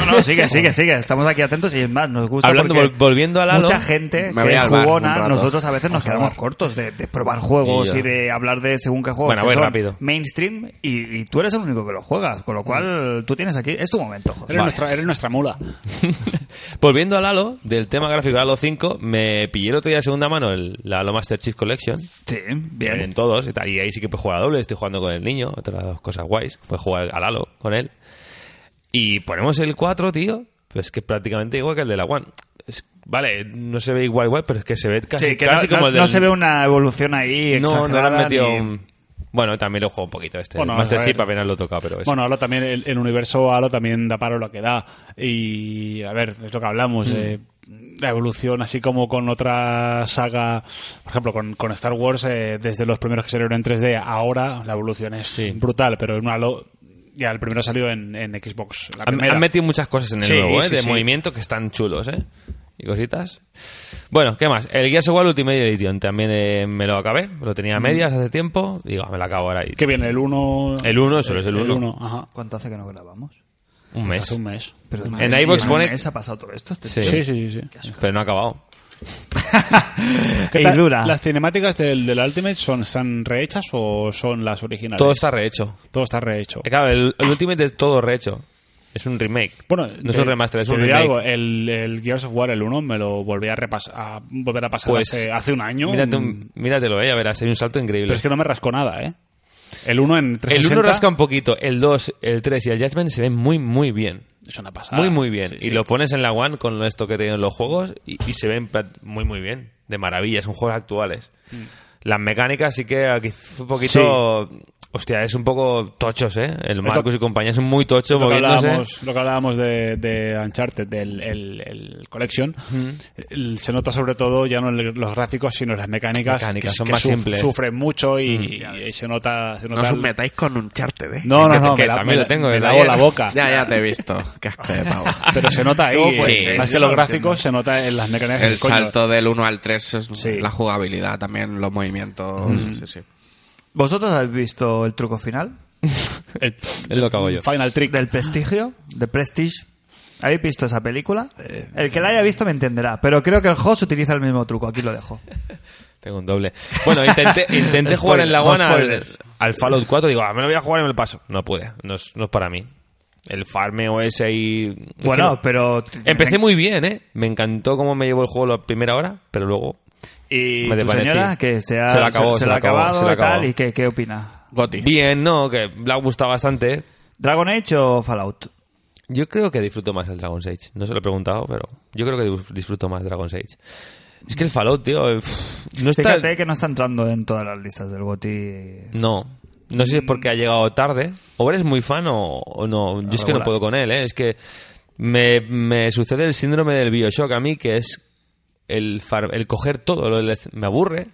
No, no, sigue, sigue, sigue. Estamos aquí atentos y es más, nos gusta.
Hablando,
porque
vol- volviendo al Halo.
Mucha gente
Me
que
voy
es
al bar un
jugona,
rato.
nosotros a veces nos quedamos cortos de, de probar juegos
Y yo.
y de hablar de según qué juegos
Bueno,
que
voy
son
rápido.
mainstream y, y tú eres el único que lo juegas, con lo cual tú tienes aquí. Es tu momento, José.
Eres, nuestra, eres nuestra mula.
Volviendo al Halo, del tema gráfico de Halo 5, me pillé el otro día de segunda mano el, la Halo Master Chief Collection.
Sí,
En
bien.
todos y tal. Y ahí sí que puedes jugar a doble. Estoy jugando con el niño, otras dos cosas guays. Puedes jugar al Halo con él. Y ponemos el 4, tío. Pues que es prácticamente igual que el de la One. Es- vale, no se ve igual, igual, pero es que se ve casi,
Sí, que
casi
no,
como
no-
el del.
no se ve una evolución ahí
No,
exagerada.
no le han metido.
ni-
un- Bueno, también lo juego un poquito este.
Bueno,
el Master
a ver.
Chief apenas lo he tocado, pero es.
Bueno, Halo también, el, el universo Halo también da paro lo que da. Y a ver, es lo que hablamos.
Mm.
eh, la evolución, así como con otra saga, por ejemplo, con, con Star Wars, eh, desde los primeros que salieron en 3D, ahora la evolución es
Sí.
brutal, pero en Halo ya el primero salió en, en Xbox. La
han,
primera.
han metido muchas cosas en el
Sí,
nuevo, ¿eh?
sí,
de
sí.
movimiento que están chulos, ¿eh? Y cositas. Bueno, ¿qué más? El Gears of War Ultimate Edition también eh, me lo acabé. Lo tenía a medias hace tiempo. Digo, "Ah, me lo acabo ahora. Y
Que viene el 1.
El uno, solo es el uno.
ajá.
¿Cuánto hace que no grabamos?
un
Pues
mes.
hace un mes.
Pero
En iVoox pone-
¿Se ha pasado todo esto? Este
Sí.
tío.
Sí, sí, sí. sí.
Pero no ha acabado.
¿Qué
Y
tal?
dura.
¿Las cinemáticas del, del Ultimate son, están rehechas o son las originales?
Todo está rehecho.
Todo está rehecho.
Eh, Claro, el, el Ultimate es todo rehecho. Es un remake.
Bueno,
no es
te-
un remaster, es
te
un
diré
remake.
algo, eh, el, el Gears of War, el 1, me lo volví a, repas- a volver a pasar
Pues,
hace, hace un año. Mm,
Mírate un- míratelo, eh, a verás, hay un salto increíble.
Pero es que no me rascó nada, ¿eh? El 1 en 360...
el 1 rasca un poquito, el 2, el 3 y el Judgment se ven muy, muy bien.
Es una pasada.
Muy, muy bien.
Ah, Sí,
y
sí.
lo pones en la One con esto que tienen los juegos y, y se ven plat- muy, muy bien. De maravilla, son juegos actuales. Las mecánicas sí que aquí fue un poquito... Hostia, es un poco tochos, ¿eh? El Marcus y compañía es muy tocho
Lo que
moviéndose.
hablábamos, lo que hablábamos de, de Uncharted, del el, el Collection, el- se nota sobre todo ya no en los gráficos, sino en las mecánicas.
Mecánicas,
que,
son
que
más simples. Mm.
Sufren mucho y, y se nota. Se
No
nota
os
el-
metáis con un charter, ¿eh?
no, no, no,
que
me la-
también
me
lo tengo
me
desde
lavo la
ayer. (laughs)
boca.
Ya, ya te he visto. Qué asco de pavo.
Pero se nota ahí,
¿Cómo puede
eh,
ser?
más que
Eso
los
no
gráficos, se nota en las mecánicas.
(laughs) El
coño.
salto del 1 al 3 es
Sí.
la jugabilidad, también los movimientos.
Mm.
Sí, sí, sí.
¿Vosotros habéis visto el truco final?
El,
Es lo que hago yo.
Final Trick.
Del prestigio, de Prestige. ¿Habéis visto esa película?
Eh,
El que la haya visto me entenderá, pero creo que el host utiliza el mismo truco, aquí lo
(laughs)
dejo.
Tengo un doble. Bueno, intenté, intenté jugar en la
Spoilers,
One al,
spoilers.
al Fallout 4. Digo, ah, me lo voy a jugar y me lo paso. No pude. No es, no es para mí. El farmeo ese y... es
Bueno,
que no.
pero...
Empecé muy bien, ¿eh? Me encantó cómo me llevó el juego la primera hora, pero luego...
Y tu
me desvanecí.
señora, que se ha,
Se la acabó, se
la
la
ha
acabó,
acabado
se la
y tal,
acabó.
¿y qué, qué opina?
Goti.
Bien, no, que le ha gustado bastante.
¿Dragon Age o Fallout?
Yo creo que disfruto más el Dragon Age. No se lo he preguntado, pero yo creo que dif- disfruto más Dragon Age. Es que el Fallout, tío, eh, pff, no está...
Fíjate que no está entrando en todas las listas del GOTI.
No. No sé si es porque
Mm.
ha llegado tarde. O eres muy fan o, o no. Yo es que no
Regular.
puedo con él, ¿eh? Es que me, me sucede el síndrome del Bioshock a mí, que es el, far- el coger todo. lo del- me aburre.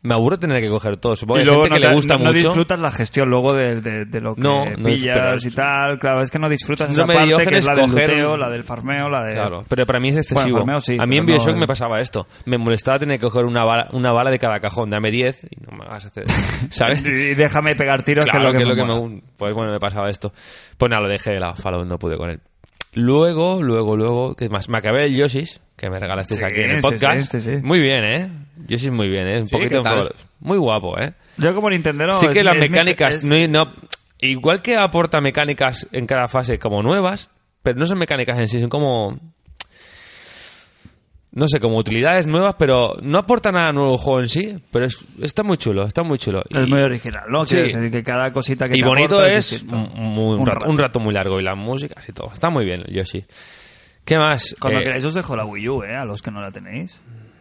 Me aburre tener que coger todo. Supongo que hay gente que
te-
le gusta
no
mucho.
disfrutas la gestión luego de, de- de lo que
No, no
pillas
disfrutas.
y tal. Claro, es que no disfrutas esa
Síndrome de
parte que
Diógenes
es la del
coger un-
luteo, la del farmeo, la de...
Claro, pero para mí es excesivo.
Eh, Bueno, farmeo sí,
a mí
pero
en Bioshock
no-
me pasaba esto. Me molestaba tener que coger una bala, una bala de cada cajón. Dame 10 y no me hagas hacer...
(laughs)
¿Sabes?
Y déjame pegar tiros,
Claro,
que es lo que, me mola.
gu- Pues bueno, me pasaba esto. Pues nada, lo dejé de lado. Fallout no pude con él. Luego, luego, luego, ¿qué más? Me acabé el Yoshi's, que me regalasteis
Sí,
aquí en el
sí,
podcast.
sí, sí, sí.
Muy bien, ¿eh? Yoshi's muy bien, ¿eh? Un
Sí,
poquito...
¿qué tal?
Muy guapo, ¿eh?
Yo como Nintendo...
sí que
es-
las
es mi-
mecánicas
es-
no, hay- no- igual que aporta mecánicas en cada fase como nuevas pero no son mecánicas en sí son como no sé como utilidades nuevas pero no aporta nada nuevo al juego en sí pero es- está muy chulo está muy chulo Y-
Es muy original, ¿no?
Sí.
Quiero decir que cada cosita que
y
te
bonito
aporta
es
distinto.
un, muy- un rato, un rato muy largo y las músicas y todo está muy bien Yoshi qué más
Cuando
Eh,
queráis os dejo la Wii U, ¿eh? A los que no la tenéis.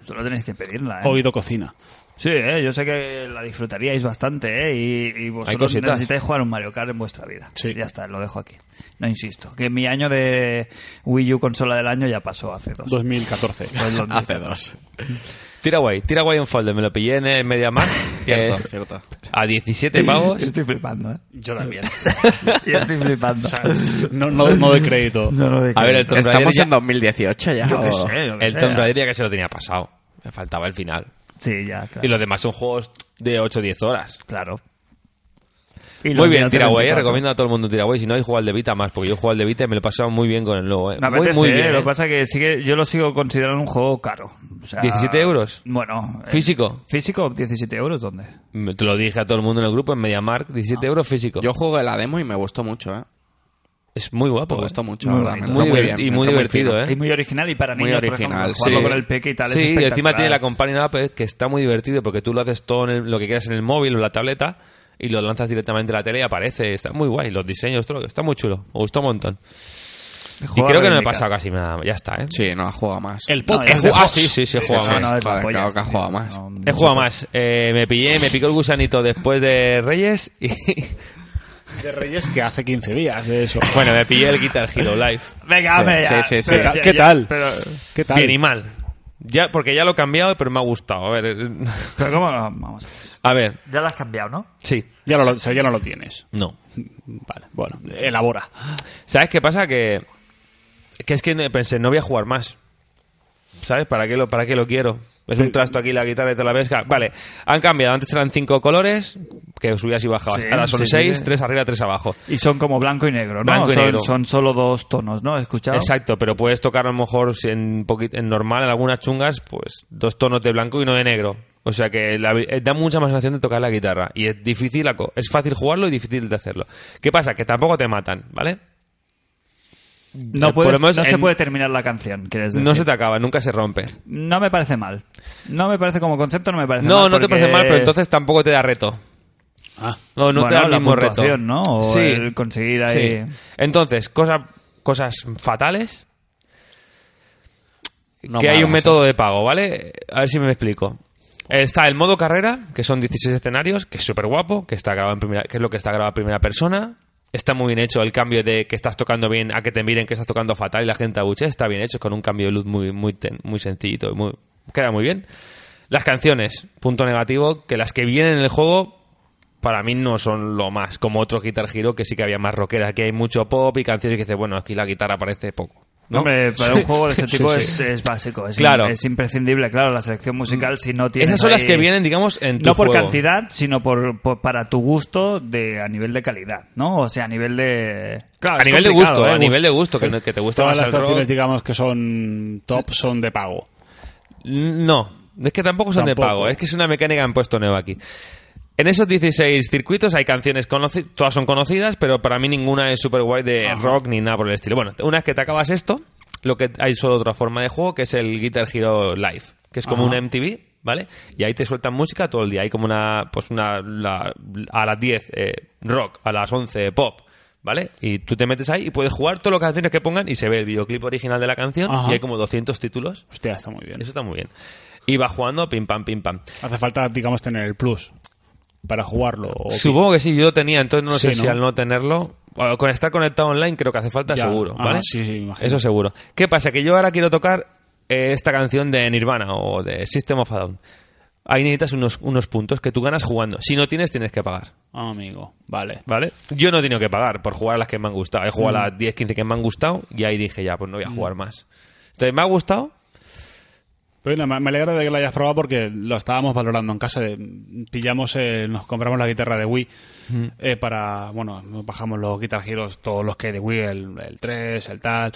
Solo tenéis que pedirla, ¿eh?
Oído cocina.
Sí, ¿eh? yo sé que la disfrutaríais bastante, ¿eh? Y, y vosotros
cositas.
necesitáis jugar un Mario Kart en vuestra vida.
Sí.
Ya está, lo dejo aquí. No insisto, que mi año de Wii U consola del año ya pasó hace dos.
2014.
Fue en 2000.
(laughs) Hace dos.
(laughs)
Tiraway, Tiraway Unfolded, me lo pillé en el Media Markt.
Cierto, cierto.
a 17
Yo (laughs)
pavos.
estoy flipando, ¿eh?
Yo también.
Yo estoy
(laughs)
flipando.
O sea, (laughs) no, no, no de crédito.
No, no, de
A ver, el Tomb Raider
Estamos
ya-
en 2018 ya.
Yo qué
o-
sé, yo qué
el
sé.
Tomb Raider ya que se lo tenía pasado. Me faltaba el final.
Sí, ya, claro.
Y los demás son juegos de 8 o 10 horas.
Claro.
Muy bien, Tiraway,
eh,
eh, recomiendo a todo el mundo Tiraway. Si no, hay jugar al de Vita más, porque yo he jugado al de Vita y me lo he pasado muy bien con el nuevo. Eh.
Me
muy,
apetece,
muy
eh,
bien.
Lo
eh.
que pasa que sigue, yo lo sigo considerando un juego caro. O sea,
17 euros.
Bueno. eh,
Físico.
¿Físico? ¿17 euros dónde?
Me- Te lo dije a todo el mundo en el grupo, en MediaMark, 17 euros físico.
Yo jugué la demo y me gustó mucho, ¿eh?
Es muy guapo.
Me
eh.
gustó mucho.
Muy
la verdad,
bonito.
me entró
Muy
muy
diverti-
bien,
y
me
muy
entró
divertido,
fino.
¿eh?
Es muy original y para
Muy
niños, por
original,
ejemplo,
sí.
jugarlo con el peque y tal es
Sí, y encima
espectacular.
tiene la Companion App eh, que está muy divertido porque tú lo haces todo en el- lo que quieras en el móvil o la tableta y lo lanzas directamente a la tele y aparece. Está muy guay. Los diseños, todo. Está muy chulo. Me gustó un montón. Y
Juego
creo que no me he
reivindica.
pasado casi nada. Ya está, ¿eh?
Sí, no, ha jugado más.
El
No, ya
podcast
está.
de
Ah, sí, sí, sí, he jugado
sí,
más.
no,
es la
Joder,
polla,
claro que ha
tío.
jugado más.
No, no
He
se
jugado
puede.
más. Eh, me pillé, me picó el gusanito después de Reyes y... (laughs)
de Reyes que hace 15 días de eso.
Bueno, me pillé el Guitar Hero Live.
Venga, hombre,
sí,
ya,
sí, sí.
¿Qué,
pero
ta-
ya-
qué
ya-
tal?
pero,
¿Qué tal?
Bien y mal. Ya, porque ya lo he cambiado, pero me ha gustado. A ver, eh,
pero ¿cómo? Vamos.
a ver,
Ya lo has cambiado, ¿no?
sí,
Ya, no lo, o sea, ya no lo tienes.
no.
Vale, bueno, elabora.
¿Sabes qué pasa? Que, que es que no- pensé, no voy a jugar más. ¿Sabes? ¿Para qué lo, para qué lo quiero? Es un trasto aquí la guitarra y te la pesca. Vale, han cambiado. Antes eran cinco colores, que subías y bajabas.
Sí,
Ahora son
sí, sí,
seis,
sí.
tres arriba, tres abajo.
Y son como blanco y negro, ¿no?
Blanco y
son,
negro.
son solo dos tonos, ¿no? ¿He escuchado?
Exacto, pero puedes tocar a lo mejor si en, poqui- en normal, en algunas chungas, pues dos tonos de blanco y uno de negro. O sea que la- eh, da mucha más sensación de tocar la guitarra. Y es difícil, aco- es fácil jugarlo y difícil de hacerlo. ¿Qué pasa? Que tampoco te matan, ¿vale?
No,
Por
puedes-
lo menos
no se
en-
puede terminar la canción, quieres decir.
No se te acaba, nunca se rompe.
No me parece mal. No me parece como concepto, no me parece mal.
No, no te
porque-
parece mal, pero entonces tampoco te da reto.
Ah,
No, no
Bueno,
te da el
la
mismo reto.
puntuación, ¿no? O el conseguir ahí-
sí. Entonces, cosa- cosas fatales.
No
que hay un
malas,
método de pago, ¿vale? A ver si me explico. Está el modo carrera, que son 16 escenarios, que es súper guapo, que está grabado en primera, que es lo que está grabado en primera persona. Está muy bien hecho el cambio de que estás tocando bien a que te miren que estás tocando fatal y la gente abuche. Está bien hecho, con un cambio de luz muy, muy, ten- muy sencillito. y Muy, queda muy bien. Las canciones, punto negativo, que las que vienen en el juego para mí no son lo más, como otros Guitar Hero que sí que había más rockera. Aquí hay mucho pop y canciones que dices, bueno, aquí la guitarra aparece poco. ¿no?
Hombre, para un juego de ese tipo
Sí,
es,
sí.
es básico. Es,
Claro.
es imprescindible, claro, la selección musical si no tienes
Esas son las
ahí-
que vienen, digamos, en tu
No por
juego.
cantidad, sino por, por- para tu gusto de a nivel de calidad, ¿no? O sea, a nivel de... Claro,
A
es
nivel de
complicado,
gusto,
¿eh?
a nivel de gusto, que, no- que te gusta
todas
más
las
el rock.
canciones, digamos, que son top son de pago.
No, es que tampoco son
Tampoco.
de pago, es que es una mecánica que han puesto nueva aquí. En esos 16 circuitos hay canciones conocidas, todas son conocidas, pero para mí ninguna es super guay de rock ni nada por el estilo. Bueno, una vez que te acabas esto, lo que hay solo otra forma de juego que es el Guitar Hero Live, que es como un MTV, ¿vale? Y ahí te sueltan música todo el día, hay como una pues una la- a las 10 eh, rock, a las 11 pop, ¿vale? Y tú te metes ahí y puedes jugar todas las canciones que pongan y se ve el videoclip original de la canción
Ajá.
y hay como 200 títulos
Hostia, está muy bien.
eso está muy bien. Y va jugando pim pam pim pam.
Hace falta, digamos, tener el plus para jugarlo. o-
Supongo que sí, yo lo tenía, entonces no
Sí,
sé si
¿no?
al no tenerlo. o Con estar conectado online creo que hace falta
Ya.
seguro,
Ah,
¿vale?
sí, sí, imagino.
Eso seguro. ¿Qué pasa? Que yo ahora quiero tocar eh, esta canción de Nirvana o de System of a Down. Ahí necesitas unos, unos puntos que tú ganas jugando. Si no tienes, tienes que pagar,
Amigo, vale.
¿vale? Yo no he tenido que pagar por jugar a las que me han gustado. He jugado
Mm.
a las 10, 15 que me han gustado y ahí dije ya, pues no voy a jugar más. Entonces, ¿me ha gustado?
Pero bueno, me me alegra de que lo hayas probado porque lo estábamos valorando en casa. eh, Pillamos, eh, nos compramos la guitarra de Wii eh, para, bueno, nos bajamos los Guitar Heroes, todos los que hay de Wii, el, el 3, el tal,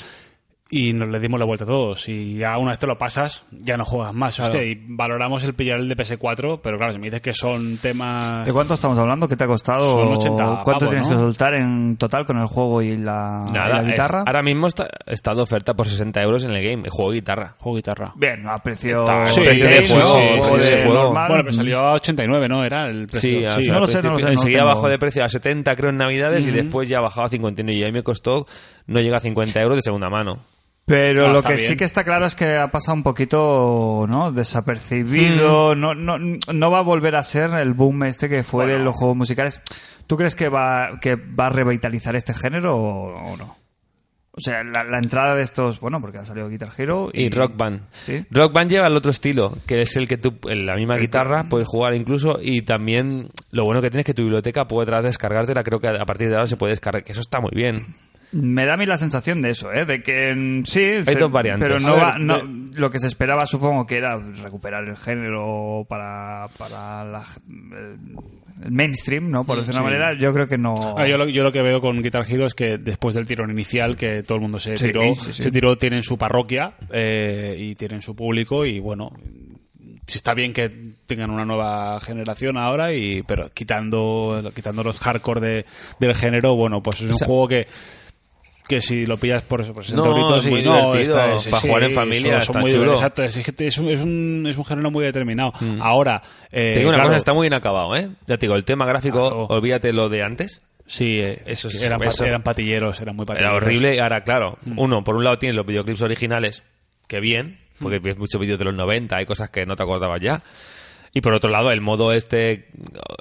y nos le dimos la vuelta a todos. Y ya una vez te lo pasas, ya no juegas más. Hostia, y valoramos el pillar el de PS4, pero claro, si me dices que son temas...
¿De cuánto estamos hablando? ¿Qué te ha costado?
Son 80
¿Cuánto
pavos,
tienes
¿no?
que soltar en total con el juego y la,
Ah,
y la
Nada, es-
guitarra?
ahora mismo está, está de oferta por 60 euros en el game, el juego de guitarra.
Juego guitarra.
Bien, a precio,
Está-
Sí,
precio
sí,
de
sí,
juego,
sí,
o
sí,
de
sí, juego.
normal.
Bueno, pero salió a 89, ¿no? Era el
Sí,
precio.
al-
No
al
lo sé, no lo
principio-
sé, no lo
Enseguida
tengo.
bajó de precio a 70, creo, en Navidades y después ya ha bajado a 51. Y ahí me costó, no llega a 50 euros de segunda mano.
Pero
No,
lo
está
que
bien.
sí que está claro es que ha pasado un poquito ¿no?
Mm.
desapercibido. No, no, no va a volver a ser el boom este que fue de los juegos musicales. ¿Tú crees que va, que va a revitalizar este género o, o no? O sea, la, la entrada de estos, bueno, porque ha salido Guitar Hero
Y Rock Band.
Sí.
Rock Band lleva el otro estilo, que es el que tú, en la misma guitarra, puedes jugar incluso. Y también lo bueno que tienes es que tu biblioteca podrás descargártela. Creo que a a partir de ahora se puede descargar, que eso está muy bien.
Me da a mí la sensación de eso, ¿eh? De que mm, sí,
Hay dos variantes.
pero no,
A ver,
va- no- lo que se esperaba supongo que era recuperar el género para, para la, eh, el mainstream, ¿no? Por decirlo de una manera, yo creo que no...
Oh.
Ah, yo, lo, yo lo que veo con Guitar Hero es que después del tirón inicial que todo el mundo se
Sí,
tiró,
sí, sí.
se tiró, tienen su parroquia eh, y tienen su público y bueno, sí está bien que tengan una nueva generación ahora y pero quitando quitando los hardcore de- del género, bueno, pues es un juego que que si lo pillas por eso, por 60
No,
euritos
es muy
y no,
divertido, para jugar en familia
son
está
muy
chulo. Mm.
divertidos, exacto, es, que es un, es un- es un género muy determinado. Ahora, eh,
Te digo una
claro,
cosa, está muy bien acabado, ¿eh? Ya te digo, el tema gráfico,
Ah,
Claro.
oh.
olvídate lo de antes.
Sí, eh,
Eso es-
eran,
eso-
pat- eran patilleros, eran muy
Era
patilleros.
horrible. Ahora, claro, uno, por un lado tienes los videoclips originales, que bien, porque ves muchos vídeos de los 90, hay cosas que no te acordabas ya. Y por otro lado, el modo este,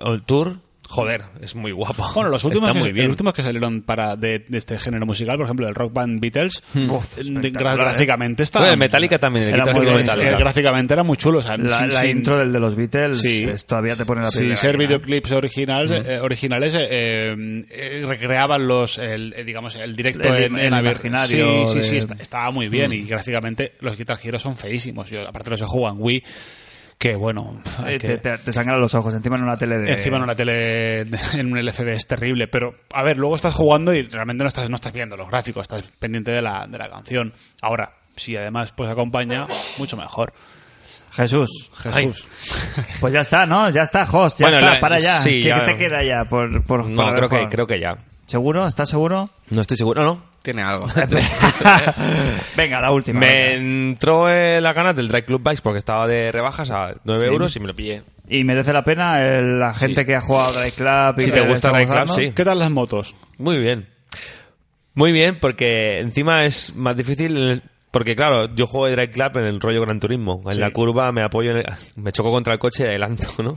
o- el tour, joder, es muy guapo.
Bueno, los últimos,
(laughs) Está
que,
muy bien.
los últimos que salieron para de, de este género musical, por ejemplo, el rock band Beatles,
Mm. Uf,
de-
espectacular, ¿eh?
gra- gráficamente estaba.
Bueno, el Metallica también, el
Era
Guitar
muy
Hero
bien,
eh,
Metallica.
gráficamente era muy chulo. o sea,
La,
sin-
la
sin-
intro del de los Beatles
Sí.
es- todavía te pone la Mm. piel
sin
de
ser
gallina.
videoclips originales, eh, originales eh, eh, eh, recreaban los, el, eh, digamos, el directo
El-
en,
el
en abier-
imaginario
Sí, sí,
de- Mm.
sí, esta- estaba muy bien y gráficamente los guitarjeros son feísimos. Yo, aparte los he jugado en Wii, que bueno... hay
Eh,
que-
Te, te- te sangran los ojos, encima en una tele
Eh,
de...
Encima en una tele, (laughs) en un LCD es terrible, pero a ver, luego estás jugando y realmente no estás, no estás viendo los gráficos, estás pendiente de la, de la canción. Ahora, si además pues acompaña, mucho mejor.
Jesús,
Jesús.
Pues ya está, ¿no? Ya está, host, ya
Bueno,
está,
la-
para ya.
sí,
¿Qué,
ya.
qué te queda ya? Por, por,
No,
por-
creo que,
por-
creo que ya.
¿Seguro? ¿Estás seguro?
No estoy seguro, no. (laughs)
Tiene algo.
(laughs) Venga, la última.
Me entró eh, las ganas del Drive Club Bikes porque estaba de rebajas a 9
Sí.
euros y me lo pillé.
Y merece la pena eh, la gente que ha jugado Drive Club. Y
Si
eh, que
te
le
gusta
está
Drive Club,
gustando.
sí.
¿Qué tal las motos?
Muy bien. Muy bien, porque encima es más difícil. el- Porque, claro, yo juego de Drive Club en el rollo Gran Turismo. En la curva me apoyo, en el- (laughs) me choco contra el coche y adelanto, (laughs) ¿no?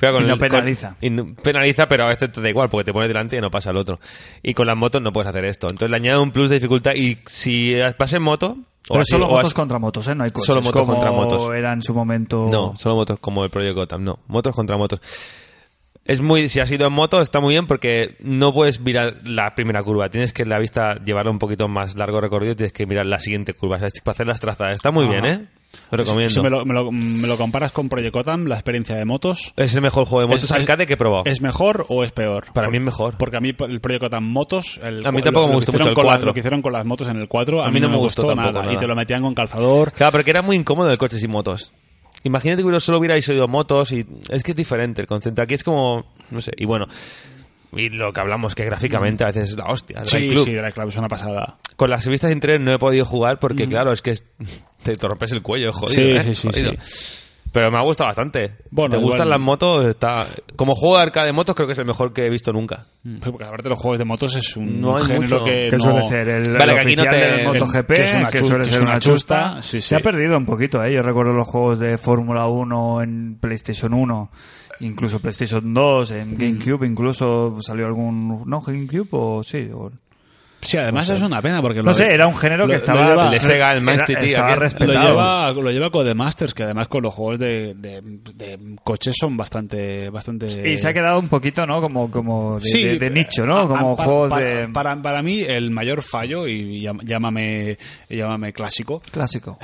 Pero
Y no
el-
penaliza.
y no- penaliza, pero a veces te da igual, porque te pones delante y no pasa el otro. Y con las motos no puedes hacer esto. Entonces le añado un plus de dificultad. Y si vas en moto. o
Pero
así-
solo
o
motos
así-
contra motos, ¿eh? No hay coches.
Solo motos
como
contra motos.
era en su momento...
no, solo motos, como el Project Gotham, no. Motos contra motos. Es muy, si has ido en moto, está muy bien porque no puedes mirar la primera curva. Tienes que la vista llevarla un poquito más largo recorrido y tienes que mirar la siguiente curva. O sea, es para hacer las trazadas. Está muy bien, ¿eh? Lo recomiendo.
Si me lo, me lo- me lo comparas con Project Gotham, la experiencia de motos,
Es el mejor juego de motos
Es-
arcade que he probado.
¿es mejor o es peor?
Para mí es mejor.
Porque a mí el Project Gotham Motos, el-
A mí tampoco me
que
gustó
hicieron
mucho el
con la-
4.
lo que hicieron con las motos en el 4, a, mí, no, me gustó,
tampoco
Y
nada.
te lo metían con calzador.
Claro, porque era muy incómodo el coche sin motos. Imagínate que solo hubierais oído motos y es que es diferente. El concepto aquí es como, no sé, y bueno. Y lo que hablamos, que gráficamente a veces es la hostia. Drive
Mm. Sí,
Club.
sí, Drive Club es una pasada.
Con las revistas interiores no he podido jugar porque, claro, es que (laughs) es- te rompes el cuello, jodido.
Mm. Sí, sí,
¿eh?
sí,
Jodido. Pero me ha gustado bastante.
Bueno,
te
igual-
gustan las motos, está. Como juego de arcade de motos, creo que es el mejor que he visto nunca.
Sí, Mm. Porque aparte los juegos de motos es un
Eh, No hay
género
mucho.
que,
Que
Que
no-
suele ser eh. el,
Vale,
el
que aquí no
oficial
te-
del MotoGP,
que
que,
es una chus-
suele
que es
ser
una
una
chusta.
chusta.
Sí, sí.
Se ha perdido un poquito, ¿eh? Yo recuerdo los juegos de Fórmula 1 en PlayStation 1, incluso PlayStation 2, en
Mm.
GameCube, incluso salió algún... ¿No, GameCube o sí? o-
Sí, además es una pena porque
No
lo
sé,
de-
era un género
lo-
que
lo
estaba...
lleva-
el de Sega, el Manchester,
era-
tío,
Estaba
aquel. Lo
Lo
respetado.
lleva, lo lleva Codemasters, que además con los juegos de, de- de coches son bastante... bastante
Y se ha quedado un poquito, ¿no? Como, como de, de- de nicho, ¿no?
eh, a- a-
como
para,
juegos
para-
de...
Para, para mí el mayor fallo, y llam- llámame, llámame clásico,
Clásico.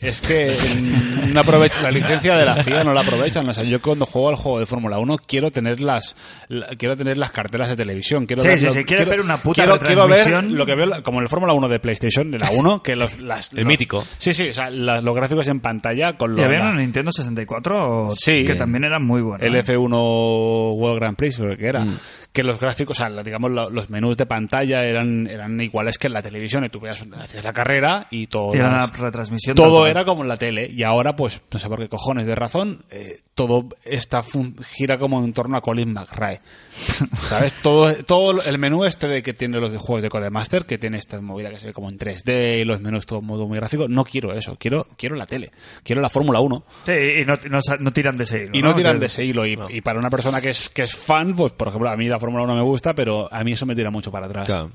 es que mm, no aprovecha- la licencia de la FIA no la aprovechan. O sea, yo cuando juego al juego de Fórmula 1 quiero tener las la- quiero tener las carteras de televisión. Quiero
Sí,
ver
sí,
lo-
sí, quieres ver una puta
quiero, quiero ver
retransmisión.
lo que veo, la- como en el Fórmula 1 de PlayStation, de la 1, que los, las,
El
los-
mítico.
Sí, sí, o sea, la- los gráficos en pantalla con
Y
los...
había
la-
un Nintendo 64
Sí.
que también era muy bueno.
el
¿eh?
F1 World Grand Prix, creo que era.
Mm.
Que los gráficos, o sea, la- digamos, la- los menús de pantalla eran, eran iguales que en la televisión. Y tú veías, hacías la carrera y todo.
Y era una retransmisión.
Todo
tal cual.
era como en la tele y ahora, pues, no sé por qué cojones de razón, eh, todo está fun- gira como en torno a Colin McRae. ¿Sabes? Todo, todo el menú este de que tiene los de juegos de Codemaster, que tiene esta movida que se ve como en 3D y los menús todo modo muy gráfico, no quiero eso, quiero, quiero la tele, quiero la Fórmula 1
Sí, y no, no sa- no tiran de ese hilo,
y no tiran
Que-
de ese hilo. Y, y para una persona que es, que es fan, pues, por ejemplo, a mí la Fórmula 1 me gusta, pero a mí eso me tira mucho para atrás.
Claro.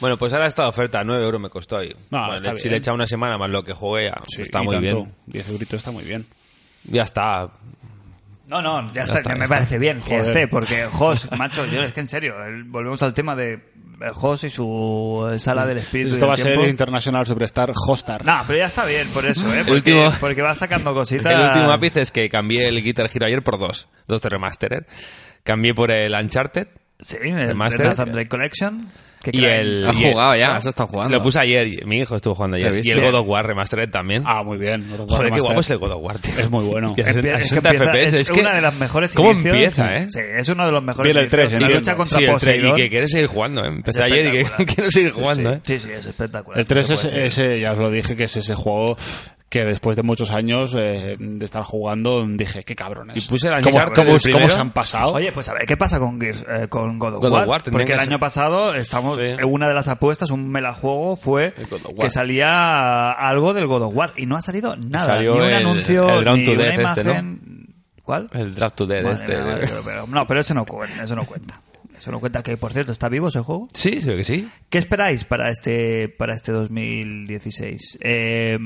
Bueno, pues ahora está de oferta, 9 euros me costó ahí.
No,
Vale,
Ah, está
si
bien.
le echa una semana más lo que jugué, ah,
Sí,
está
y
muy
tanto.
bien.
10 euritos está muy bien.
Ya está.
No, no, ya, está,
está,
me
ya está.
parece bien
Joder.
que esté, porque Jos, macho, yo es que en serio, el- volvemos al tema de eh, Jos y su eh, sala del espíritu. y
Esto
del
va a ser
tiempo.
International Superstar Hostar.
No, pero ya está bien por eso, ¿eh? Porque,
último-
porque va sacando cositas.
El último ápice es que cambié el Guitar Hero ayer por dos. Dos de Remastered. Cambié por el Uncharted.
Sí, el
Master.
Nathan Drake Collection. que
Y
crack.
el,
Has
y el-
jugado ya, has estado jugando.
Lo puse ayer, y- mi hijo estuvo jugando
¿Te
ayer.
viste?
Y el God of War Remastered también.
Ah, muy bien. God of War
Joder, qué
Remastered.
guapo es el God of War, tío. (laughs)
Es muy bueno.
Y a
Empie-
sesenta- a
es que
60
empieza-
FPS.
Es,
que-
una de las mejores
¿Cómo
inicios.
empieza, eh?
Sí, es uno de los mejores
Viene el
inicios.
tres,
La
entiendo.
lucha contra
Sí, el tres, y
Poseidón.
que quieres seguir jugando, ¿eh? Empecé ayer y (laughs) que
espectacular.
quiero seguir
Sí,
jugando,
sí.
¿eh?
Sí, sí, es espectacular.
El 3
No
es
puede ser.
ese, ya os lo dije, que es ese juego que después de muchos años eh, de estar jugando dije, qué cabrones.
Y puse el
¿Cómo,
Uncharted,
cómo-
el primero.
cómo se han pasado?
Oye, pues a ver, ¿qué pasa con, Gears- eh, con God of
God of
War?
War tendría
Porque
que
el
ser-
año pasado estamos
Sí.
en una de las apuestas, un melajuego fue
El God of War.
que salía algo del God of War y no ha salido nada,
Salió
ni un
el-
anuncio,
el Drawn
ni
to
una
Death este,
imagen.
¿no?
¿Cuál?
El Draft to Dead
Madre
este.
mía, madre, pero- no, pero eso no cuenta, eso no cuenta. Eso no cuenta que por cierto está vivo ese juego.
Sí, se ve que sí.
¿Qué esperáis para este para este 2016? Eh,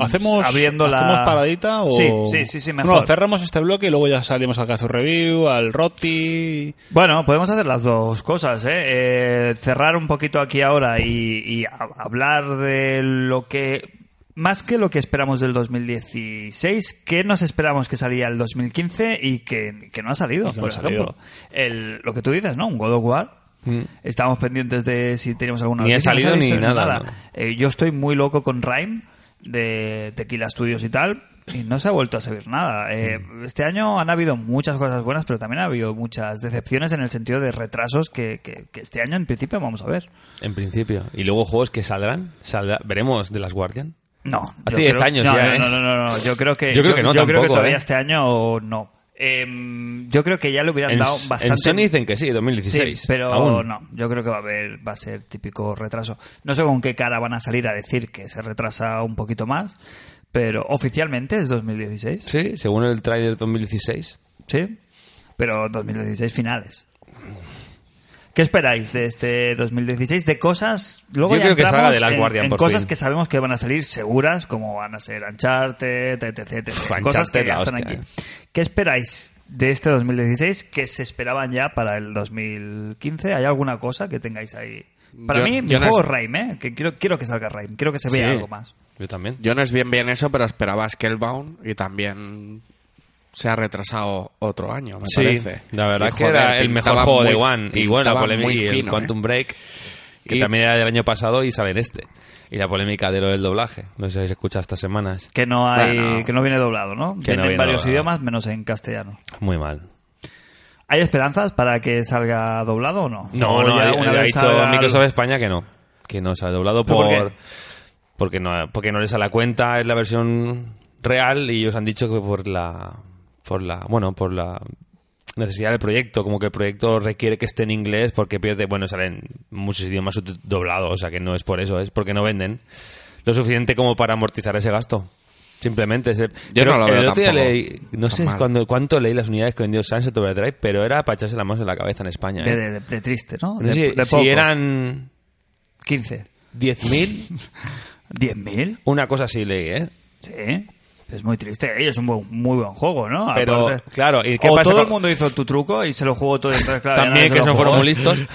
¿Hacemos,
abriendo la-
¿Hacemos paradita o...?
Sí, sí, sí, sí,
No,
mejor.
cerramos este bloque y luego ya salimos al Cazu Review, al Roti...
Bueno, podemos hacer las dos cosas, ¿eh? Eh, cerrar un poquito aquí ahora y, y ha- hablar de lo que... Más que lo que esperamos del 2016, ¿qué nos esperamos que salía el 2015 y que, que no ha salido?
Y que no
por
ha salido.
ejemplo,
Mm.
El, lo que tú dices, ¿no? Un God of War. Estábamos pendientes de si teníamos alguna
Ni ha
noticia, no
salido
sabéis
ni nada, ¿no?
Eh, yo estoy muy loco con Rhyme de Tequila Studios y tal. Y no se ha vuelto a saber nada. Eh,
Mm.
este año han habido muchas cosas buenas, pero también ha habido muchas decepciones en el sentido de retrasos que, que- que este año en principio vamos a ver.
En principio. Y luego juegos que saldrán. saldrá- Veremos de las Guardian.
No.
Hace
yo
10
creo-
años
no,
ya,
no,
¿eh?
No, no, no, no, Yo creo que,
Yo creo que no
Yo creo que
tampoco,
todavía
¿eh?
este año no. Eh, yo creo que ya le hubieran
En,
dado
en
bastante.
Sony dicen que sí, 2016.
Sí, pero
Aún.
no, yo creo que va a haber, va a ser típico retraso. No sé con qué cara van a salir a decir que se retrasa un poquito más, pero oficialmente es 2016,
Sí, según el tráiler 2016.
sí, pero 2016 finales. ¿Qué esperáis de este 2016? De cosas, luego
Yo
ya
creo que
entramos
salga de Last
en,
Guardian,
en
por
cosas
fin.
que sabemos que van a salir seguras, como van a ser Uncharted, etc, etc,
Uf,
cosas que
Uncharted,
ya
la
están
hostia,
aquí.
eh.
¿Qué esperáis de este 2016 que se esperaban ya para el 2015? ¿Hay alguna cosa que tengáis ahí? Para
Yo-
mí, mi
yo no
juego
es-
es Rime, ¿eh? que quiero, quiero que salga Rime, quiero que se vea
Sí.
algo más.
Eh, Yo también.
Yo no es bien bien eso, pero esperaba Scalebound y también se ha retrasado otro año, me
Sí,
parece.
la verdad
Y,
que
joder,
era el mejor
pintaba
juego de
muy-
One. Y bueno, la
pintaba
polémica
muy
y el
fino, ¿eh?
Quantum Break, que
Y-
también era del año pasado y sale en este. Y la polémica de lo del doblaje. No sé si habéis escuchado estas semanas.
Que no hay,
Bueno.
que no viene doblado, ¿no?
Que
viene
no
en
viene
varios
doblado.
idiomas, menos en castellano.
Muy mal.
¿Hay esperanzas para que salga doblado o no?
No,
O
no,
ya
ha, ha dicho
salga-
Microsoft España que no. Que no se ha doblado
¿Pero
por...
por qué?
Porque no, porque no les a la cuenta, es la versión real y ellos han dicho que por la... Por la bueno, por la necesidad del proyecto, como que el proyecto requiere que esté en inglés porque pierde, bueno, salen muchos idiomas subtit- doblados, o sea que no es por eso, es porque no venden lo suficiente como para amortizar ese gasto. Simplemente. Ese, creo
no lo
que el
veo
otro día
tampoco
leí- no
tan
sé
mal.
cuándo- cuánto leí las unidades que vendió Sunset Overdrive, pero era para echarse la mano en la cabeza en España.
De,
¿eh?
de- de triste, ¿no?
No
de,
sé si-
de
si,
poco.
eran
15.
10.000,
¿10.000?
una cosa así leí, ¿eh?
(laughs) Sí. Es muy triste. Ey, Es un buen- muy buen juego, ¿no?
Pero, claro, ¿y qué
o
pasa
todo
con-
el mundo hizo tu truco y se lo jugó todo. y entonces, claro, ya
También
nadie se
que
lo
son fueron
jugó.
muy
(laughs)
listos.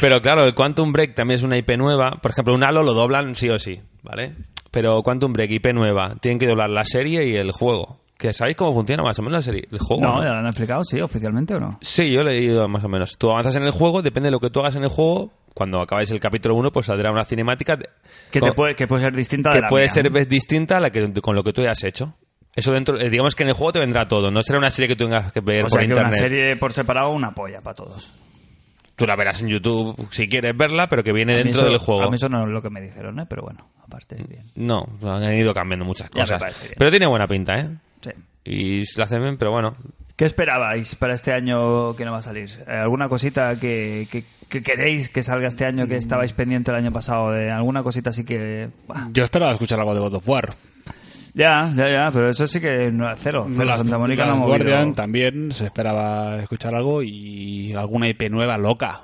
Pero claro, el Quantum Break también es una IP nueva. Por ejemplo, un Halo lo doblan sí o sí, ¿vale? Pero Quantum Break, IP nueva, tienen que doblar la serie y el juego. ¿Que sabéis cómo funciona más o menos la serie? El juego.
No,
¿no?
ya lo han explicado, sí, oficialmente o no.
Sí, yo le he leído más o menos. Tú avanzas en el juego, depende de lo que tú hagas en el juego. Cuando acabes el capítulo 1, pues saldrá una cinemática de-
Que, te
con-
puede, que puede ser distinta de
que
la
puede
mía.
ser ves, distinta a la que con lo que tú ya has hecho. Eso dentro, eh, digamos que en el juego te vendrá todo, no será una serie que tú tengas que ver
O
por
sea, que una
internet.
serie por separado, una polla para todos.
Tú la verás en YouTube si quieres verla, pero que viene
A mí
dentro
eso-
del
A
juego.
mí eso no es lo que me dijeron, ¿eh? Pero bueno, aparte, bien.
No, han ido cambiando muchas
Ya me
cosas.
parece bien.
Pero tiene buena pinta, ¿eh?
Sí.
Y la hacen bien, pero bueno.
¿Qué esperabais para este año que no va a salir? Eh, ¿Alguna cosita que, que- que queréis que salga este año
Mm.
que estabais pendiente el año pasado? de ¿Alguna cosita así que...? Buah.
Yo esperaba escuchar algo de God of War.
Ya, ya, ya, pero eso sí que no cero. cero.
Las-
Santa Mónica no
las
ha movido.
Guardian también se esperaba escuchar algo y alguna IP nueva loca.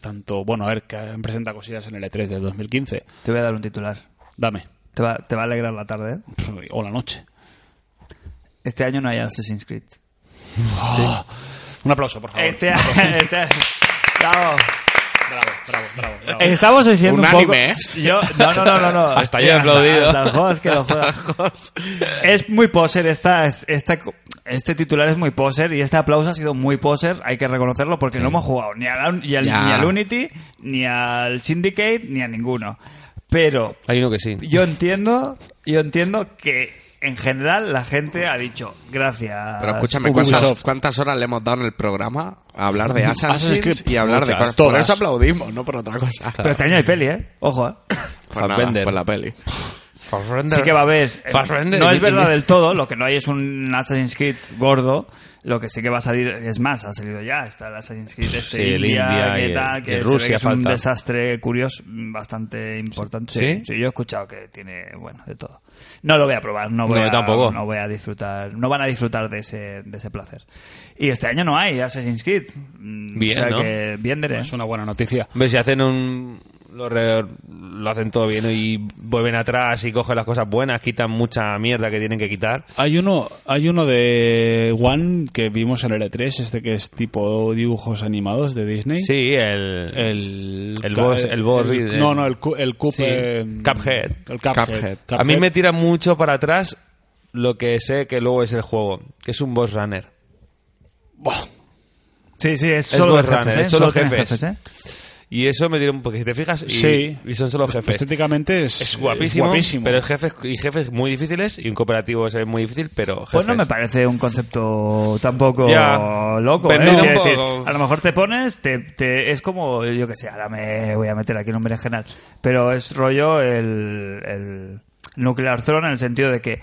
tanto. Bueno, a ver, que han presentado cosillas en el E3 del 2015.
Te voy a dar un titular.
Dame.
Te va, te va a alegrar la tarde. ¿eh?
O la noche.
Este año no hay Assassin's Creed.
Un aplauso, por favor.
(laughs) Este año. Bravo.
Bravo, bravo, bravo. bravo.
Estamos diciendo un, poco.
Unánime,
Yo, no, no, no, no, no.
(laughs) Hasta yo he aplaudido.
Hasta el host que lo juega. Es muy poser esta, es- esta, este titular es muy poser y este aplauso ha sido muy poser, hay que reconocerlo, porque no hemos jugado ni, a la- ni al,
Ya.
ni al Unity, ni al Syndicate, ni a ninguno. Pero
Hay uno que sí.
yo entiendo, yo entiendo que en general la gente ha dicho gracias.
Ah,
Pero escúchame, ¿cuántas,
Ubisoft.
cuántas horas le hemos dado en el programa a
(laughs)
hablar de Assassin's
Assassin's Creed,
Creed y hablar de
muchas,
cosas? Por
todas.
eso aplaudimos, no por otra cosa.
Pero este año hay peli, ¿eh? Ojo, ¿eh?
Pues nada,
Fassbender.
pues la peli.
Sí que va a haber. eh,
Fassbender.
No es verdad del todo, lo que no hay es un Assassin's Creed gordo. Lo que sí que va a salir, es más, ha salido ya, está el Assassin's Creed este,
Sí, el India
que
y el-
tal, que
y
se ve
Rusia
que es un
falta.
desastre curioso, mm, bastante importante.
¿Sí?
yo he escuchado que tiene, bueno, de todo. No lo voy a probar, no voy,
No, yo
a,
tampoco.
no voy a disfrutar, no van a disfrutar de ese, de ese placer. Y este año no hay Assassin's Creed. Mm,
Bien,
o sea
¿no?
que bien dere.
Es una buena noticia.
Hombre, si hacen un. Lo, re- lo hacen todo bien y vuelven atrás y cogen las cosas buenas, quitan mucha mierda que tienen que quitar.
Hay uno, hay uno de One que vimos en el E3, este que es tipo dibujos animados de Disney.
Sí, el.
El,
El boss- el boss
el-
reader.
no, no, el, cu- el cup,
Sí,
eh,
Cuphead.
El Cuphead.
Cuphead.
A mí me tira mucho para atrás lo que sé que luego es el juego, que es un boss runner.
Buah,
Sí, sí, es solo,
Ghost
jefes,
Runner,
¿eh?
es solo
tienen
jefes.
¿eh?
Y eso me tira un poco, si te fijas, y,
Sí.
y son solo jefes.
Estéticamente es,
Es guapísimo,
es guapísimo.
pero es jefes y jefes muy difíciles y un cooperativo es muy difícil, pero jefes.
Pues no me parece un concepto tampoco
Ya.
loco.
Pero
¿eh?
no
Quiero
un
decir,
poco.
a lo mejor te pones, te, te- es como, yo que sé, ahora me voy a meter aquí en un berenjenal, pero es rollo el, el Nuclear Throne en el sentido de que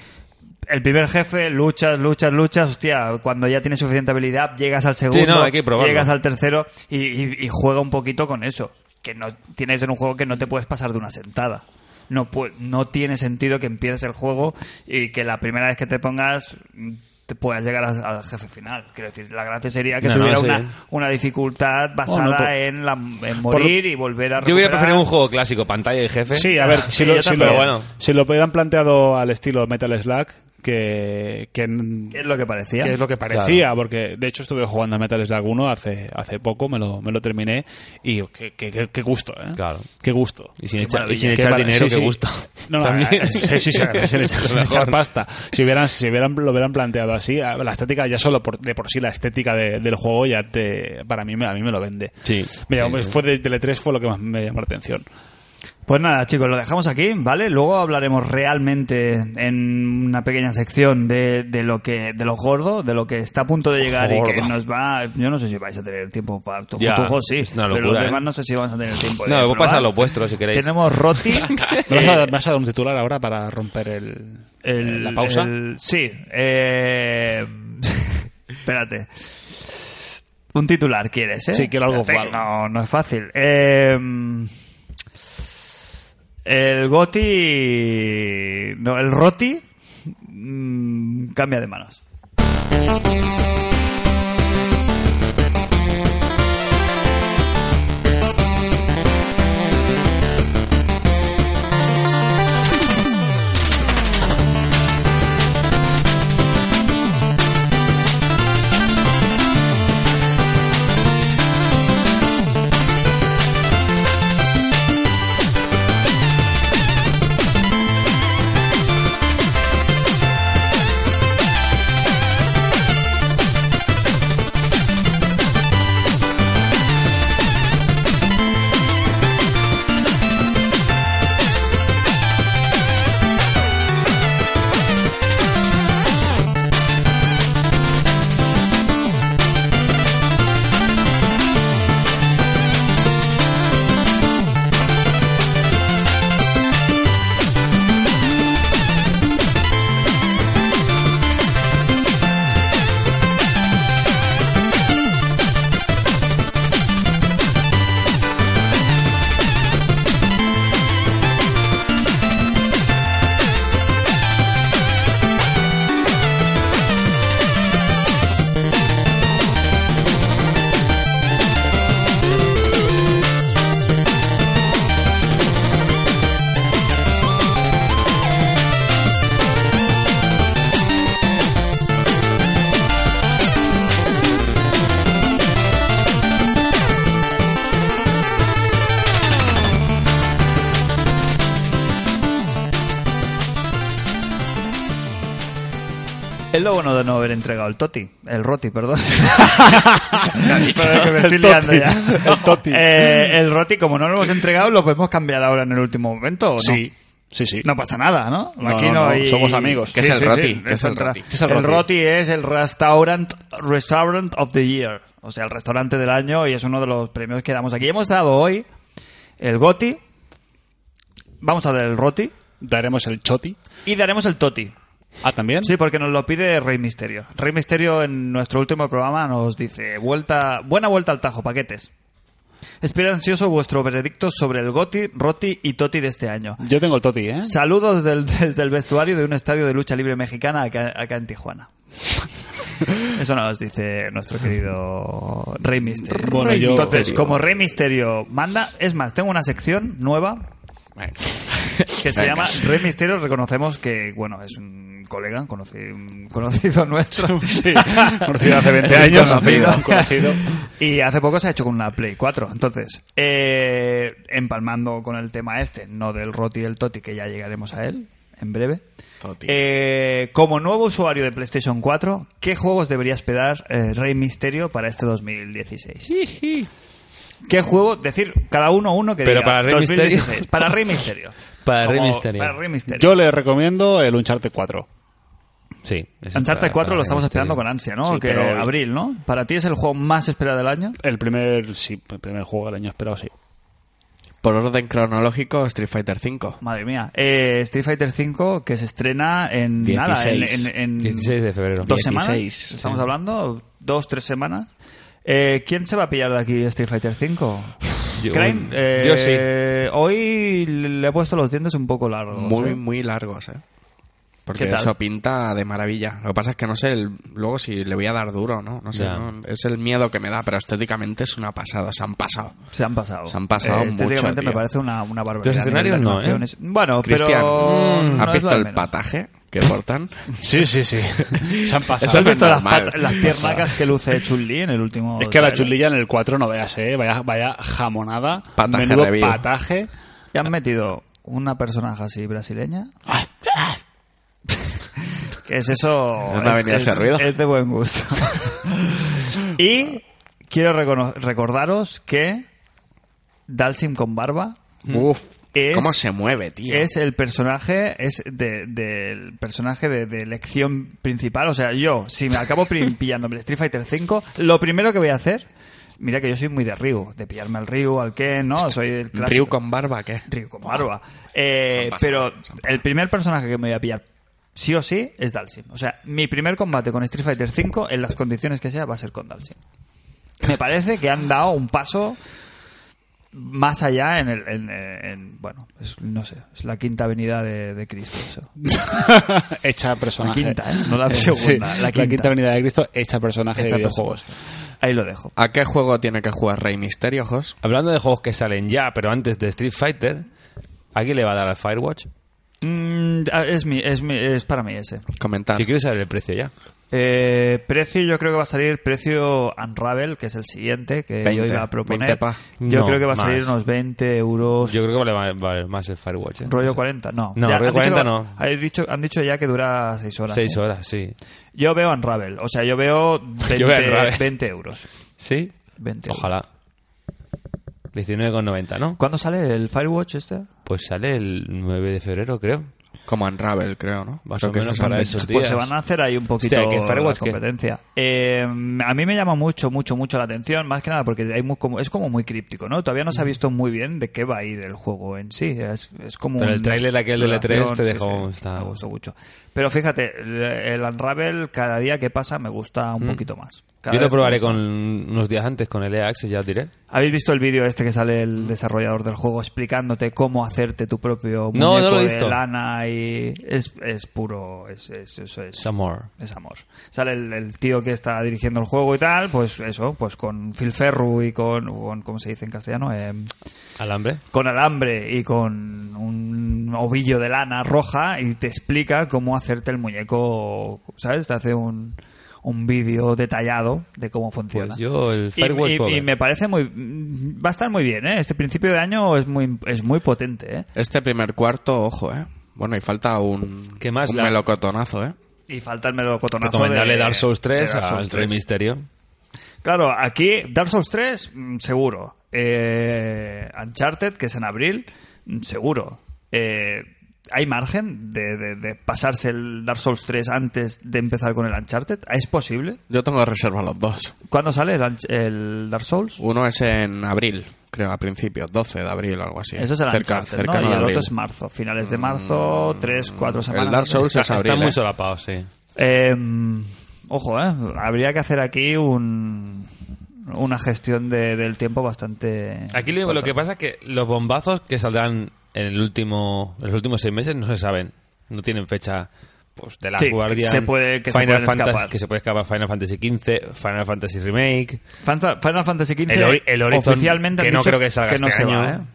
el primer jefe luchas, luchas, luchas, hostia, cuando ya tienes suficiente habilidad llegas al segundo,
no, hay que probarlo.
llegas al tercero y, y- y juega un poquito con eso, que no tienes en un juego que no te puedes pasar de una sentada. No, pu- no tiene sentido que empieces el juego y que la primera vez que te pongas mm, te puedas llegar a- al jefe final. Quiero decir, la gracia sería que
No, no,
tuviera
sí. pues,
una, una dificultad basada
por-
en, la, en morir y volver a
Yo hubiera
recuperar.
preferido un juego clásico, pantalla y jefe.
Sí, a ver, si,
Sí,
lo,
yo
si,
también.
lo,
Pero bueno.
si lo hubieran planteado al estilo Metal Slack, que, que,
¿Qué es lo que parecía?
que es lo que parecía, porque de hecho estuve jugando a Metal Slack 1 hace, hace poco, me lo, me lo terminé, y qué, qué- qué- qué gusto, ¿eh?
Claro.
Qué gusto.
Y sin
Qué
echar- y
maravilla.
sin
Qué
echar
mara-
dinero, qué gusto.
No, no,
(laughs)
(laughs)
También.
sí, sí, sí,
(laughs)
sin- sin- sin echar pasta. Si hubieran, si hubieran, lo hubieran planteado así, a- la estética ya solo por, de por sí, la estética de- del juego ya te, para mí, me- a mí me lo vende.
Sí.
Me llamó-
Sí, sí.
fue de Tele3 fue lo que más me llamó la atención.
Pues nada, chicos, lo dejamos aquí, ¿vale? Luego hablaremos realmente en una pequeña sección de, de lo que de lo gordo, de lo que está a punto de llegar y que
Gordo.
nos va. Yo no sé si vais a tener tiempo para tu
Ya,
tu juego, sí,
es una
pero los
locura,
demás
¿eh?
no sé si vamos a tener tiempo. de
No, vos
probar.
pasad los vuestros si queréis.
Tenemos
(laughs)
Roti.
¿Me vas, a,
eh,
me vas a dar un titular ahora para romper el,
el-
la pausa?
el- sí. eh, (laughs) espérate. Un titular quieres, ¿eh?
Sí, quiero algo
Espérate,
guapo.
No, no es fácil. Eh, el Goti... No, el Roti mm, cambia de manos. Es lo bueno de no haber entregado el Toti. El Roti,
(laughs)
perdón. Pero es que me
El
estoy
Toti.
liando ya.
El Toti.
Eh, el Roti, como no lo hemos entregado, lo podemos cambiar ahora en el último momento, ¿o no?
Sí, sí, sí.
No pasa nada, ¿no?
No, no, no, somos amigos.
¿Qué es el Roti? ¿Qué es
Eso
el
entra.
Roti?
¿Qué es el Roti? El Roti es el restaurant, restaurant of the Year, o sea, el restaurante del año y es uno de los premios que damos aquí. Hemos dado hoy el Goti, vamos a dar el Roti
Daremos el choti.
y daremos el Toti.
Ah, también.
Sí, porque nos lo pide Rey Misterio. Rey Misterio en nuestro último programa nos dice, vuelta, buena vuelta al tajo, paquetes. Espero ansioso vuestro veredicto sobre el Goti, Roti y Toti de este año.
Yo tengo el toti, ¿eh?
Saludos del- desde el vestuario de un estadio de lucha libre mexicana acá, acá
(laughs)
en Tijuana. Eso nos dice nuestro querido Rey Misterio.
Bueno, yo-
Entonces, como Rey Misterio manda, es más, tengo una sección nueva que se llama Rey Misterio. Reconocemos que, bueno, es un colega, conocí- un conocido nuestro.
Sí, conocido hace 20
Es un
años.
(laughs)
conocido.
Un conocido.
Y hace poco se ha hecho con una Play 4. Entonces, eh, empalmando con el tema este, no del Roti y el Toti, que ya llegaremos a él en breve.
Toti.
Eh, como nuevo usuario de PlayStation 4, ¿qué juegos debería esperar eh, Rey Misterio para este 2016? ¿Qué juego? Decir cada uno uno que
Pero
diga,
para Rey
2016.
Misterio.
Para Rey Misterio.
(laughs) Para Rey
Como-
Misterio.
Para Rey Misterio.
Yo le recomiendo el Uncharted 4.
Sí. es
Uncharted
para-
4
para
lo estamos
este-
esperando con ansia, ¿no?
Sí,
que
pero-
abril, ¿no? Para ti es el juego más esperado del año.
El primer, sí, el primer juego del año esperado, sí.
Por orden cronológico, Street Fighter V.
Madre mía. Eh, Street Fighter V que se estrena en nada, en,
16.
en- en
16 de febrero.
dos
16,
semanas. Estamos
sí.
hablando dos, tres semanas. Eh, ¿Quién se va a pillar de aquí Street Fighter V?
Yo-
Crane, eh,
yo sí.
Hoy le he puesto los dientes un poco largos.
Muy,
¿eh?
muy largos, ¿eh?
¿Qué
Porque
tal?
eso pinta de maravilla. Lo que pasa es que no sé el- luego si le voy a dar duro, ¿no? No sé.
Ya.
¿no? Es el miedo que me da, pero estéticamente es una pasada. Se han pasado.
Se han pasado. Eh,
Se han pasado mucho,
estéticamente me
tío.
parece una, una barbaridad.
Los
a nivel de
escenarios no, ¿eh?
animaciones. Bueno,
Cristian,
pero...
mm,
no
¿has
es
visto
lo de
el
menos.
pataje que portan?
Sí, sí, sí. (laughs) Se han
Eso
pasado.
¿Has
no es
visto las,
normal.
pat- las piernacas que luce Chun-Li en el último...
Es que a la
trailer?
chulilla en el 4 no veas, ¿eh? Vaya, vaya jamonada.
Pataje
menudo
review.
pataje.
Y han metido una personaje así brasileña. que es eso?
No me ha venido ese ruido.
es de buen gusto.
(laughs)
y quiero recono- recordaros que Dalsim con barba
Uf,
Es-
cómo se mueve, tío.
es el personaje es de- del personaje de, de elección principal. O sea, yo, si me acabo (laughs) pri- pillando el Street Fighter V, lo primero que voy a hacer... Mira que yo soy muy de Ryu, de pillarme al Ryu, al Ken, ¿no? Soy el clásico.
Ryu con barba, ¿qué?
Ryu con barba. Eh,
Se han pasado,
pero
se han pasado.
el primer personaje que me voy a pillar sí o sí es Dalsim. O sea, mi primer combate con Street Fighter V, en las condiciones que sea, va a ser con Dalsim. Me parece que han dado un paso más allá en el... en- en- bueno, es- no sé, es la quinta avenida de, de Cristo. eso.
Hecha personaje.
La quinta, ¿eh? No la
Eh,
segunda,
sí,
la
la
quinta.
quinta avenida de Cristo, hecha personaje
Esta
de videojuegos.
persona. Ahí lo dejo.
¿A qué juego tiene que jugar Rey Misterio, Jos?
Hablando de juegos que salen ya, pero antes de Street Fighter, ¿a quién le va a dar al Firewatch?
Mm, ah, es, mi, es, mi- es para mí ese.
Comentar.
Si quieres saber el precio ya.
Eh, precio, yo creo que va a salir precio Unravel, que es el siguiente que yo
20,
iba a proponer.
20 pa.
Yo
No,
creo que va a
más.
salir unos 20 euros,
Yo creo que vale, vale- vale más el Firewatch. ¿eh?
rollo 40. No,
No,
Ya,
rollo
han dicho que
40
va-
no.
habéis dicho, han dicho ya que dura 6 horas.
Seis
¿eh?
horas, sí.
Yo veo Unravel, o sea, yo veo 20,
(laughs) Yo veo Unravel.
20 euros.
¿Sí?
20 euros.
Ojalá. 19,90, ¿no?
¿Cuándo sale el Firewatch este?
Pues sale el 9 de febrero, creo.
Como Unravel, creo, ¿no?
Más
Creo
o
que
menos
esa
para
fecha.
esos días.
Pues se van a hacer ahí un poquito
Hostia, ¿qué Firewatch
la
qué?
competencia. Eh, a mí me llama mucho, mucho, mucho la atención, más que nada porque hay muy- como, es como muy críptico, ¿no? Todavía no
Mm.
se ha visto muy bien de qué va a ir el juego en sí. Es, es como
Pero el
una
tráiler aquel del E3
exploración,
te dejó- está-
Me gustó mucho. Pero fíjate, el, el Unravel cada día que pasa me gusta un poquito más. Cada
Mm. Yo lo
vez
probaré
más.
con unos días antes con el E EA Access, ya os diré.
¿Habéis visto el vídeo este que sale
Mm.
el desarrollador del juego explicándote cómo hacerte tu propio
No,
muñeco
no lo he
de
visto.
lana y es, es puro es, es- eso es
Some more.
es amor. Sale el, el tío que está dirigiendo el juego y tal, pues eso, pues con Phil Ferru y con, con ¿cómo se dice en castellano? Eh,
¿Alambre?
con alambre y con un ovillo de lana roja y te explica cómo hacerte el muñeco, ¿sabes? Te hace un, un vídeo detallado de cómo funciona.
Pues yo el
Y-
Firewatch
y,
puedo
y
ver.
me parece muy... Va a estar muy bien, ¿eh? Este principio de año es muy, es muy potente, ¿eh?
Este primer cuarto, ojo, ¿eh? Bueno, y falta un,
¿Qué más
un
la-
melocotonazo, ¿eh?
y faltarme los cotonazos.
Recomendarle
de-
Dark Souls 3
de Dark Souls
al
3.
Rey Misterio.
Claro, aquí Dark Souls 3, mm, seguro. Eh, Uncharted, que es en abril, mm, seguro. Eh, ¿Hay margen de, de- de pasarse el Dark Souls 3 antes de empezar con el Uncharted? ¿Es posible?
Yo tengo de reserva los dos.
¿Cuándo sale el, Unch- el Dark Souls?
Uno es en abril, creo, a principios, 12 de abril o algo así.
Eso es el
cerca,
Uncharted,
cercano
¿no? Y
de
el
abril. Mm,
otro es marzo, finales de marzo, 3, 4 semanas.
El Dark Souls
Está,
es abril.
está muy
eh.
solapado, sí.
Eh, ojo, ¿eh? Habría que hacer aquí un, una gestión de- del tiempo bastante...
Aquí lo, lo que pasa es que los bombazos que saldrán en el último, en los últimos seis meses no se saben. No tienen fecha pues, de la
Sí,
guardia.
se puede- que se
Final
pueden
Fantasy,
escapar.
Que se puede escapar Final Fantasy XV, Final Fantasy Remake.
Fanta- Final Fantasy XV
El Ori- el Horizon,
oficialmente han
que no
dicho
creo que salga
no
este
se va,
año.
¿eh?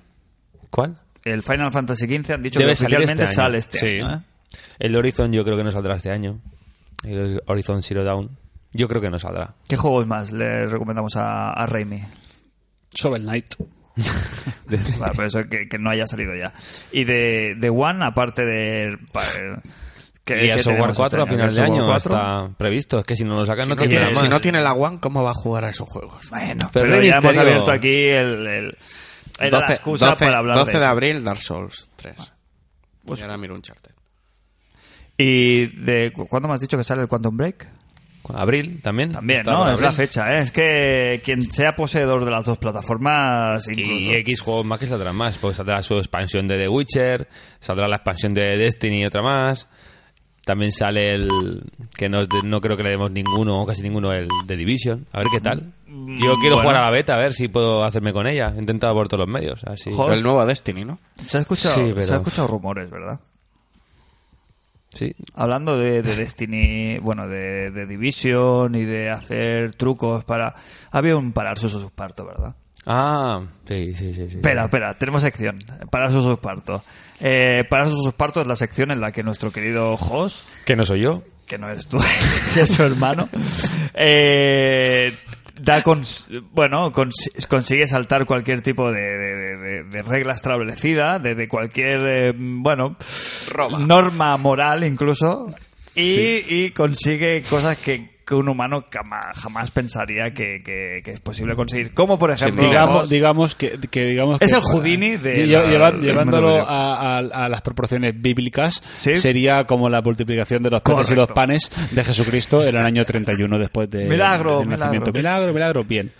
¿Cuál?
El Final Fantasy XV han dicho
Debe
que
salir
oficialmente
este año.
sale este
Sí.
año. ¿eh?
El Horizon yo creo que no saldrá este año. El Horizon Zero Dawn. Yo creo que no saldrá.
¿Qué juegos más le recomendamos a, a Raimi?
Shovel Knight.
(laughs) Vale, por eso que, que no haya salido ya. Y de, de One, aparte de... pa- eh, ¿qué-
y el
qué
Software
tenemos
4 a
este año?
final de
¿El Software
año
4?
está previsto. Es que si no lo sacan no,
No
tiene
tiene-
nada más.
si no tiene la One, ¿cómo va a jugar a esos juegos?
Bueno, pero, ya
Pero el
hemos
misterio-
abierto aquí el... el- era la excusa para hablar
12
de, Pues-
de
eso.
abril, Dark Souls 3. y ahora miro un charter.
¿Y de cu- cuándo me has dicho que sale el Quantum Break?
Abril también.
También,
Está
¿no?
para
Es la
abril.
fecha, ¿eh? Es que quien sea poseedor de las dos plataformas,
Y
incluso...
X juegos más que saldrán más, porque saldrá su expansión de The Witcher, saldrá la expansión de Destiny y otra más. También sale el que no, no creo que le demos ninguno o casi ninguno el de Division. A ver qué tal. Yo quiero
Mm, bueno.
jugar a la beta, a ver si puedo hacerme con ella. He intentado por todos los medios. Así.
Jo- Joder.
El nuevo Destiny, ¿no?
Se ha escuchado,
Sí, pero-
se ha escuchado rumores, ¿verdad?
Sí.
Hablando de, de Destiny, bueno, de, de Division y de hacer trucos para... Había un parar sus parto, ¿verdad?
Ah, sí, sí, sí. sí.
Espera, espera, tenemos sección. Parar sus parto. Eh, parar sus parto es la sección en la que nuestro querido Jos,
Que no soy yo.
que no eres tú, (laughs) que es su hermano, eh, da cons- bueno, cons- consigue saltar cualquier tipo de, de- de- de- de regla establecida, de, de cualquier, eh, bueno, norma moral incluso, y, y consigue cosas que, que un humano cama- jamás pensaría que, que- que es posible conseguir. Como, por ejemplo...
Digamos, digamos que, que digamos
Es
que-
el Houdini
Lle-
de la-
lleva-
del mundo
llevándolo
del
a, a- a las proporciones bíblicas
Sí.
sería como la multiplicación de los peces y los
Correcto.
panes de Jesucristo en el
(laughs)
año 31 después de
Milagro,
del nacimiento. Milagro, milagro, bien.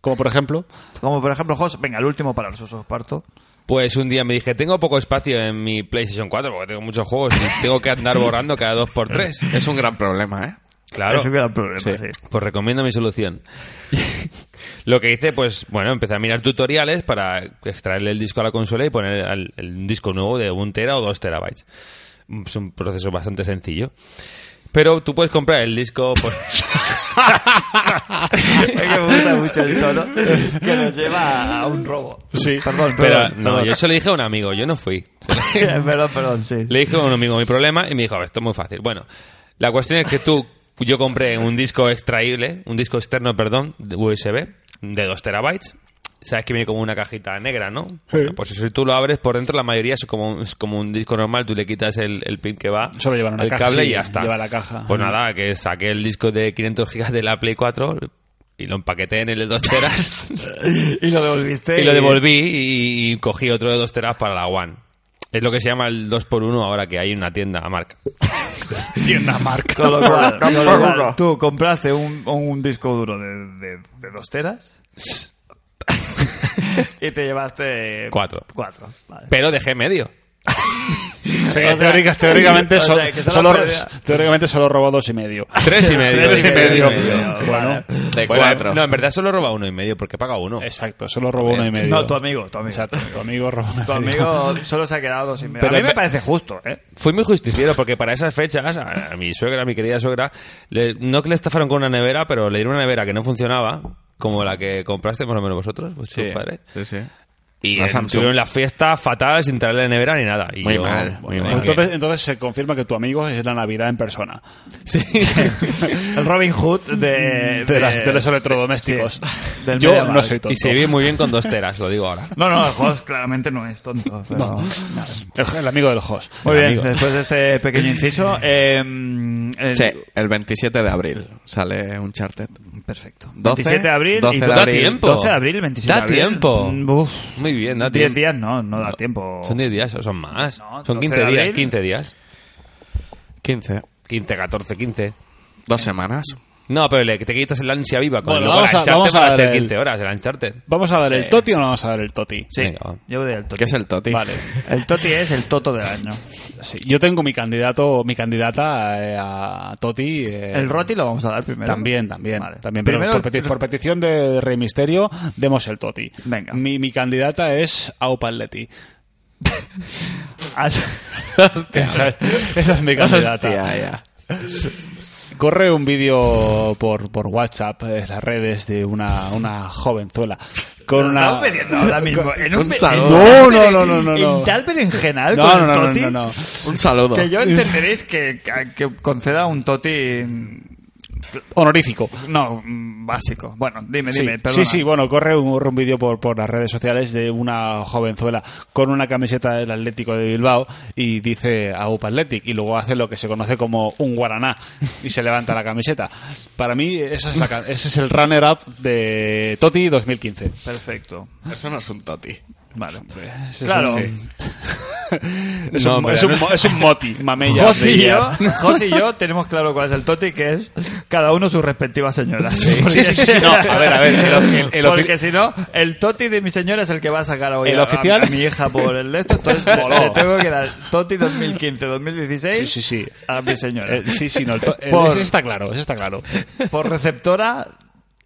Como por
(laughs)
ejemplo,
Como por ejemplo, Jos, venga, el último para el sosos parto.
Pues un día me dije, tengo poco espacio en mi PlayStation 4 porque tengo muchos juegos y tengo que andar borrando cada dos por
(laughs)
tres.
Es un gran problema, ¿eh?
Claro.
Eso que era el problema,
Sí.
sí.
Pues recomiendo mi solución. (laughs) Lo que hice, pues, bueno, empecé a mirar tutoriales para extraerle el disco a la consola y poner al- el, disco nuevo de 1 tera o 2 terabytes. Es un proceso bastante sencillo. Pero tú puedes comprar el disco... Pues,
Es que me gusta mucho el tono que nos lleva a un robo.
Sí.
(laughs) Perdón,
pero,
perdón,
no,
perdón.
yo se lo dije a un amigo, yo
(laughs)
no fui.
perdón, perdón, sí.
Le dije a un amigo mi problema y me dijo, a ver, esto es muy fácil. Bueno, la cuestión es que tú, yo compré un disco extraíble, un disco externo, perdón, de USB, de 2 terabytes. Sabes que viene como una cajita negra, ¿no? Bueno, pues si tú lo abres por dentro, la mayoría es como, un- es como un disco normal, tú le quitas el, el pin que va,
Solo llevan una
el
caja,
cable
sí,
y ya está.
lleva la caja.
Pues nada, que saqué el disco de 500 gigas de la Play 4 y lo empaqueté en el de
(laughs)
2 teras
Y lo devolviste.
y lo devolví y, y cogí otro de 2 teras para la One. Es lo que se llama el 2x1 ahora que hay una tienda a marca.
Con lo cual, con lo cual, tú compraste un, un disco duro de, de, de dos teras. y te llevaste.
Cuatro.
Cuatro. Vale.
Pero dejé
(laughs)
medio.
o sea,
O sea, (laughs)
teórica- teóricamente,
o sea,
son-
que solo
solo,
(laughs) perdía.
teóricamente solo robó dos y medio.
Tres y medio.
Tres y medio.
Vale.
De
Bueno,
cuatro.
No, en verdad solo roba uno y medio porque paga uno.
Exacto, solo robó uno y medio.
No, tu amigo, tu amigo.
Exacto, tu amigo robó uno y
Tu
medio.
amigo solo se ha quedado dos y medio.
Pero
a mí me
ve-
parece justo, ¿eh?
Fui muy justiciero porque para esas fechas a, a mi suegra, a mi querida suegra, le- no que le estafaron con una nevera, pero le dieron una nevera que no funcionaba, como la que compraste más o menos vosotros, pues tus padres.
sí, sí.
Y
La
eh,
Samsung.
tuvieron la fiesta fatal sin traerle la nevera ni nada. Y
Muy
yo,
mal, muy
bueno,
mal.
es que-
Pues Entonces, entonces se confirma que tu amigo es la Navidad en persona. Sí.
El Robin Hood de...
de, las- de los electrodomésticos.
sí, (laughs) del
Yo
Media
no
Markt.
soy tonto.
Y se vive muy bien con dos teras, lo digo ahora.
No, no, el Hoss claramente no es tonto. pero- nada.
El, el amigo del host.
Muy bien,
amigo.
después de este pequeño inciso... eh, el-
Sí, el 27 de abril sale un charter.
Perfecto.
12,
27 de abril
12
y
de
Da
abril.
tiempo.
12 de abril, 27
Da
de abril.
tiempo.
Mm, uf.
Muy bien,
10
da
Mm.
tiempo.
días no, no da tiempo.
Son 10 días, son más.
No,
son 15
12 de
días,
abril.
15 días.
15.
15, 14, 15.
Dos semanas.
No, pero le, te quitas el ansia viva con
Bueno,
luego
vamos
el
a-
Uncharted
vamos a
van
ver
ser
el-
15 horas el Uncharted.
¿Vamos a dar el toti o no vamos a dar el toti?
Sí,
Venga, va.
yo voy del Toti.
¿Qué es el Toti?
Vale.
El Toti es el toto del
(laughs)
año.
Sí, Yo tengo mi candidato, mi candidata eh, a toti. eh,
El Roti lo vamos a dar primero.
También, también,
Vale.
también. Pero
Primero
por, peti-
el-
por petición de Rey Misterio, demos el toti.
Venga.
Mi, mi candidata es Aupaletti. (laughs)
al-
Esa, es- esa es
(laughs)
mi candidata.
Hostia, ya.
Corre un vídeo por, por WhatsApp, en las redes, de una, una jovenzuela. Con una...
Estamos metiendo
(laughs)
ahora mismo eh, en un,
Un
be-
sabor.
en-
No, no, no, no, no.
En tal berenjenal
No, no,
con el
no, no,
Toti
no, no.
Un
(laughs)
saludo.
que yo entenderéis que, que conceda un Toti
Honorífico.
no mm, básico. Bueno, dime,
Sí,
dime, perdona.
sí, sí, bueno, corre un, corre un vídeo por, por las redes sociales de una jovenzuela con una camiseta del Atlético de Bilbao y dice a UP Athletic y luego hace lo que se conoce como un guaraná y se levanta la camiseta. Para mí esa es la ca- ese es el runner-up de Toti 2015.
Perfecto.
Eso no es un Toti.
Vale.
Eso
Claro.
sí. (laughs) Es,
No,
un,
hombre,
es, un,
no.
mo- es un moti, mamella.
Jos y, yo,
brilla.
Jos y yo tenemos claro cuál es el toti, que es cada uno sus respectivas señoras.
sí, sí, sí, no, a ver, a ver, el ofi- el- el ofi-
Porque si no, el toti de mi señora es el que va a sacar hoy
El
a,
oficial.
a mi hija por el de esto, entonces
(laughs)
le, le tengo que dar toti 2015-2016
Sí, sí, sí.
a mi señora.
Eh, sí, sí, no, el to- el-
Por-
ese está claro, ese está claro.
Por receptora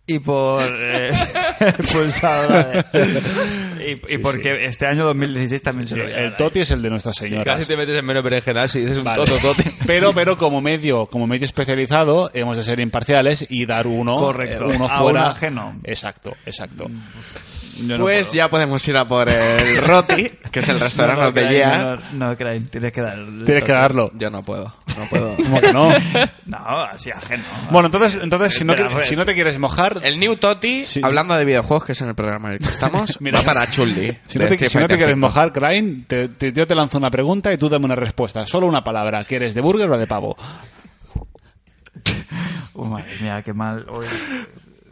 y por eh, (laughs) pulsadora. de- y, y porque este año 2016 también se lo voy a
El
dar.
Toti es el de nuestra señora.
Casi te metes en menos berenjenal si dices un
Vale.
toto tote.
Pero, pero como medio, como medio especializado, hemos de ser imparciales y dar uno,
Correcto.
eh, uno
A
fuera.
un ajeno.
Exacto, exacto. Mm.
Yo no
Pues ya podemos ir a por el Roti, que es el
(laughs)
restaurante
no,
de
Crane,
Yea.
No, no, Crane, tienes que dar. el
Tienes que
toque.
darlo.
Yo no puedo, no puedo.
Como que (laughs) no.
No, así ajeno.
Bueno, entonces, entonces si, no,
Espera,
te-
a ver.
si no te quieres mojar,
El New Toti,
Sí, sí.
hablando de videojuegos, que es en el programa en el que
(laughs)
estamos, va para
si no
Chuldi. de este
te,
Street
si no te
Fighter
quieres
V.
mojar, Crane, te- te- yo te lanzo una pregunta y tú dame una respuesta. Solo una palabra. ¿Quieres de burger o de pavo?
Uy, madre mía, qué mal. Uy,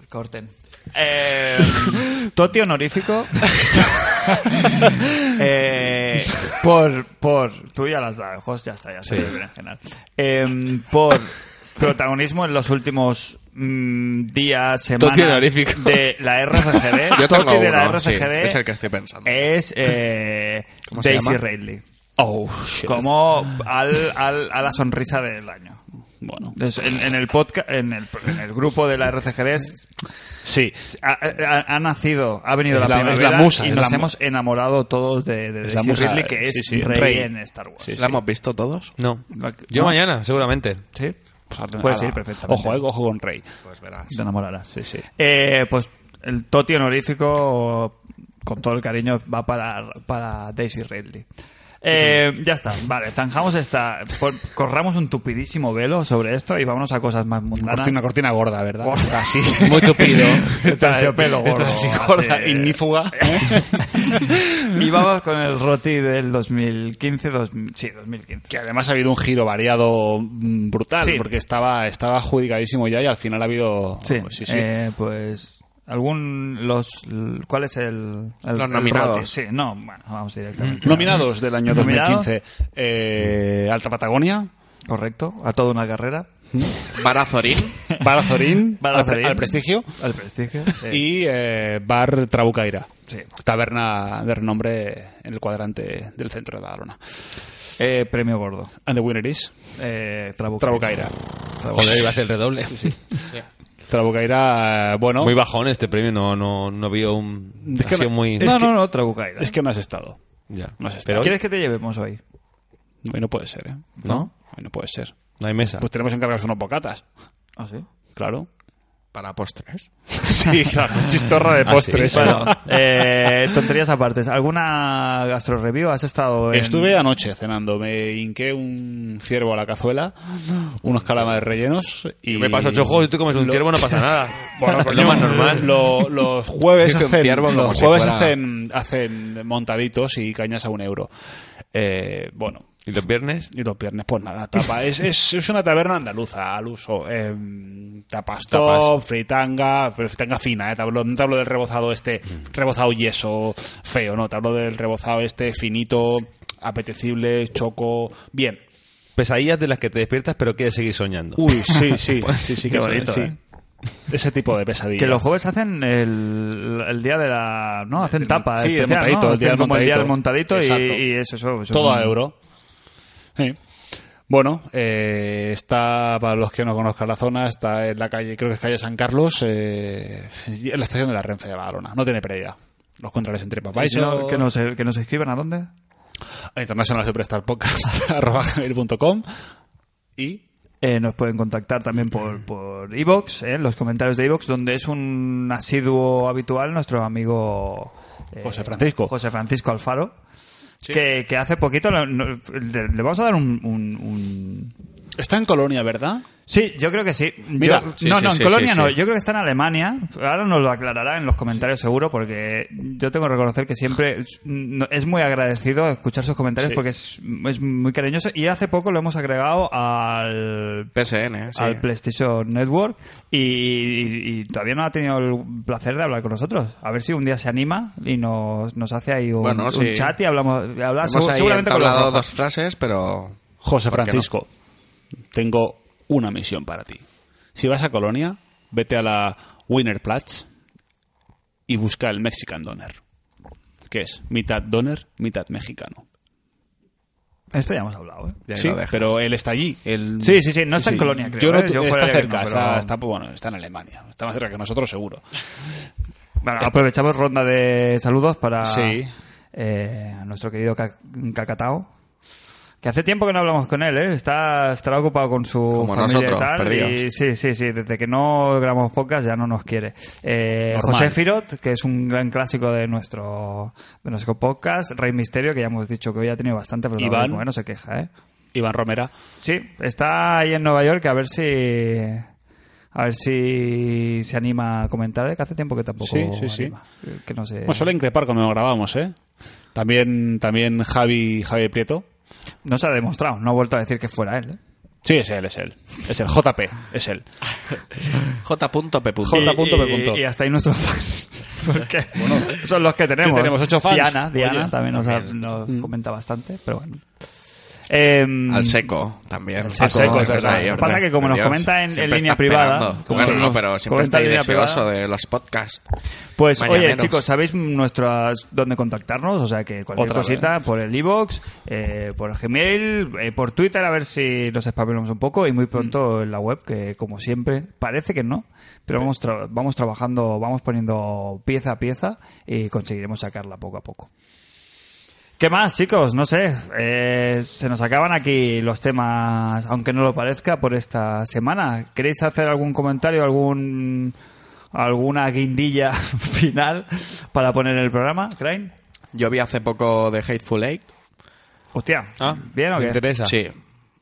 corten. Eh, toti (laughs) honorífico. Eh, por, por. Tú ya las das, Jos, ya está, ya se debe berenjenar. Eh, por protagonismo en los últimos mm, días, semanas
Toti honorífico.
de la RCGD.
Yo tengo
Toti de la
uno, sí,
RCGD
es el que estoy pensando.
es,
(laughs)
eh,
¿Cómo se
Daisy
llama?
Ridley.
Oh, shit.
Como al, al- a la sonrisa del año.
Bueno,
Entonces, en, en el podcast, en el, en el grupo de la RCGD es-
sí.
ha, ha- ha nacido, ha venido
Es
la,
la- es la
primavera
musa,
y
es
nos
la mu-
hemos enamorado todos de, de
Es la
Daisy
musa, eh,
Ridley, que es
sí, sí,
rey,
rey.
en Star Wars.
¿La hemos visto todos?
No. Yo
¿No?
mañana, seguramente.
ah, ¿Sí?
Pues, atención.
Puedes
Ala.
ir perfectamente.
Ojo, eh, ojo con Rey.
Te enamorarás.
Sí, sí.
Eh, pues el toti honorífico, con todo el cariño, va para, para Daisy Ridley. Eh, ya está, vale, zanjamos esta. por- corramos un tupidísimo velo sobre esto y vámonos a cosas más mundanas.
Cortina, cortina gorda, ¿verdad? (laughs)
Gorda.
Así.
Muy tupido.
Terciopelo gordo,
Está así gorda,
así.
ignífuga. ¿eh?
y vamos con el roti del 2015, dos- sí, 2015.
Que además ha habido un giro variado mm, brutal,
Sí.
porque estaba, estaba adjudicadísimo ya y al final ha habido...
Sí,
sí, sí.
eh, pues algún los l- ¿cuál es el, el-
Los
el
nominados.
roti? Sí, no, bueno, vamos directamente.
Nominados del año
Nominado.
2015. Eh, Alta Patagonia,
Correcto, a toda una carrera. (laughs)
Barazorín.
Barazorín,
Van a
al,
hacer bien.
al Prestigio
Al prestigio. sí.
y eh, Bar Trabucaira.
Sí.
Taberna de renombre en el cuadrante del centro de Badalona.
Eh, premio gordo.
And the winner is
Eh,
Trabucaira.
Trabucaira.
Joder, iba a ser el redoble.
Trabucaira, eh, bueno...
(laughs) Muy bajón este premio, no, no, no vio un...
Es que
ha sido
no-
muy...
Es
No,
que-
no, no, Trabucaira.
Es que no has estado.
Ya.
no sé,
Pero hoy
¿Quieres que te llevemos hoy?
Hoy no puede ser, ¿eh?
¿No?
Hoy no puede ser.
no hay mesa.
Pues tenemos encargados unos bocatas.
¿Ah, sí?
Claro.
para postres.
(laughs) Sí, claro, chistorra de
Ah, sí.
postres. (laughs)
Bueno, eh, tonterías aparte. ¿Alguna gastro review has estado en...
Estuve anoche cenando, me hinqué un ciervo a la cazuela, unos calamares rellenos y...
Yo me paso ocho
(laughs)
juegos y tú comes un
Lo-
ciervo, no pasa nada.
(laughs) Bueno,
es lo
coño,
más normal.
lo- los jueves
Dice un
hacen,
ciervo como
los
si
jueves
fuera-
hacen, hacen montaditos y cañas a un euro. Eh, bueno,
¿Y los viernes?
y los viernes, pues nada, tapa. es, es, es una taberna andaluza al uso. Em, tapas
Tapas.
top, fritanga, pero fritanga fina, ¿eh? Tablo- no te hablo del rebozado este,
Mm.
rebozado yeso, feo, no, te hablo del rebozado este finito, apetecible, choco, bien.
Pesadillas de las que te despiertas pero quieres seguir soñando.
Uy, sí,
(laughs)
sí, sí, sí, que
Qué
eso,
bonito,
sí.
¿eh?
Ese tipo de pesadilla.
Que los jueves hacen el, el día de la... ¿No? Hacen tapa.
Sí, el
especial,
montadito,
¿no?
el día
Hacen
del
como el día del
montadito.
montadito y,
Exacto.
y eso, eso, eso
Todo
es
a
un-
euro. Sí. Bueno, eh, está, para los que no conozcan la zona, está en la calle, creo que es calle San Carlos, eh, en la estación de la Renfe de Badalona. No tiene pérdida. Los controles entre papáis.
Que no- que, nos, que nos escriban a dónde.
International Superstar Podcast, (laughs) arroba gmail.com. Y
Eh, nos pueden contactar también
Mm.
por, por Evox, eh, en los comentarios de Evox, donde es un asiduo habitual nuestro amigo eh,
José Francisco.
José Francisco Alfaro, que, que hace poquito le, no- le- le vamos a dar un, un- un-
está en Colonia, ¿verdad?
Sí, yo creo que sí.
Mira,
Yo-
sí,
no,
sí,
no, en
sí,
Colonia
sí,
no,
sí.
yo creo que está en Alemania. Ahora nos lo aclarará en los comentarios seguro, porque yo tengo que reconocer que siempre es- no- es muy agradecido escuchar sus comentarios
Sí.
porque es, es muy cariñoso y hace poco lo hemos agregado al
PSN, ¿eh? sí.
al PlayStation Network y, y- y todavía no ha tenido el placer de hablar con nosotros. A ver si un día se anima y nos, nos hace ahí un,
Bueno,
un
sí.
chat y hablamos, hablar
Hemos
segu-
ahí
seguramente con los
entablado
Rafa.
dos frases, pero
José
¿Por qué
Francisco, tengo una misión para ti. Si vas a Colonia, vete a la Wienerplatz y busca el Mexican Doner. Que es mitad doner, mitad mexicano.
Esto ya hemos hablado, ¿eh?
ya ahí
sí,
lo dejas.
pero él está allí. él-
Sí, sí, sí, no está en Colonia, creo,
Yo no
¿eh?
tu-
Yo
está
juraría que
cerca,
no, pero-
está, está- bueno, está en Alemania. Está más cerca que nosotros, seguro.
Bueno, aprovechamos ronda de saludos para
Sí.
eh, a nuestro querido Ca- Cacatao. Que hace tiempo que no hablamos con él, ¿eh? Está, estará ocupado con su
Como
familia
nosotros,
y tal.
perdidos.
y sí, sí, sí. Desde que no grabamos podcast ya no nos quiere. Eh,
Normal.
José Firot, que es un gran clásico de nuestro, de nuestro podcast. Rey Misterio, que ya hemos dicho que hoy ha tenido bastante
Iván.
protagonismo, ¿eh? No se queja, ¿eh?
Iván Romera.
Sí, está ahí en Nueva York, a ver si... A ver si se anima a comentar, ¿eh? que hace tiempo que tampoco
Sí, sí, sí.
anima. Que no sé.
Bueno, suelen crepar cuando lo grabamos, ¿eh? También, también Javi, Javi Prieto.
No se ha demostrado, no ha vuelto a decir que fuera él. ¿eh?
Sí, es él, es él. Es el JP, es él.
J.P.
J. punto, P.
Y-
punto.
Y, y hasta ahí nuestros fans. (laughs) Porque son los que tenemos.
que tenemos ocho fans.
Diana, Diana
Oye, Mm.
también nos, ha- nos comenta bastante, pero bueno. Em,
Al seco también.
seco,
seco,
es verdad,
ahí,
hombre.
Pasa que como nos
Dios,
comenta en- en
siempre
línea
está
privada,
esperando.
como
Bueno,
nos
no, pero siempre
comenta
está
en línea
deseoso
privada.
de los podcasts.
Pues oye,
Mañaneros.
chicos, ¿sabéis nuestras dónde contactarnos? O sea que cualquier
Otra
cosita, por el iBox, por el Gmail, eh, por Twitter, a ver si nos espabilamos un poco y muy pronto en la web, que como siempre, parece que no, pero vamos, tra- vamos trabajando, vamos poniendo pieza a pieza y conseguiremos sacarla poco a poco. ¿Qué más, chicos? No sé. eh, se nos acaban aquí los temas, aunque no lo parezca, por esta semana. ¿Queréis hacer algún comentario, algún alguna guindilla (laughs) final para poner en el programa, Crane?
Yo vi hace poco de Hateful Eight.
Hostia,
Ah,
¿bien o
¿Te
qué?
interesa?
Sí.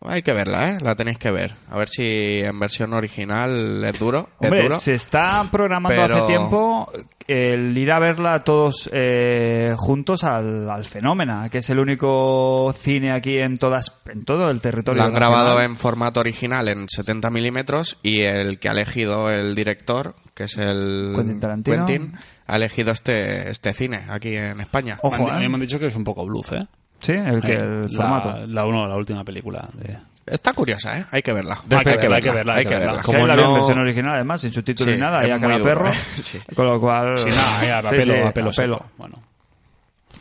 Hay que verla, ¿eh? La tenéis que ver. A ver si en versión original es duro. es
Hombre,
duro.
se está programando
pero-
hace tiempo el ir a verla todos eh, juntos al, al Fenómena, que es el único cine aquí en todas en todo el territorio.
La han
nacional.
grabado en formato original en 70 milímetros y el que ha elegido el director, que es el
Quentin Tarantino.
Quentin, ha elegido este, este cine aquí en España.
Ojo,
Me han- a
¿eh?
mí me han dicho que es un poco bluff, ¿eh?
Sí, el, que,
Eh,
el
la-
formato.
La, uno, la última película. de-
Está curiosa, ¿eh? Hay que verla.
Hay que verla, hay que verla, hay que verla.
Que
Como
ahí la vi en
no-
versión original, además, sin subtítulos
Sí,
ni nada,
es
ya
muy
cara
duro,
perro.
¿eh? Sí.
Con lo cual.
Sí,
(laughs)
nada, ya, a
Sí,
pelo,
sí,
a pelo
a
seco.
pelo.
Bueno.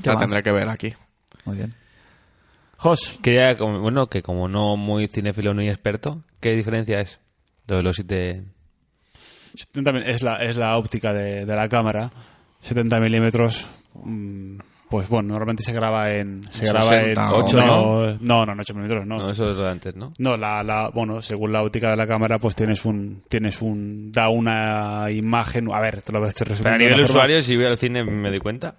¿Qué
La
más?
tendré que ver aquí.
Muy bien. Jos,
Que ya, como- bueno, que como no muy cinéfilo ni experto, ¿qué diferencia es? De los siete...
70 mil- es la, es la óptica de, de la cámara. 70 milímetros. mm, Pues bueno, normalmente se graba en. Se
60
graba en.
o-
Ocho,
no, no, no, en 8 milímetros, no.
No, eso es lo de antes, ¿no?
No, la, la, bueno, según la óptica de la cámara, pues tienes un, tienes un, da una imagen, a ver, te lo ves
Pero a nivel usuario, si voy al cine, me doy cuenta.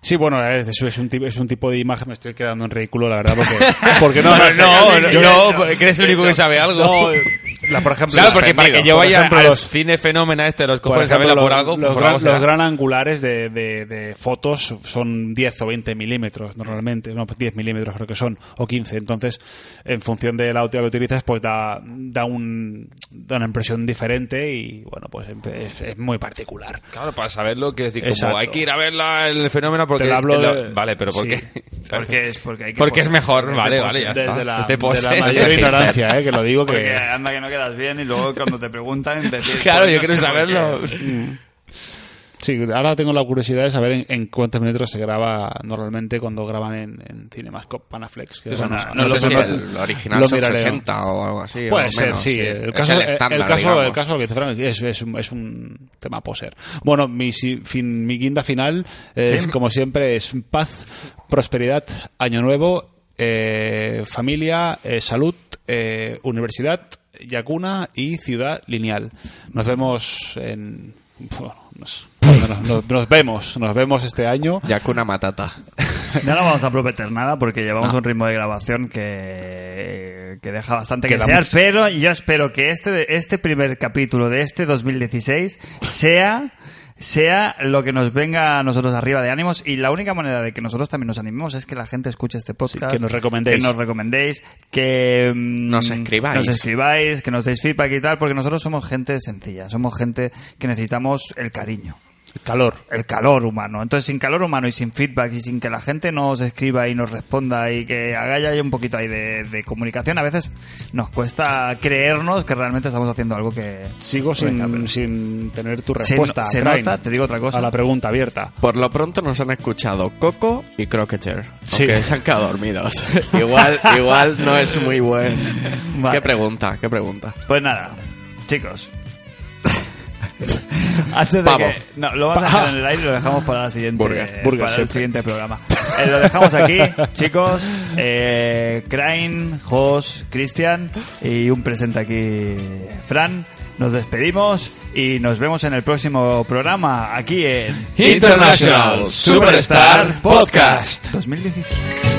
Sí, bueno, es, es, es un, tipo- es un tipo de imagen, me estoy quedando en ridículo, la verdad,
(laughs)
porque, porque no,
no, no,
yo-
no, porque eres el único que sabe algo.
no, la, por ejemplo,
Claro, porque para que yo
Por
vaya
ejemplo,
al
los-
cine fenómeno este, los
por
cojones a
ejemplo,
verlo por
los-
algo,
los,
por
gran,
algo será.
los gran angulares de, de- de fotos son 10 o 20 milímetros normalmente, no, pues 10 milímetros creo que son, o 15. Entonces, en función de la óptica que utilizas, pues da, da, un, da una impresión diferente y, bueno, pues em- es, es muy particular.
Claro, para saberlo, quiero decir, como
Exacto.
hay que ir a verla el fenómeno porque...
Te lo hablo
te lo-
de-
Vale, pero ¿por
sí.
qué?
Porque es, porque hay que
Porque es
poner-
mejor, vale,
pose-
vale, ya
Desde
está.
la,
Este
de
pose,
la
este
mayor
(laughs) hipster.
ignorancia, eh, que lo digo
(laughs)
que...
Porque anda que no quedas bien y luego cuando te
(laughs)
preguntan... te- te-
Claro, yo
no
quiero
sé por qué.
saberlo.
Sí, ahora tengo la curiosidad de saber en, en cuántos minutos se graba normalmente cuando graban en, en Cinemascope Panaflex. que bueno,
No,
lo
sé si
tengo-
el original
lo
son
miraré.
60 o algo así.
Puede
o
ser,
menos,
sí.
Es
El caso,
el
el-
estándar,
el caso,
digamos.
el caso lo que dice Frank es, es un, es un tema poser. Bueno, mi, si- fin- mi guinda final es, como siempre, es paz, prosperidad, año nuevo, eh, familia, eh, salud, eh, universidad, yacuna y ciudad lineal. Nos vemos en... bueno, nos, nos- nos- nos vemos, nos vemos este año.
Yakuna Matata.
(laughs) No nos vamos a prometer nada porque llevamos
Ah.
un ritmo de grabación eh, que, que deja bastante que
Queda
desear,
mucho.
pero yo espero que este, este primer capítulo de este 2016 sea sea lo que nos venga a nosotros arriba de ánimos y la única manera de que nosotros también nos animemos es que la gente escuche este podcast
Sí, que nos recomendéis.
que nos recomendéis que mm,
Nos escribáis.
nos escribáis que nos deis feedback y tal porque nosotros somos gente sencilla somos gente que necesitamos el cariño
Calor.
el calor humano. Entonces, sin calor humano y sin feedback y sin que la gente nos escriba y nos responda y que haga ya un poquito ahí de, de comunicación, a veces nos cuesta creernos que realmente estamos haciendo algo que...
Sigo sin, sin tener tu
Se-
respuesta.
se
Brian,
nota, te digo otra cosa.
A la pregunta abierta.
Por lo pronto nos han escuchado Coco y Crocketer.
Sí.
Aunque se han quedado dormidos. (laughs) igual, igual no es muy buen.
Vale.
Qué pregunta, qué pregunta.
Pues nada, chicos. Antes de
Pavo.
que- no, lo vamos a dejar en el aire y lo dejamos para, la siguiente,
Burger,
burger
para el
siempre.
siguiente programa. Eh, lo dejamos aquí, chicos. Eh, Crane, Jos, Cristian y un presente aquí, Fran. Nos despedimos y nos vemos en el próximo programa aquí en
International Superstar Podcast.
2016.
Oh,